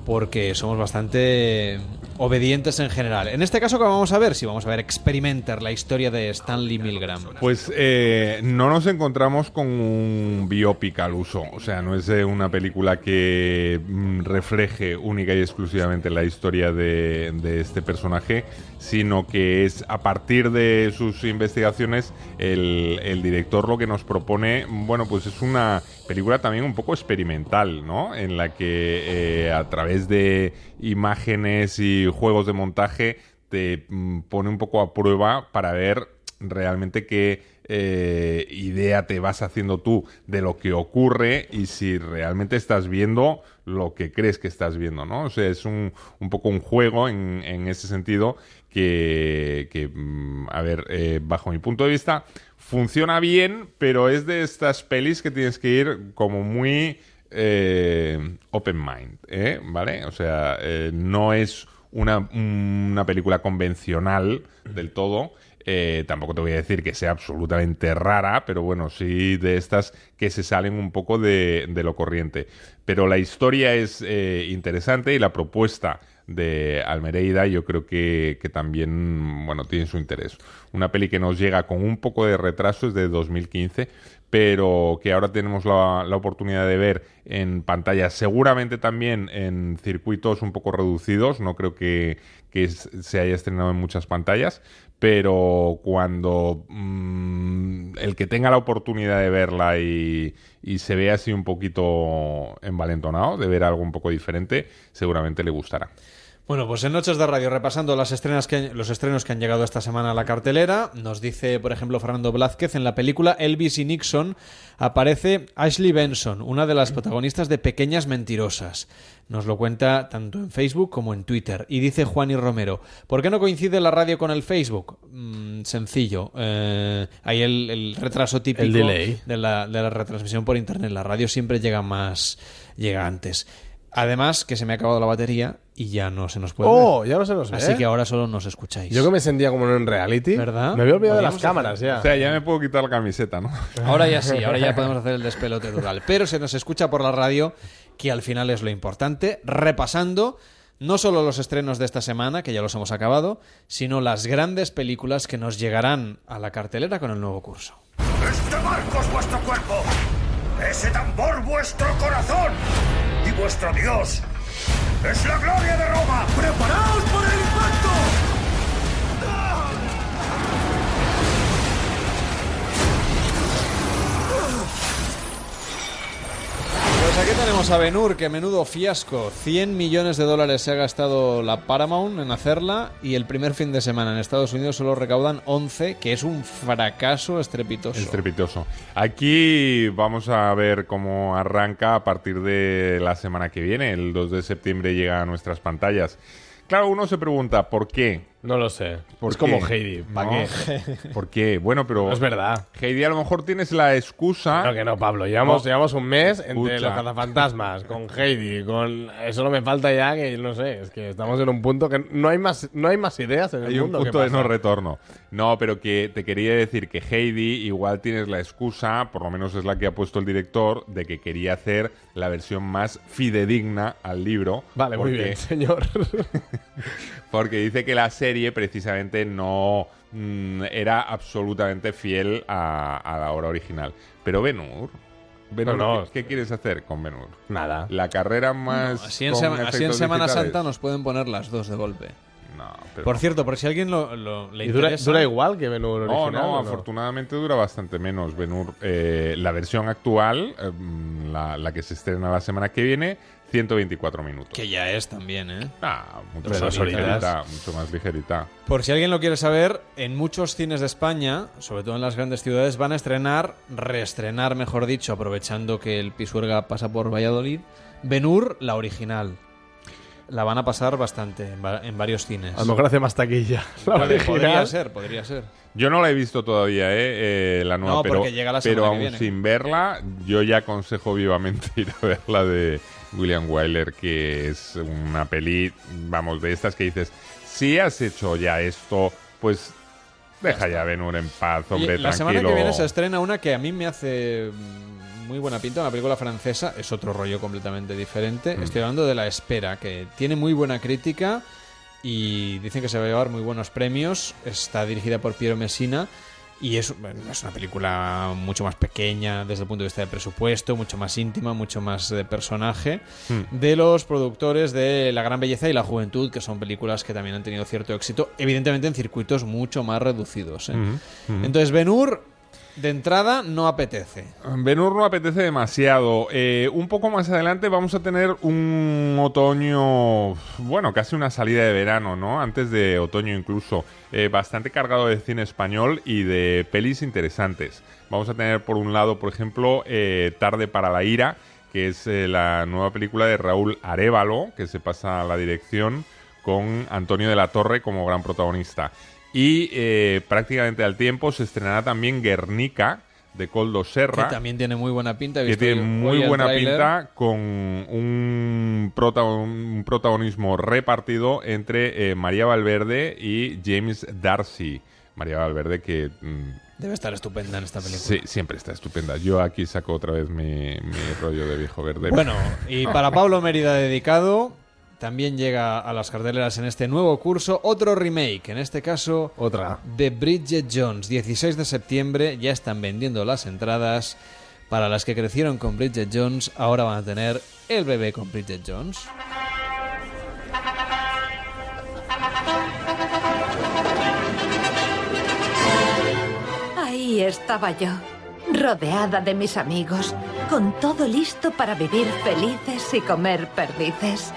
Speaker 1: porque somos bastante obedientes en general. En este caso, ¿qué vamos a ver? Si vamos a ver Experimenter, la historia de Stanley Milgram.
Speaker 2: Pues eh, no nos encontramos con un biopic al uso, o sea, no es eh, una película que mm, refleje única y exclusivamente la historia de, de este personaje, sino que es a partir de sus investigaciones el, el director lo que nos propone, bueno, pues es una película también un poco experimental, ¿no? En la que eh, a través de imágenes y juegos de montaje te mm, pone un poco a prueba para ver realmente qué eh, idea te vas haciendo tú de lo que ocurre y si realmente estás viendo lo que crees que estás viendo, ¿no? O sea, es un, un poco un juego en, en ese sentido que, que, mm, a ver, eh, bajo mi punto de vista, funciona bien, pero es de estas pelis que tienes que ir como muy eh, open mind, ¿eh? ¿Vale? O sea, eh, no es una, una película convencional del todo. Eh, tampoco te voy a decir que sea absolutamente rara, pero bueno, sí de estas que se salen un poco de, de lo corriente. Pero la historia es eh, interesante y la propuesta de Almereida yo creo que, que también, bueno, tiene su interés. Una peli que nos llega con un poco de retraso, es de 2015, pero que ahora tenemos la, la oportunidad de ver en pantalla, seguramente también en circuitos un poco reducidos, no creo que, que es- se haya estrenado en muchas pantallas, pero cuando mm, el que tenga la oportunidad de verla y, y se vea así un poquito envalentonado, de ver algo un poco diferente, seguramente le gustará.
Speaker 1: Bueno, pues en Noches de Radio, repasando las estrenas que han- los estrenos que han llegado esta semana a la cartelera, nos dice, por ejemplo, Fernando Blázquez, en la película Elvis y Nixon aparece Ashley Benson, una de las protagonistas de Pequeñas Mentirosas. Nos lo cuenta tanto en Facebook como en Twitter. Y dice Juan y Romero, ¿por qué no coincide la radio con el Facebook? Mm, sencillo. Eh, hay el, el retraso típico
Speaker 10: El delay.
Speaker 1: De, la, de la retransmisión por Internet. La radio siempre llega más, llega antes. Además, que se me ha acabado la batería y ya no se nos puede.
Speaker 10: Oh,
Speaker 1: ver.
Speaker 10: ya no se nos ve.
Speaker 1: Así que ahora solo nos escucháis.
Speaker 10: Yo que me sentía como en un reality.
Speaker 1: ¿Verdad?
Speaker 10: Me había olvidado de
Speaker 1: Podríamos
Speaker 10: las cámaras
Speaker 1: hacer-
Speaker 10: ya.
Speaker 1: O sea,
Speaker 2: ya me puedo quitar la camiseta, ¿no?
Speaker 1: Ahora ya sí, ahora ya podemos hacer el despelote total. Pero se nos escucha por la radio, que al final es lo importante. Repasando no solo los estrenos de esta semana, que ya los hemos acabado, sino las grandes películas que nos llegarán a la cartelera con el nuevo curso.
Speaker 19: Este barco es vuestro cuerpo. Ese tambor vuestro corazón. Y vuestro Dios. Es la gloria de Roma. ¡Preparaos para el impacto!
Speaker 1: Pues aquí tenemos a Benur, que menudo fiasco. 100 millones de dólares se ha gastado la Paramount en hacerla y el primer fin de semana en Estados Unidos solo recaudan 11, que es un fracaso estrepitoso.
Speaker 2: Estrepitoso. Aquí vamos a ver cómo arranca a partir de la semana que viene. El 2 de septiembre llega a nuestras pantallas. Claro, uno se pregunta por qué.
Speaker 10: No lo sé.
Speaker 2: ¿Por
Speaker 10: es como
Speaker 2: qué?
Speaker 10: Heidi. ¿Para
Speaker 2: No.
Speaker 10: qué?
Speaker 2: ¿Por qué? Bueno, pero.
Speaker 10: No es verdad.
Speaker 2: Heidi, a lo mejor tienes la
Speaker 1: Ah.
Speaker 2: excusa.
Speaker 10: No, que no, Pablo. Llevamos,
Speaker 1: Oh.
Speaker 2: No.
Speaker 10: llevamos un mes entre
Speaker 2: Escucha.
Speaker 10: los cazafantasmas, con Heidi, con. Eso no me falta ya, que no sé. Es que estamos en un punto que no hay más, no hay más ideas en el
Speaker 2: Hay un
Speaker 10: mundo. ¿qué
Speaker 2: punto de
Speaker 10: pasa?
Speaker 2: no retorno. No, pero que te quería decir que Heidi igual tienes la excusa, por lo menos es la que ha puesto el director, de que quería hacer la versión más fidedigna al libro.
Speaker 10: Vale, muy
Speaker 2: porque-
Speaker 10: bien, señor.
Speaker 2: Porque dice que la serie precisamente no mm, era absolutamente fiel a, a la obra original. Pero Benur,
Speaker 10: No, no.
Speaker 2: ¿qué, qué quieres hacer con Benur?
Speaker 10: Nada.
Speaker 2: La carrera más.
Speaker 1: Así en,
Speaker 2: Pues con
Speaker 1: sema- así en
Speaker 2: efectos
Speaker 1: Semana
Speaker 2: digitales.
Speaker 1: Santa nos pueden poner las dos de golpe.
Speaker 2: No, pero-
Speaker 1: Por cierto, por si alguien lo, lo- le
Speaker 10: Y dura,
Speaker 1: interesa- Oh,
Speaker 10: dura igual que menú
Speaker 2: No,
Speaker 10: original.
Speaker 2: no,
Speaker 10: ¿o
Speaker 2: afortunadamente dura bastante menos. Benur, Eh, la versión actual, eh, mm, la, la que se estrena la semana que viene, 124 minutos.
Speaker 1: Que ya es también, ¿eh?
Speaker 2: Ah, mucho
Speaker 1: Pero
Speaker 2: más
Speaker 1: dos horitas.
Speaker 2: ligerita, mucho más ligerita.
Speaker 1: Por si alguien lo quiere saber, en muchos cines de España, sobre todo en las grandes ciudades, van a estrenar, reestrenar, mejor dicho, aprovechando que el Pisuerga pasa por Valladolid, Benur, la original. La van a pasar bastante en, va- en varios cines.
Speaker 10: A lo mejor hace más taquilla. La
Speaker 1: Puede-
Speaker 10: original.
Speaker 1: Podría ser, podría ser.
Speaker 2: Yo no la he visto todavía, ¿eh? Eh, la nueva,
Speaker 1: No, porque
Speaker 2: pero,
Speaker 1: llega la
Speaker 2: pero
Speaker 1: semana que
Speaker 2: aún
Speaker 1: viene.
Speaker 2: sin verla, yo ya aconsejo vivamente ir a ver la de William Wyler, que es una peli, vamos, de estas que dices, si has hecho ya esto, pues deja ya a Benur en paz,
Speaker 1: Y
Speaker 2: hombre,
Speaker 1: la semana
Speaker 2: tranquilo.
Speaker 1: que viene se estrena una que a mí me hace mm, muy buena pinta, una película francesa, es otro rollo completamente diferente.
Speaker 2: Mm.
Speaker 1: Estoy hablando de La Espera, que tiene muy buena crítica y dicen que se va a llevar muy buenos premios. Está dirigida por Piero Messina y es, bueno, es una película mucho más pequeña desde el punto de vista de presupuesto, mucho más íntima, mucho más de personaje
Speaker 2: Mm.
Speaker 1: de los productores de La Gran Belleza y La Juventud, que son películas que también han tenido cierto éxito, evidentemente en circuitos mucho más reducidos. ¿eh?
Speaker 2: Ujú, ujú.
Speaker 1: Entonces, Benur, de entrada, no apetece.
Speaker 2: Benur no apetece demasiado. Eh, un poco más adelante vamos a tener un otoño, bueno, casi una salida de verano, ¿no? Antes de otoño incluso. Eh, bastante cargado de cine español y de pelis interesantes. Vamos a tener por un lado, por ejemplo, eh, Tarde para la Ira, que es eh, la nueva película de Raúl Arevalo, que se pasa a la dirección con Antonio de la Torre como gran protagonista. Y eh, prácticamente al tiempo se estrenará también Guernica de Coldo
Speaker 1: Que
Speaker 2: Serra
Speaker 1: también tiene muy buena pinta. he
Speaker 2: que
Speaker 1: visto
Speaker 2: tiene
Speaker 1: hoy-
Speaker 2: muy
Speaker 1: hoy el
Speaker 2: buena
Speaker 1: tráiler.
Speaker 2: pinta con un, prota- un protagonismo repartido entre eh, María Valverde y James Darcy. María Valverde que mm,
Speaker 1: Debe estar estupenda en esta película.
Speaker 2: sí, siempre está estupenda. Yo aquí saco otra vez mi, mi rollo de viejo verde.
Speaker 1: Bueno, y para Pablo Mérida dedicado, también llega a las carteleras en este nuevo curso otro remake, en este caso
Speaker 10: Otra.
Speaker 2: Eh.
Speaker 1: de Bridget Jones. 16 de septiembre ya están vendiendo las entradas. Para las que crecieron con Bridget Jones, ahora van a tener el bebé con Bridget Jones.
Speaker 6: Ahí estaba yo, rodeada de mis amigos, con todo listo para vivir felices y comer perdices.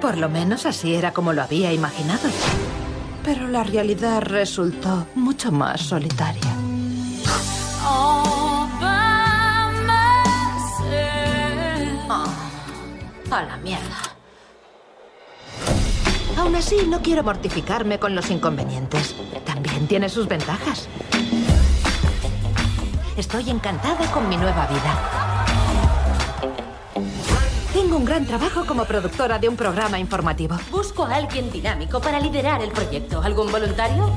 Speaker 6: Por lo menos así era como lo había imaginado. Pero la realidad resultó mucho más solitaria. Ah, A la mierda. Aún así, no quiero mortificarme con los inconvenientes. También tiene sus ventajas. Estoy encantada con mi nueva vida. Tengo un gran trabajo como productora de un programa informativo.
Speaker 7: Busco a alguien dinámico para liderar el proyecto. ¿Algún voluntario?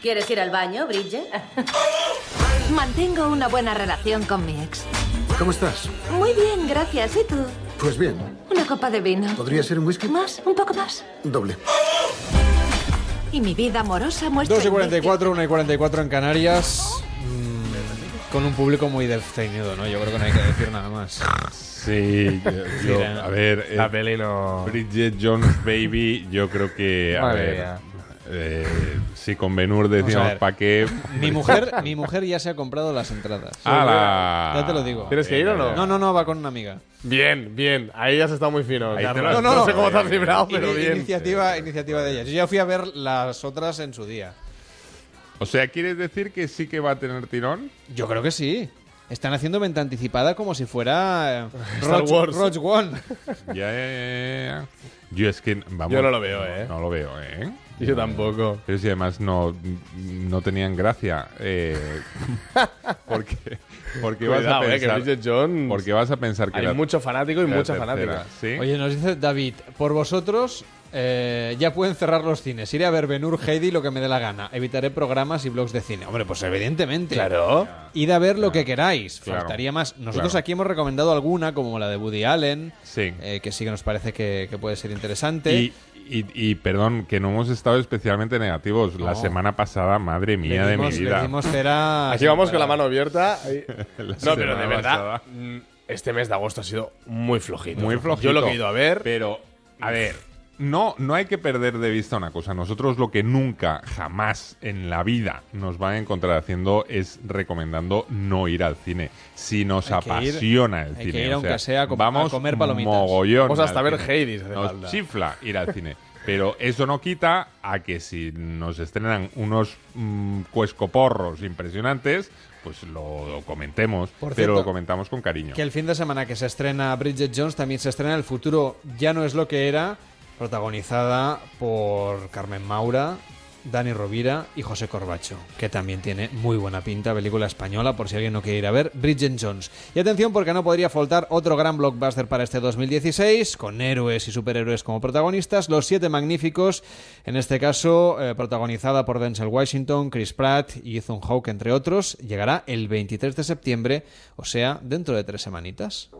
Speaker 7: ¿Quieres ir al baño, Bridget?
Speaker 6: Mantengo una buena relación con mi ex.
Speaker 9: ¿Cómo estás?
Speaker 6: Muy bien, gracias. ¿Y tú?
Speaker 9: Pues bien.
Speaker 6: Una copa de vino.
Speaker 9: ¿Podría ser un whisky?
Speaker 6: ¿Más? ¿Un poco más?
Speaker 9: Doble.
Speaker 6: Y mi vida amorosa muestra...
Speaker 1: 2 y 44, 1 y 44 en Canarias. Mm, Con un público muy definido, ¿no? Yo creo que no hay que decir nada más.
Speaker 2: Sí, yo- yo-
Speaker 1: Mira.
Speaker 2: a ver, eh,
Speaker 10: La peli no-
Speaker 2: Bridget Jones Baby, yo creo que, a
Speaker 10: Madre
Speaker 2: ver,
Speaker 10: mía.
Speaker 2: eh, si con Benur
Speaker 1: a
Speaker 2: decíamos
Speaker 1: ver.
Speaker 2: pa' qué...
Speaker 1: Mi mujer, mi mujer ya se ha comprado las entradas.
Speaker 2: ¡Hala!
Speaker 1: Ya te lo digo.
Speaker 10: Ah. ¿Tienes que ir o no?
Speaker 1: No, no, no, va con una amiga.
Speaker 10: Bien, bien. Ahí has estado muy fino.
Speaker 1: Ahí te
Speaker 10: Carlos.
Speaker 1: lo-
Speaker 10: no,
Speaker 1: no, no.
Speaker 10: sé cómo te has librado, Ah, pero
Speaker 1: Ini-
Speaker 10: bien.
Speaker 1: Iniciativa, iniciativa de ellas. Yo ya fui a ver las otras en su día.
Speaker 2: O sea, ¿quieres decir que sí que va a tener tirón?
Speaker 1: Yo creo que sí. Están haciendo venta anticipada como si fuera eh,
Speaker 2: Star
Speaker 1: Rogue-
Speaker 2: Wars.
Speaker 1: Rogue One.
Speaker 2: Ya, ya, ya, ya, ya. Yo es que, vamos,
Speaker 10: Yo no lo veo, ¿eh?
Speaker 2: No lo veo, ¿eh?
Speaker 10: Yo tampoco.
Speaker 2: Pero si además no, no tenían gracia. Eh, porque porque vas a
Speaker 10: Cuidado, eh, que
Speaker 2: pensar,
Speaker 10: Bridget Jones-
Speaker 2: porque vas a pensar que
Speaker 10: Hay
Speaker 2: la-
Speaker 10: mucho fanático y
Speaker 2: la
Speaker 10: mucha
Speaker 2: tercera,
Speaker 10: fanática.
Speaker 2: Sí.
Speaker 1: Oye, nos dice David, por vosotros eh, ya pueden cerrar los cines. Iré a ver Benur Heidi lo que me dé la gana. Evitaré programas y blogs de cine. Hombre, pues evidentemente.
Speaker 10: Claro.
Speaker 1: Id a ver lo que queráis.
Speaker 10: Claro.
Speaker 1: Faltaría más. Nosotros
Speaker 10: Claro.
Speaker 1: aquí hemos recomendado alguna, como la de Woody Allen, eh, que sí que nos parece que, que puede ser interesante.
Speaker 2: Y, y- y, perdón, que no hemos estado especialmente negativos. La
Speaker 1: No.
Speaker 2: semana pasada, madre
Speaker 1: Le
Speaker 2: mía
Speaker 1: dimos-
Speaker 2: de mi
Speaker 1: le
Speaker 2: vida.
Speaker 1: dimos cera
Speaker 10: Aquí
Speaker 1: sin
Speaker 10: vamos
Speaker 1: parar.
Speaker 10: con la mano abierta. Ahí.
Speaker 2: La
Speaker 10: no, pero de
Speaker 2: semana
Speaker 10: verdad,
Speaker 2: pasada.
Speaker 10: mm, este mes de agosto ha sido muy flojito.
Speaker 2: Muy flojito.
Speaker 10: Yo lo que he ido a ver.
Speaker 2: Pero, a ver, no, no hay que perder de vista una cosa. Nosotros lo que nunca, jamás en la vida nos van a encontrar haciendo es recomendando no ir al cine. Si nos
Speaker 1: Hay que ir-
Speaker 2: apasiona el
Speaker 1: hay
Speaker 2: cine.
Speaker 1: que ir
Speaker 2: o
Speaker 1: aunque
Speaker 2: sea,
Speaker 1: sea a com- a
Speaker 2: vamos
Speaker 1: comer palomitas.
Speaker 2: mogollón
Speaker 10: Vamos hasta
Speaker 2: al
Speaker 10: ver
Speaker 2: cine.
Speaker 10: Hades, hace
Speaker 2: Nos
Speaker 10: falta.
Speaker 2: chifla ir al cine. Pero eso no quita a que si nos estrenan unos mm, cuescoporros impresionantes, pues lo, lo comentemos.
Speaker 1: Por
Speaker 2: pero lo
Speaker 1: cierto,
Speaker 2: comentamos con cariño.
Speaker 1: Que el fin de semana que se estrena Bridget Jones también se estrena El futuro ya no es lo que era, protagonizada por Carmen Maura, Dani Rovira y José Corbacho, que también tiene muy buena pinta, película española, por si alguien no quiere ir a ver, Bridget Jones. Y atención porque no podría faltar otro gran blockbuster para este 2016, con héroes y superhéroes como protagonistas, Los Siete Magníficos, en este caso eh, protagonizada por Denzel Washington, Chris Pratt y Ethan Hawke, entre otros, llegará el 23 de septiembre, o sea, dentro de tres semanitas.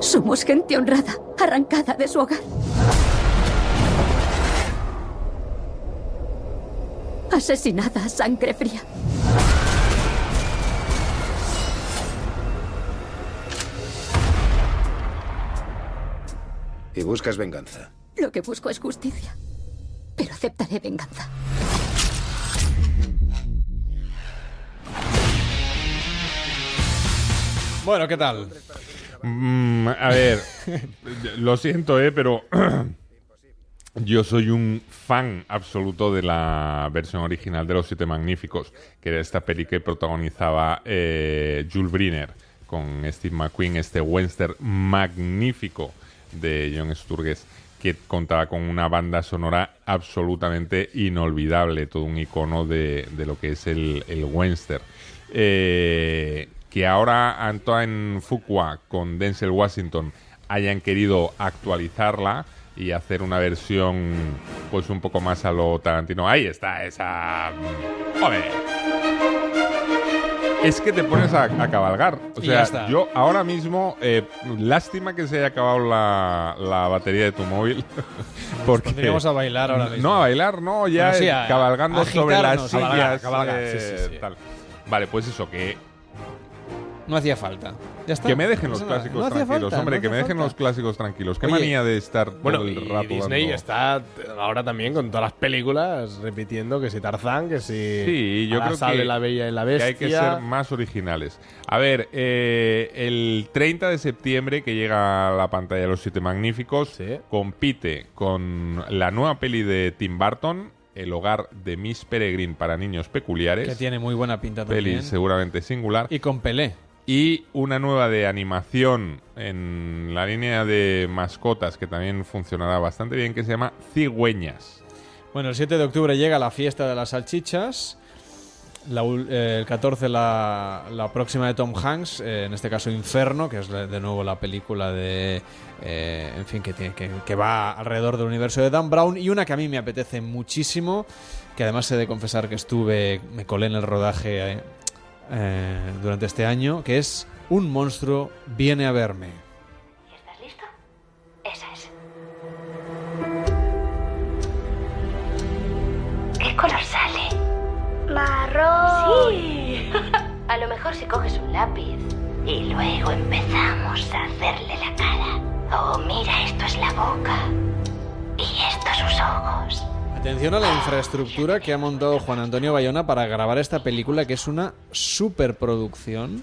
Speaker 3: Somos gente honrada, arrancada de su hogar. Asesinada a sangre fría.
Speaker 5: Y buscas venganza.
Speaker 3: Lo que busco es justicia. Pero aceptaré venganza.
Speaker 1: Bueno, ¿qué tal?
Speaker 2: Mm, a ver, lo siento, eh, pero yo soy un fan absoluto de la versión original de Los Siete Magníficos, que era esta peli que protagonizaba eh, Jules Briner con Steve McQueen, este western magnífico de John Sturges, que contaba con una banda sonora absolutamente inolvidable, todo un icono de, de lo que es el, el western. Eh, que ahora Antoine Fuqua con Denzel Washington hayan querido actualizarla y hacer una versión pues un poco más a lo Tarantino. Ahí está esa... Joder. Es que te pones a, a cabalgar. O
Speaker 1: Y ya
Speaker 2: sea,
Speaker 1: está.
Speaker 2: yo ahora mismo, eh, lástima que se haya acabado la, la batería de tu móvil. Porque
Speaker 1: Podríamos Pues a bailar ahora mismo.
Speaker 2: No, a bailar, no, ya
Speaker 1: Bueno, sí,
Speaker 2: eh,
Speaker 1: a-
Speaker 2: cabalgando
Speaker 1: a
Speaker 2: sobre las
Speaker 1: agitarnos,
Speaker 2: sillas.
Speaker 1: cabalgar, cabalgar, sí,
Speaker 2: eh,
Speaker 1: sí, sí.
Speaker 2: tal. Vale, pues eso, que
Speaker 1: No hacía falta. Ya está.
Speaker 2: que me dejen
Speaker 1: No
Speaker 2: los
Speaker 1: pasa nada.
Speaker 2: clásicos
Speaker 1: No hacía
Speaker 2: tranquilos,
Speaker 1: falta,
Speaker 2: hombre,
Speaker 1: no
Speaker 2: que me
Speaker 1: hacía
Speaker 2: dejen
Speaker 1: falta.
Speaker 2: los clásicos tranquilos. Qué
Speaker 10: Oye,
Speaker 2: manía de estar
Speaker 10: Bueno,
Speaker 2: todo el
Speaker 10: y
Speaker 2: rato
Speaker 10: Disney
Speaker 2: dando-
Speaker 10: está t- ahora también con todas las películas repitiendo que si Tarzán, que si
Speaker 2: Sí, yo
Speaker 10: Ahora
Speaker 2: creo
Speaker 10: sale
Speaker 2: que,
Speaker 10: la Bella y la
Speaker 2: que
Speaker 10: Bestia.
Speaker 2: hay que ser más originales. A ver, eh, el 30 de septiembre que llega a la pantalla de Los Siete Magníficos, compite con la nueva peli de Tim Burton, El hogar de Miss Peregrine para niños peculiares.
Speaker 1: Que tiene muy buena pinta
Speaker 2: peli
Speaker 1: también.
Speaker 2: seguramente singular.
Speaker 1: Y con Pelé.
Speaker 2: Y una nueva de animación en la línea de mascotas que también funcionará bastante bien, que se llama Cigüeñas.
Speaker 1: Bueno, el 7 de octubre llega la fiesta de las salchichas. La ul- eh, el 14 la, la próxima de Tom Hanks, eh, en este caso Inferno, que es la- de nuevo la película de... eh, en fin, que, tiene- que, que va alrededor del universo de Dan Brown. Y una que a mí me apetece muchísimo, que además he de confesar que estuve, me colé en el rodaje eh, eh, durante este año, que es Un monstruo viene a verme.
Speaker 3: Esa es.
Speaker 7: ¿Qué color sale?
Speaker 16: Marrón.
Speaker 7: Sí. A lo mejor si coges un lápiz y luego empezamos a hacerle la cara. Oh, mira, esto es la boca. Y esto sus ojos.
Speaker 1: Atención a la infraestructura que ha montado Juan Antonio Bayona para grabar esta película, que es una superproducción.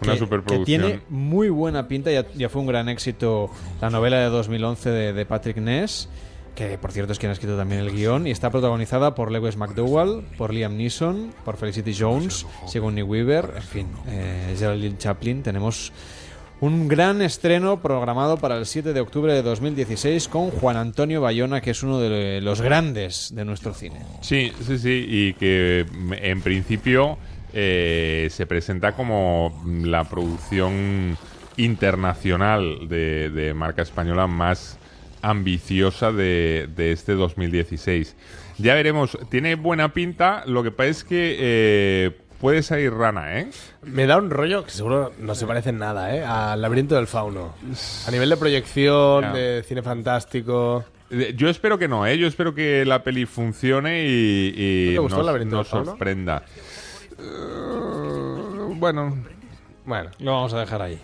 Speaker 2: Una
Speaker 1: que-
Speaker 2: superproducción.
Speaker 1: Que tiene muy buena pinta, ya, ya fue un gran éxito la novela de 2011 de, de Patrick Ness. que por cierto es quien ha escrito también el guión, y está protagonizada por Lewis McDowell, por Liam Neeson, por Felicity Jones, Sigourney Weaver, en fin, eh, Geraldine Chaplin. Tenemos un gran estreno programado para el 7 de octubre de 2016 con Juan Antonio Bayona, que es uno de los grandes de nuestro cine.
Speaker 2: Sí, sí, sí, y que mm, en principio eh, se presenta como la producción internacional de, de marca española más ambiciosa de, de este 2016. Ya veremos, tiene buena pinta, lo que pasa es que eh, puede salir rana, ¿eh?
Speaker 10: Me da un rollo que seguro no se parece en nada, ¿eh? Al laberinto del fauno. A nivel de proyección,
Speaker 2: Ya.
Speaker 10: de cine fantástico.
Speaker 2: Eh, Yo espero que no, ¿eh? Yo espero que la peli funcione y, y
Speaker 10: ¿No te gustó
Speaker 2: nos-
Speaker 10: el laberinto
Speaker 2: nos
Speaker 10: del fauno?
Speaker 2: sorprenda. Eh, bueno,
Speaker 10: Bueno,
Speaker 1: lo vamos a dejar ahí.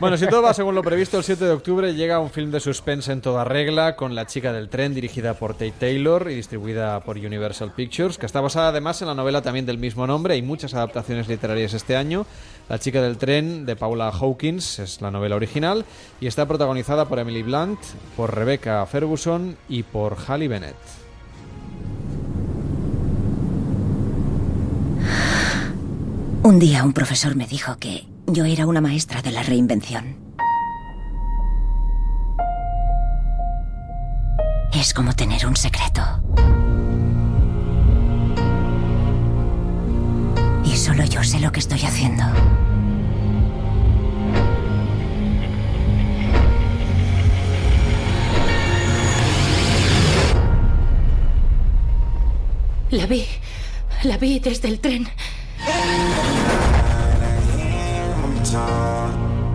Speaker 1: Bueno, si todo va según lo previsto, el 7 de octubre llega un film de suspense en toda regla con La chica del tren, dirigida por Tate Taylor y distribuida por Universal Pictures, que está basada además en la novela también del mismo nombre. Hay muchas adaptaciones literarias este año. La chica del tren de Paula Hawkins es la novela original y está protagonizada por Emily Blunt, por Rebecca Ferguson y por Halle Bennett.
Speaker 5: Un día un profesor me dijo que yo era una maestra de la reinvención. Es como tener un secreto. Y solo yo sé lo que estoy haciendo.
Speaker 8: La vi. La vi desde el tren.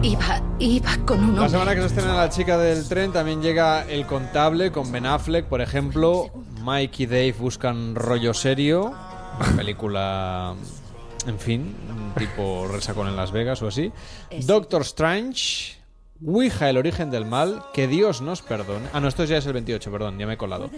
Speaker 8: Iba, iba con un
Speaker 1: La
Speaker 8: hombre.
Speaker 1: semana que se estrena La chica del tren también llega El contable con Ben Affleck, por ejemplo. Mike y Dave buscan rollo serio. Película, en fin, un tipo resacón en Las Vegas o así. Doctor Strange, Ouija, el origen del mal, que Dios nos perdone. Ah, no, esto ya es el 28, perdón, ya me he colado.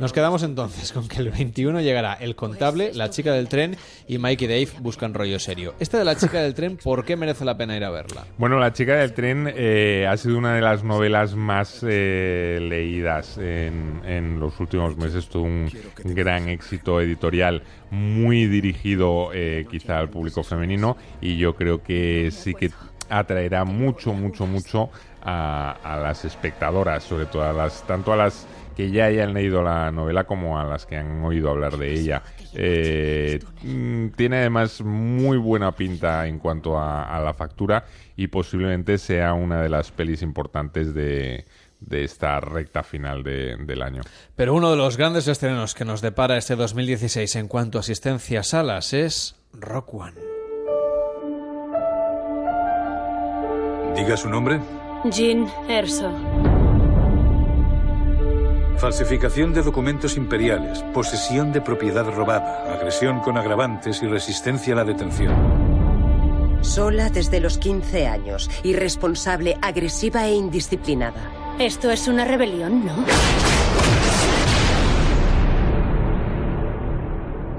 Speaker 1: Nos quedamos entonces con que el 21 llegará El contable, La chica del tren y Mike y Dave buscan rollo serio. Esta de La chica del tren, ¿por qué merece la pena ir a verla?
Speaker 2: Bueno, La chica del tren eh, ha sido una de las novelas más eh, leídas en, en los últimos meses. Tuvo un gran éxito editorial, muy dirigido eh, quizá al público femenino y yo creo que sí que atraerá mucho, mucho, mucho a, a las espectadoras, sobre todo a las, tanto a las que ya hayan leído la novela como a las que han oído hablar de ella. Eh, mm, tiene además muy buena pinta en cuanto a, a la factura y posiblemente sea una de las pelis importantes de, de esta recta final de- del año.
Speaker 1: Pero uno de los grandes estrenos que nos depara este 2016 en cuanto a asistencia a salas es Rock One.
Speaker 12: Diga su nombre.
Speaker 23: Jean Erso.
Speaker 12: Falsificación de documentos imperiales, posesión de propiedad robada, agresión con agravantes y resistencia a la detención.
Speaker 24: Sola desde los 15 años, irresponsable, agresiva e indisciplinada.
Speaker 8: Esto es una rebelión, ¿no?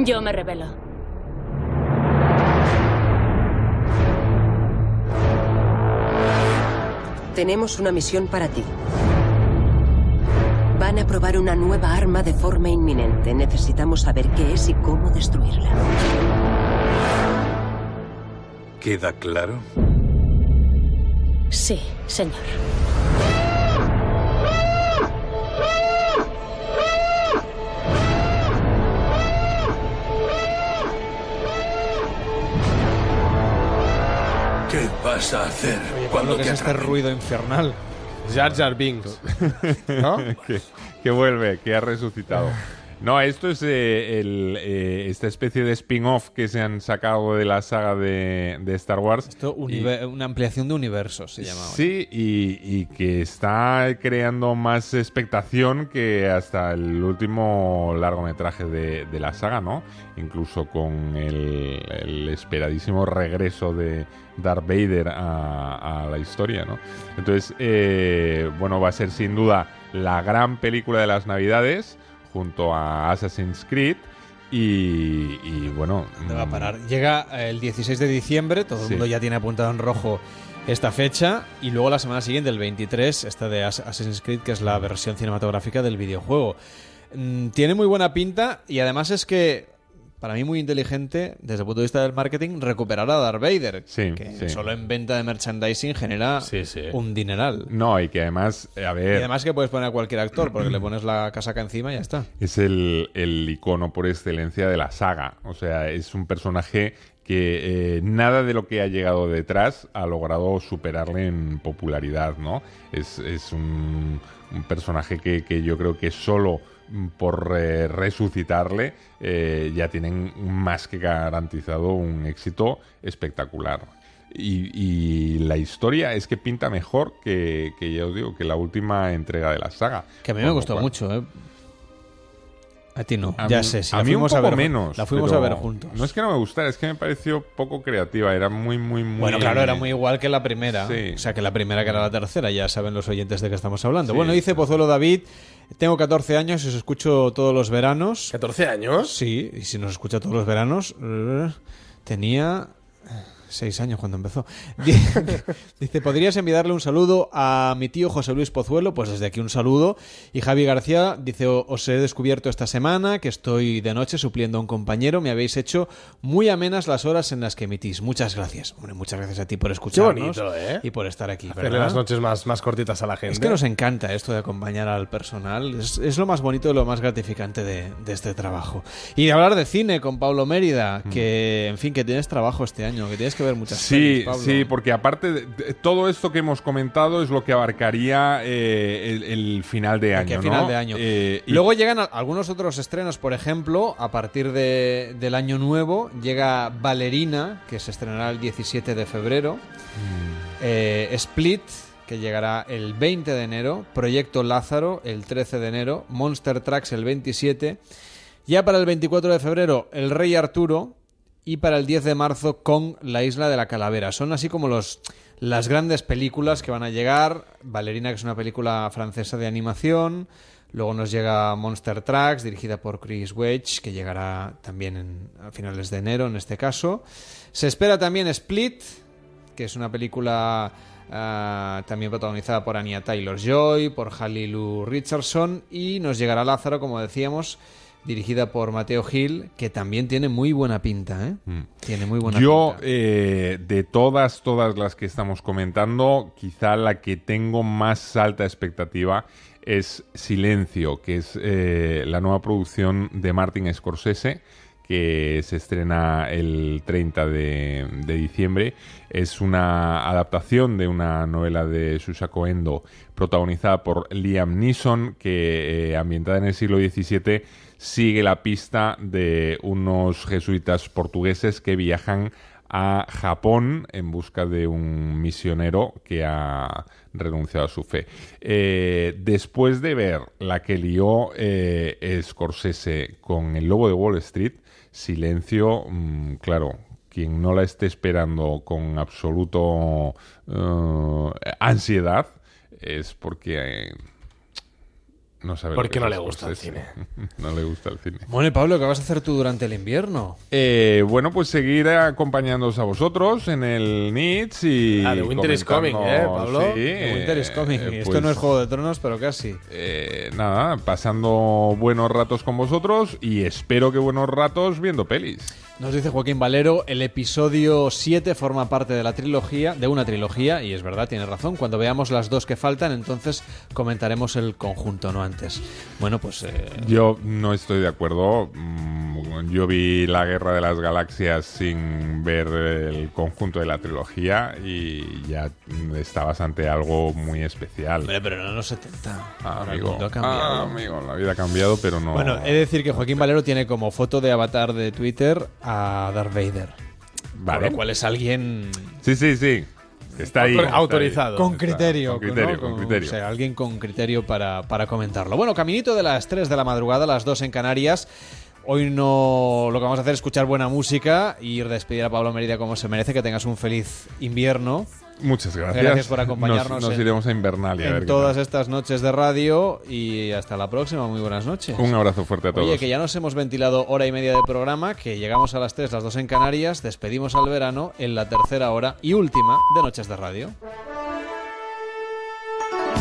Speaker 8: Yo me rebelo.
Speaker 24: Tenemos una misión para ti. Van a probar una nueva arma de forma inminente. Necesitamos saber qué es y cómo destruirla.
Speaker 12: ¿Queda claro?
Speaker 8: Sí, señor.
Speaker 12: ¿Qué vas a hacer
Speaker 1: cuando te este ruido infernal?
Speaker 10: Jar Jar Binks. ¿No?
Speaker 2: que, que vuelve, que ha resucitado. No, esto es eh, el, eh, esta especie de spin-off que se han sacado de la saga de, de Star Wars.
Speaker 1: Esto univer- una ampliación de universos se llama. ahora.
Speaker 2: Sí, y, y que está creando más expectación que hasta el último largometraje de, de la saga, ¿no? Incluso con el, el esperadísimo regreso de Darth Vader a, a la historia, ¿no? Entonces, eh, bueno, va a ser sin duda la gran película de las navidades junto a Assassin's Creed Y, y bueno. mm,
Speaker 1: ¿Dónde va a parar? Llega eh, el 16 de diciembre, todo el
Speaker 2: Sí.
Speaker 1: mundo ya tiene apuntado en rojo esta fecha, y luego la semana siguiente, el 23, esta de As- Assassin's Creed, que es la versión cinematográfica del videojuego. Mm, tiene muy buena pinta y además es que, para mí muy inteligente, desde el punto de vista del marketing, recuperar a Darth Vader, que
Speaker 2: sí.
Speaker 1: solo en venta de merchandising genera un dineral.
Speaker 2: No, y que además, eh, a
Speaker 1: Y
Speaker 2: ver,
Speaker 1: además que puedes poner a cualquier actor, porque le pones la casaca encima y ya está.
Speaker 2: es el, el icono por excelencia de la saga. O sea, es un personaje que eh, nada de lo que ha llegado detrás ha logrado superarle en popularidad, ¿no? Es, es un, un personaje que, que yo creo que solo mm, por eh, resucitarle eh, ya tienen más que garantizado un éxito espectacular. Y, y la historia es que pinta mejor que, que ya os digo, que la última entrega de la saga.
Speaker 1: Que a mí me
Speaker 2: Con lo
Speaker 1: gustó
Speaker 2: cual-
Speaker 1: mucho, ¿eh? A ti no,
Speaker 2: a
Speaker 1: ya
Speaker 2: mí-
Speaker 1: sé. Si
Speaker 2: a
Speaker 1: la
Speaker 2: mí un
Speaker 1: fuimos
Speaker 2: poco
Speaker 1: a ver,
Speaker 2: menos.
Speaker 1: La fuimos
Speaker 2: pero
Speaker 1: a ver juntos.
Speaker 2: No es que no me gustara, es que me pareció poco creativa. Era muy, muy, muy.
Speaker 1: Bueno, claro, era muy igual que la primera.
Speaker 2: Sí.
Speaker 1: O sea, que la primera que era la tercera, ya saben los oyentes de qué estamos hablando.
Speaker 2: Sí.
Speaker 1: Bueno, dice Pozuelo David, tengo 14 años y os escucho todos los veranos.
Speaker 10: ¿14 años?
Speaker 1: Sí, y si nos escucha todos los veranos, eh, tenía 6 años cuando empezó. Di- Dice, ¿podrías enviarle un saludo a mi tío José Luis Pozuelo? Pues desde aquí un saludo. Y Javi García dice, "O- os he descubierto esta semana que estoy de noche supliendo a un compañero. Me habéis hecho muy amenas las horas en las que emitís. Muchas gracias. Hombre, muchas gracias a ti por escucharnos.
Speaker 10: bonito, ¿eh?
Speaker 1: Y por estar aquí,
Speaker 10: Hacerle
Speaker 1: ¿verdad?
Speaker 10: las noches más, más cortitas a la gente.
Speaker 1: Es que nos encanta esto de acompañar al personal. Es, es lo más bonito y lo más gratificante de, de este trabajo. Y de hablar de cine con Pablo Mérida, que, en fin, que tienes trabajo este año, que tienes que ver muchas
Speaker 2: Mm. Sí,
Speaker 1: pelis, Pablo.
Speaker 2: sí, porque aparte de, de- todo esto que hemos comentado es lo que abarcaría eh, el, el final de año.
Speaker 1: Aquí a
Speaker 2: ¿no?
Speaker 1: final de año.
Speaker 2: Eh, y-
Speaker 1: Luego llegan a- algunos otros estrenos, por ejemplo, a partir de- del año nuevo llega Valerina, que se estrenará el 17 de febrero,
Speaker 2: Mm.
Speaker 1: Eh, Split, que llegará el 20 de enero, Proyecto Lázaro el 13 de enero, Monster Tracks el 27, ya para el 24 de febrero El Rey Arturo y para el 10 de marzo con La Isla de la Calavera. Son así como los las grandes películas que van a llegar. Valerina, que es una película francesa de animación. Luego nos llega Monster Tracks, dirigida por Chris Wedge, que llegará también en- a finales de enero en este caso. Se espera también Split, que es una película ah, también protagonizada por Anya Taylor Joy, por Halilu Richardson, y nos llegará Lázaro, como decíamos, dirigida por Mateo Gil, que también tiene muy buena pinta, ¿eh? Tiene muy buena
Speaker 2: Mm. Yo,
Speaker 1: pinta.
Speaker 2: eh, de todas, todas las que estamos comentando, quizá la que tengo más alta expectativa es Silencio, que es eh, la nueva producción de Martin Scorsese, que se estrena el 30 de, de diciembre. Es una adaptación de una novela de Susako Endo, protagonizada por Liam Neeson, que eh, ambientada en el siglo XVII sigue la pista de unos jesuitas portugueses que viajan a Japón en busca de un misionero que ha renunciado a su fe. Eh, después de ver la que lió eh, Scorsese con el lobo de Wall Street, silencio, mm, claro, quien no la esté esperando con absoluto eh, ansiedad es porque... eh, no sabe lo
Speaker 10: Porque
Speaker 2: que
Speaker 10: no
Speaker 2: es
Speaker 10: le gusta el
Speaker 2: Scorsese. no le gusta el cine.
Speaker 1: Bueno, y Pablo, ¿qué vas a hacer tú durante el invierno?
Speaker 2: Eh, bueno, pues seguir acompañándoos a vosotros en el NITS y.
Speaker 1: Ah, The Winter is
Speaker 2: comentarnos-
Speaker 1: coming, ¿eh, Pablo?
Speaker 2: Sí, eh, pues,
Speaker 1: The Winter is coming. Esto no es Juego de Tronos, pero casi.
Speaker 2: nada, pasando buenos ratos con vosotros y espero que buenos ratos viendo pelis.
Speaker 1: Nos dice Joaquín Valero, el episodio 7 forma parte de la trilogía, de una trilogía, y es verdad, tiene razón. Cuando veamos las dos que faltan, entonces comentaremos el conjunto, no antes. Bueno, pues eh,
Speaker 2: Yo no estoy de acuerdo. Mm, Yo vi La Guerra de las Galaxias sin ver el conjunto de la trilogía y ya mm, está bastante algo muy especial.
Speaker 1: Hombre, pero no en los 70.
Speaker 2: Ah,
Speaker 1: Ahora el
Speaker 2: amigo.
Speaker 1: mundo ha
Speaker 2: Ah,
Speaker 1: cambiado.
Speaker 2: amigo, la vida ha cambiado, pero no.
Speaker 1: Bueno, eh, he de decir que Joaquín Valero tiene como foto de avatar de Twitter a Darth Vader.
Speaker 2: Vale.
Speaker 1: Con lo cual es alguien
Speaker 2: Sí, sí, sí. Está ahí.
Speaker 1: Autor-
Speaker 2: está ahí.
Speaker 1: Con
Speaker 2: Está-
Speaker 1: criterio.
Speaker 2: Con criterio,
Speaker 1: ¿no?
Speaker 2: con
Speaker 1: Con-
Speaker 2: criterio.
Speaker 1: o sea, alguien con criterio para, para comentarlo. Bueno, caminito de las 3 de la madrugada, las 2 en Canarias. Hoy no lo que vamos a hacer es escuchar buena música y ir a despedir a Pablo Merida como se merece. Que tengas un feliz invierno.
Speaker 2: Muchas gracias.
Speaker 1: Gracias por acompañarnos
Speaker 2: Nos, nos
Speaker 1: en-
Speaker 2: iremos a Invernalia. a ver
Speaker 1: en
Speaker 2: qué
Speaker 1: todas estas noches de radio y hasta la próxima. Muy buenas noches.
Speaker 2: tal. Un abrazo fuerte a todos.
Speaker 1: Oye, que ya nos hemos ventilado hora y media de programa, que llegamos a las 3, las 2 en Canarias, despedimos al verano en la tercera hora y última de Noches de Radio.